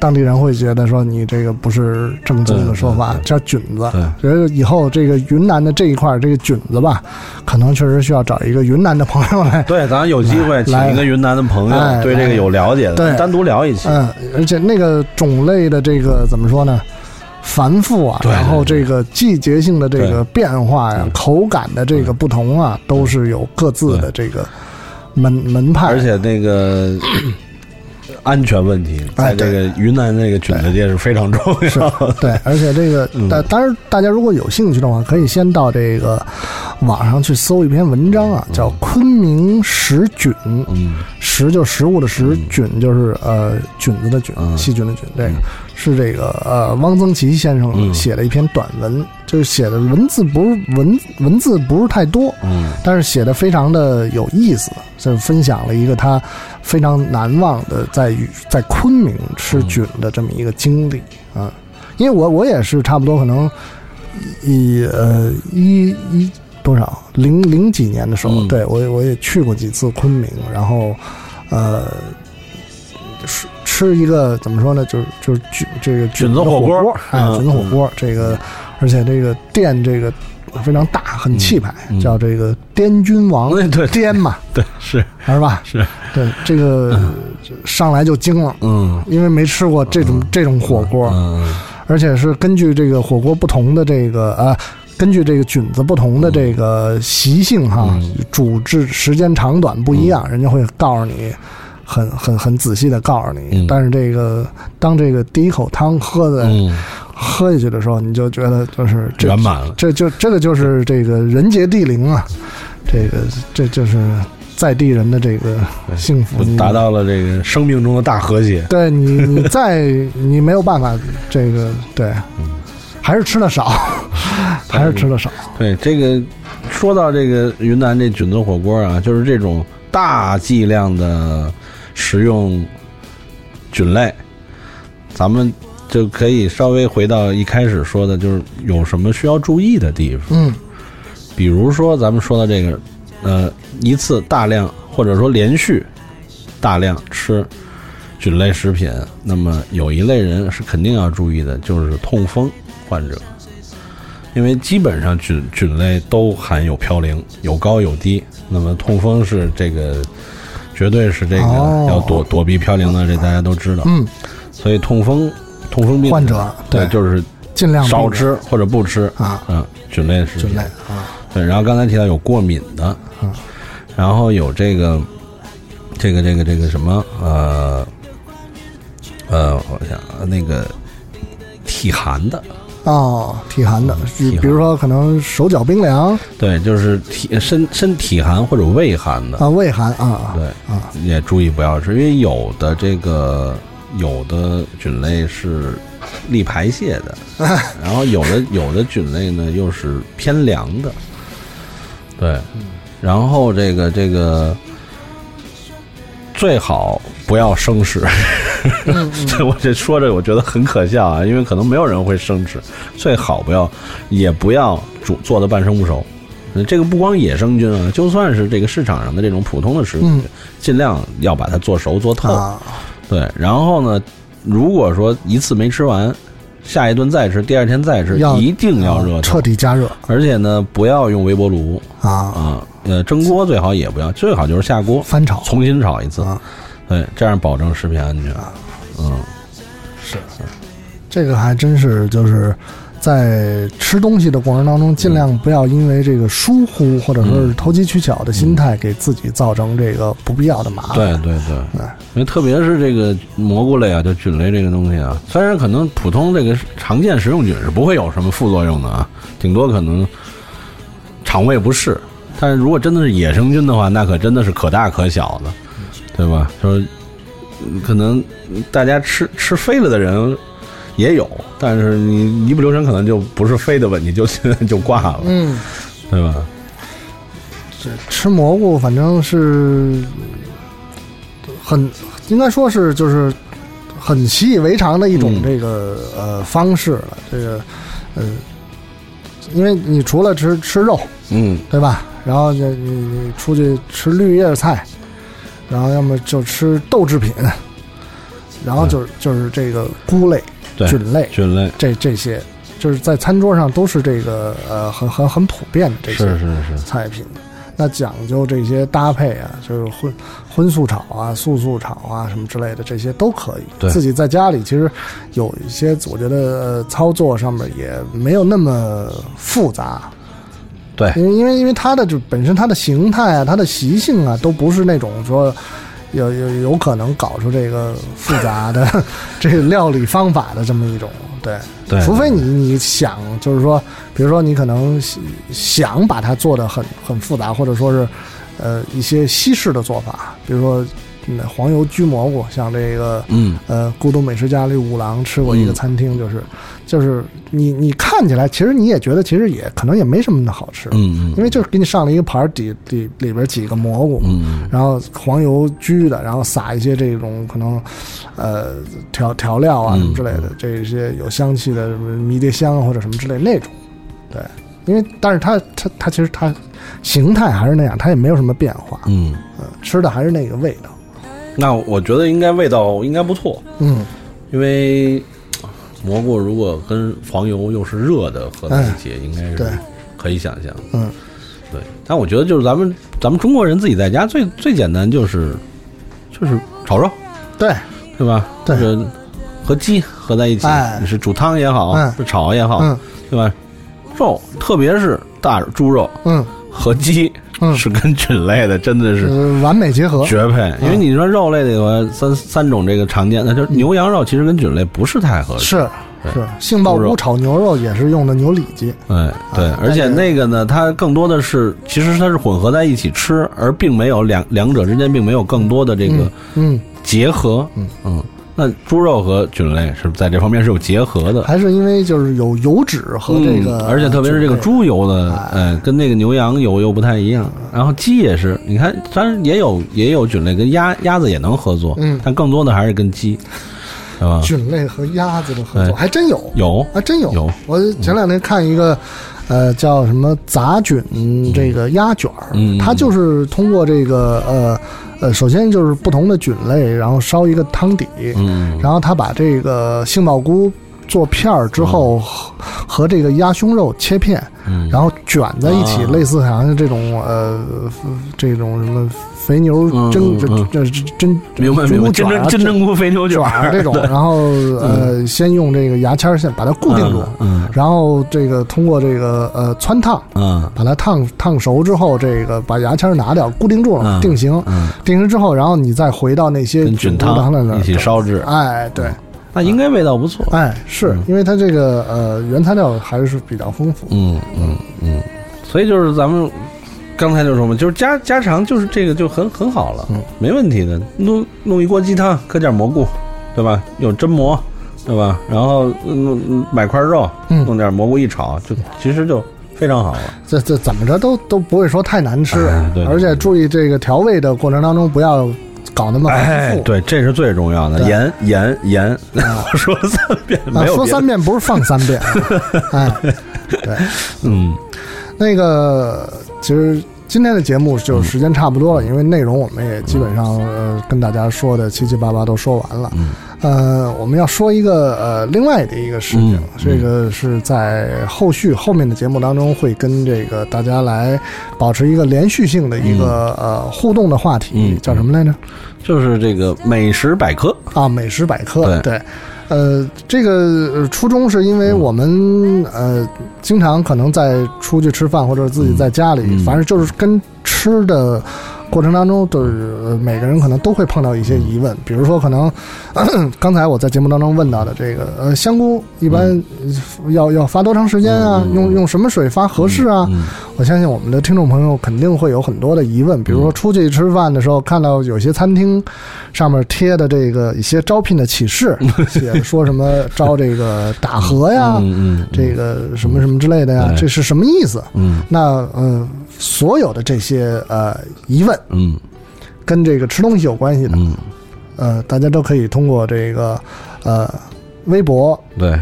C: 当地人会觉得说你这个不是正宗的说法，叫菌子。觉得以后这个云南的这一块儿这个菌子吧，可能确实需要找一个云南的朋友来
D: <laughs> 对，咱有机会请
C: 来
D: 一个云南的朋
C: 哎
D: 友，对这个有了解的，
C: 对
D: 单独聊一期。
C: 嗯，而且那个种类的这个怎么说呢？繁复啊，然后这个季节性的这个变化呀、口感的这个不同啊，都是有各自的这个门门派。
D: 而且那个安全问题，在这个云南那个菌子界是非常重要的。
C: 对，而且这个，但当然，大家如果有兴趣的话，可以先到这个网上去搜一篇文章啊，叫《昆明食菌》，食就食物的食，菌就是呃菌子的菌，细菌的菌，这个是这个呃汪曾祺先生写了一篇短文，就是写的文字不是文文字不是太多，
D: 嗯，
C: 但是写的非常的有意思，就是分享了一个他非常难忘的在于在昆明吃菌的这么一个经历啊。因为我我也是差不多可能一呃一一多少零零几年的时
D: 嗯
C: 候，对我也我也去过几次昆明，然后呃。吃吃一个怎么说呢？就是就是菌这个
D: 菌子火锅
C: 锅，哎，
D: 嗯
C: 菌子火锅，这个而且这个店这个非常大，
D: 嗯
C: 很气派，叫这个滇君王，对滇嘛，
D: 对，是
C: 是吧？
D: 是，
C: 对这个上来就惊了，
D: 嗯，
C: 因为没吃过这种这种火锅，
D: 嗯，
C: 而且是根据这个火锅不同的这个啊。根据这个菌子不同的这
D: 嗯
C: 个习性哈，煮制时间长短不一
D: 嗯
C: 样，人家会告诉你，很很很仔细的告诉
D: 嗯
C: 你。但是这个当这个第一口汤喝的喝下去的时候，你就觉得就是这
D: 圆满了
C: 这就这个就是这个人杰地灵啊，这个这就是在地人的这个幸福
D: 就，达到了这个生命中的大和谐。
C: 对
D: <laughs>
C: 你，你在你没有办法，这个对，
D: 嗯
C: 还是吃的
D: <laughs>
C: 少，还是吃的少。
D: 对这个，说到这个云南这菌子火锅啊，就是这种大剂量的食用菌类，咱们就可以稍微回到一开始说的，就是有什么需要注意的地方。
C: 嗯
D: 比如说咱们说的这个，呃，一次大量或者说连续大量吃菌类食品，那么有一类人是肯定要注意的，就是痛风患者，因为基本上菌菌类都含有嘌呤，有高有低，那么痛风是这个。绝对是这个
C: 哦
D: 要躲、躲避嘌呤的，这大家都知道。
C: 嗯，
D: 所以痛风痛风病
C: 患者
D: 对
C: 对
D: 就是
C: 尽量避免
D: 少吃或者不吃
C: 啊，
D: 嗯，菌类食品
C: 菌类啊嗯
D: 对，然后刚才提到有过敏的，然后有这个这个这个这个什么呃呃，我想呃那个体寒的，
C: 哦，体寒的，比比如说可能手脚冰凉
D: 对，就是体身身体寒或者胃寒的，
C: 啊，胃寒啊，
D: 对，也注意不要吃，因为有的这个有的菌类是利排泄
C: <laughs>
D: 的，然后有的有的菌类呢又是偏凉的，
C: 嗯
D: 对，然后这个这个最好不要生吃。
C: 嗯
D: 这 <laughs> 我这说着我觉得很可笑啊，因为可能没有人会生吃，最好不要，也不要煮做的半生不熟。呃这个不光野生菌啊，就算是这个市场上的这种普通的食品，
C: 嗯
D: 尽量要把它做熟做透。
C: 啊
D: 对，然后呢，如果说一次没吃完，下一顿再吃，第二天再吃，
C: 要
D: 一定要热
C: 彻
D: 腾，
C: 底加热
D: 而且呢，不要用微波炉
C: 啊，
D: 啊，呃，蒸锅最好也不要，最好就是下锅
C: 翻炒啊
D: 重新炒一次，对，这样保证食品安全。嗯，
C: 这个还真是就是。在吃东西的过程当中，尽量不要因为这个疏忽或者说是投机取巧的心态，给自己造成这个不必要的麻烦。
D: 对对对，
C: 嗯
D: 因为特别是这个蘑菇类啊，就菌类这个东西啊，虽然可能普通这个常见食用菌是不会有什么副作用的啊，顶多可能肠胃不适，但是如果真的是野生菌的话，那可真的是可大可小的，对吧？就是嗯可能大家吃吃飞了的人也有，但是你一不留神可能就不是飞的问题，就 <laughs> 就挂了，
C: 嗯，
D: 对吧？
C: 吃蘑菇反正是很应该说是就是很习以为常的一种这个、呃方式了。这个呃，因为你除了吃吃肉，
D: 嗯，
C: 对吧？然后就你你出去吃绿叶菜，然后要么就吃豆制品，然后就是、就是这个菇类、
D: 对，
C: 菌类
D: 菌类
C: 这这些，就是在餐桌上都是这个呃很很很普遍的这些
D: 是是是，
C: 菜品。那讲究这些搭配啊，就是荤荤素炒啊、素素炒啊什么之类的，这些都可以。
D: 对
C: 自己在家里其实有一些，我觉得呃操作上面也没有那么复杂。
D: 对，
C: 因为因为因为它的就本身它的形态啊、它的习性啊，都不是那种说有有有可能搞出这个复杂的 <laughs> 这个料理方法的这么一种对。
D: 对
C: 除非你你想，就是说，比如说你可能想想把它做的很很复杂，或者说是，呃，一些西式的做法，比如说、嗯、黄油焗蘑菇，像这个，
D: 嗯，
C: 呃，孤独美食家里五郎吃过一个
D: 嗯
C: 餐厅，就是、就是你你看起来，其实你也觉得其实也可能也没什么的好吃，
D: 嗯嗯
C: 因为就是给你上了一个盘儿底底里边几个蘑菇，
D: 嗯
C: 然后黄油焗的，然后撒一些这种可能，呃，调调料啊
D: 嗯
C: 什么之类的，这些有香气的什么迷迭香啊或者什么之类那种，对，因为但是它它它其实它形态还是那样，它也没有什么变化，
D: 嗯，
C: 嗯，吃的还是那个味道，
D: 那我觉得应该味道应该不错，
C: 嗯，
D: 因为呃蘑菇如果跟黄油又是热的合在一起，应该
C: 对
D: 是可以想象。
C: 嗯，
D: 对。但我觉得就是咱们咱们中国人自己在家最最简单就是就是炒肉，
C: 对，
D: 对吧？
C: 对
D: 这个和鸡合在一起，
C: 哎
D: 你是煮汤也好，
C: 嗯
D: 是炒也好，
C: 嗯
D: 对吧？肉，特别是大猪肉
C: 嗯
D: 和鸡
C: 嗯，
D: 是跟菌类的，真的是
C: 呃完美结合，
D: 绝配，因为你说肉类里头三三种这个常见，那就是牛羊肉其实跟菌类不是太合适。
C: 是
D: 对
C: 是，杏鲍
D: 猪
C: 菇
D: 肉
C: 炒牛肉也是用的牛里脊，
D: 哎，对，
C: 啊
D: 而且那个呢，它更多的是其实它是混合在一起吃，而并没有两两者之间并没有更多的这个
C: 嗯，
D: 结合。
C: 嗯
D: 那猪肉和菌类是在这方面是有结合的。
C: 还是因为就是有油脂和这个，呃
D: 嗯，而且特别是这个猪油的，哎，跟那个牛羊油又不太一样。然后鸡也是，你看，当然也有也有菌类，跟鸭鸭子也能合作，
C: 嗯
D: 但更多的还是跟鸡，是吧？
C: 菌类和鸭子的合作，
D: 啊哎
C: 还真有，
D: 有
C: 还真有。
D: 有
C: 我前两天看一个，呃，叫什么杂菌这个鸭卷儿，
D: 嗯
C: 它就是通过这个呃呃，首先就是不同的菌类，然后烧一个汤底，
D: 嗯，
C: 然后它把这个杏鲍菇做片儿之后，和和这个鸭胸肉切片，
D: 嗯
C: 然后卷在一起，
D: 啊
C: 类似好像这种呃这种什么肥牛
D: 嗯
C: 蒸这
D: 嗯
C: 这这真
D: 明白
C: 猪
D: 明白，嗯
C: 卷
D: 金
C: 儿啊
D: 针金针菇肥牛
C: 卷儿这种，
D: <laughs>
C: 然后呃，先用这个牙签儿先把它固定住，
D: 嗯
C: 然后这个通过这个呃汆烫，
D: 嗯
C: 把它烫烫熟之后，这个把牙签儿拿掉，固定住了，
D: 嗯
C: 定型，
D: 嗯，
C: 定型之后，然后你再回到那些
D: 跟菌
C: 菇
D: 汤
C: 那儿
D: 一起烧嗯制，
C: 哎，对，
D: 那应该味道不错。
C: 哎，是因为它这个呃原材料还是比较丰富，
D: 嗯嗯嗯，所以就是咱们刚才就说嘛，就是家家常就是这个就很很好了，
C: 嗯
D: 没问题的。弄弄一锅鸡汤，搁点蘑菇，对吧？有榛蘑，对吧？然后弄弄买块肉，
C: 嗯
D: 弄点蘑菇一炒，就其实就非常好了。
C: 这这怎么着都都不会说太难吃
D: 哎对，对
C: 而且
D: 对
C: 注意这个调味的过程当中不要搞那么反
D: 哎
C: 复，，
D: 对，这是最重要的，
C: 对
D: 盐盐盐， <laughs> 我说了三遍，
C: 啊
D: 没，有
C: 说
D: 别的
C: 三遍不是放三
D: <laughs>
C: 遍，哎，对。
D: 嗯
C: 那个，其实今天的节目就
D: 嗯
C: 时间差不多了，因为内容我们也基本上呃跟大家说的七七八八都说完了。
D: 嗯
C: 呃，我们要说一个呃另外的一个事情
D: 嗯，
C: 这个是在后续后面的节目当中会跟这个大家来保持一个连续性的一个呃互动的话题
D: 嗯，
C: 叫什么来着？
D: 就是这个美食百科，
C: 啊，美食百科，
D: 对
C: 对。呃，这个呃初衷是因为我们、呃，经常可能在出去吃饭或者自己在家里，
D: 嗯嗯
C: 反正就是跟吃的过程当中，就是呃每个人可能都会碰到一些疑问，比如说可能 <coughs> 咳咳刚才我在节目当中问到的这个，呃，香菇一般呃要要发多长时间啊？用用什么水发合适
D: 嗯
C: 啊？我相信我们的听众朋友肯定会有很多的疑问，比如说出去吃饭的时候，看到有些餐厅上面贴的这个一些招聘的启事，写的说什么招这个打荷呀，啊这个什么什么之类的呀，这是什么意思？
D: 嗯，
C: 那呃，所有的这些呃疑问，
D: 嗯，
C: 跟这个吃东西有关系的，
D: 嗯，
C: 呃，大家都可以通过这个呃微博、
D: 对，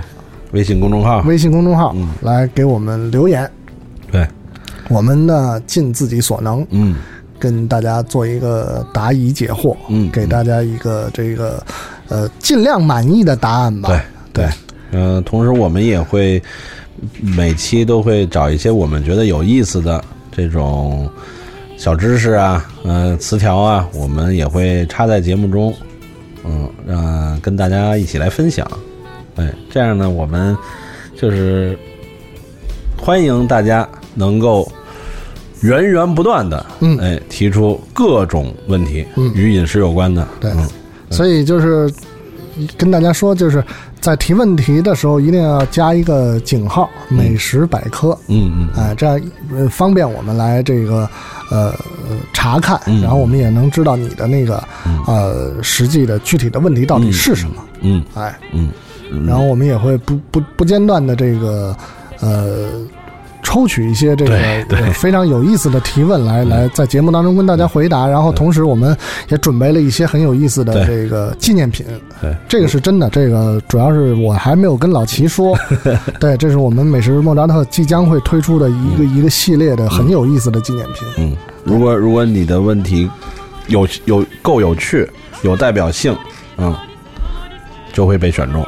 D: 微信公众号，
C: 微信公众号来给我们留言，
D: 对，
C: 我们呢尽自己所能，
D: 嗯，
C: 跟大家做一个答疑解惑，
D: 嗯，
C: 给大家一个这个呃尽量满意的答案吧，
D: 对，嗯、同时我们也会每期都会找一些我们觉得有意思的这种小知识啊，嗯、词条啊，我们也会插在节目中，嗯，让、跟大家一起来分享。哎，这样呢，我们就是欢迎大家能够源源不断的，
C: 嗯，
D: 哎，提出各种问题，
C: 嗯
D: 与饮食有关的，
C: 对
D: 嗯
C: 所以就是跟大家说，就是在提问题的时候一定要加一个井号“美食百科”，
D: 嗯嗯，
C: 啊、这样呃方便我们来这个呃呃查看，
D: 嗯
C: 然后我们也能知道你的那个、呃实际的具体的问题到底是什么，
D: 嗯，
C: 哎，
D: 嗯，
C: 然后我们也会不不不间断的这个呃。抽取一些这个
D: 对对嗯
C: 呃非常有意思的提问来来在节目当中跟大家回答，然后同时我们也准备了一些很有意思的
D: 对
C: 这个纪念品，
D: 对，
C: 这个是真的，这个主要是我还没有跟老齐
D: <laughs>
C: 说，对，这是我们美食莫扎特即将会推出的一个、一个系列的很有意思的纪念品。
D: 嗯，如果如果你的问题有有够有趣，有代表性，嗯，就会被选中。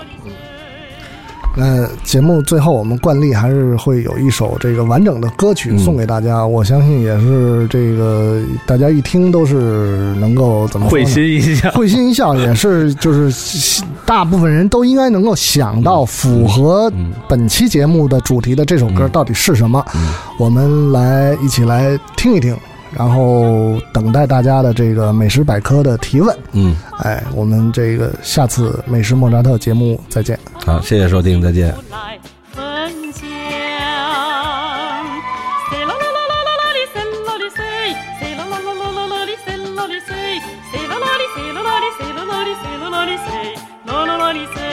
C: 那节目最后我们惯例还是会有一首这个完整的歌曲送给大家，
G: 嗯
C: 我相信也是这个大家一听都是能够怎么说
G: 会
C: 呢
G: 心一笑。
C: 会心一笑也是，就是大部分人都应该能够想到符合
G: 嗯
C: 本期节目的主题的这首歌到底是什么。
G: 嗯
C: 我们来一起来听一听，然后等待大家的这个美食百科的提问。
D: 嗯，
C: 哎，我们这个下次美食莫扎特节目再见。
D: 好，谢谢收听，再见。
H: 来分享。塞啦啦啦啦啦啦哩塞啦哩塞，塞啦啦啦啦啦啦哩塞啦哩塞，塞啦啦哩塞啦啦哩塞啦啦哩塞啦啦哩塞，啦啦啦哩塞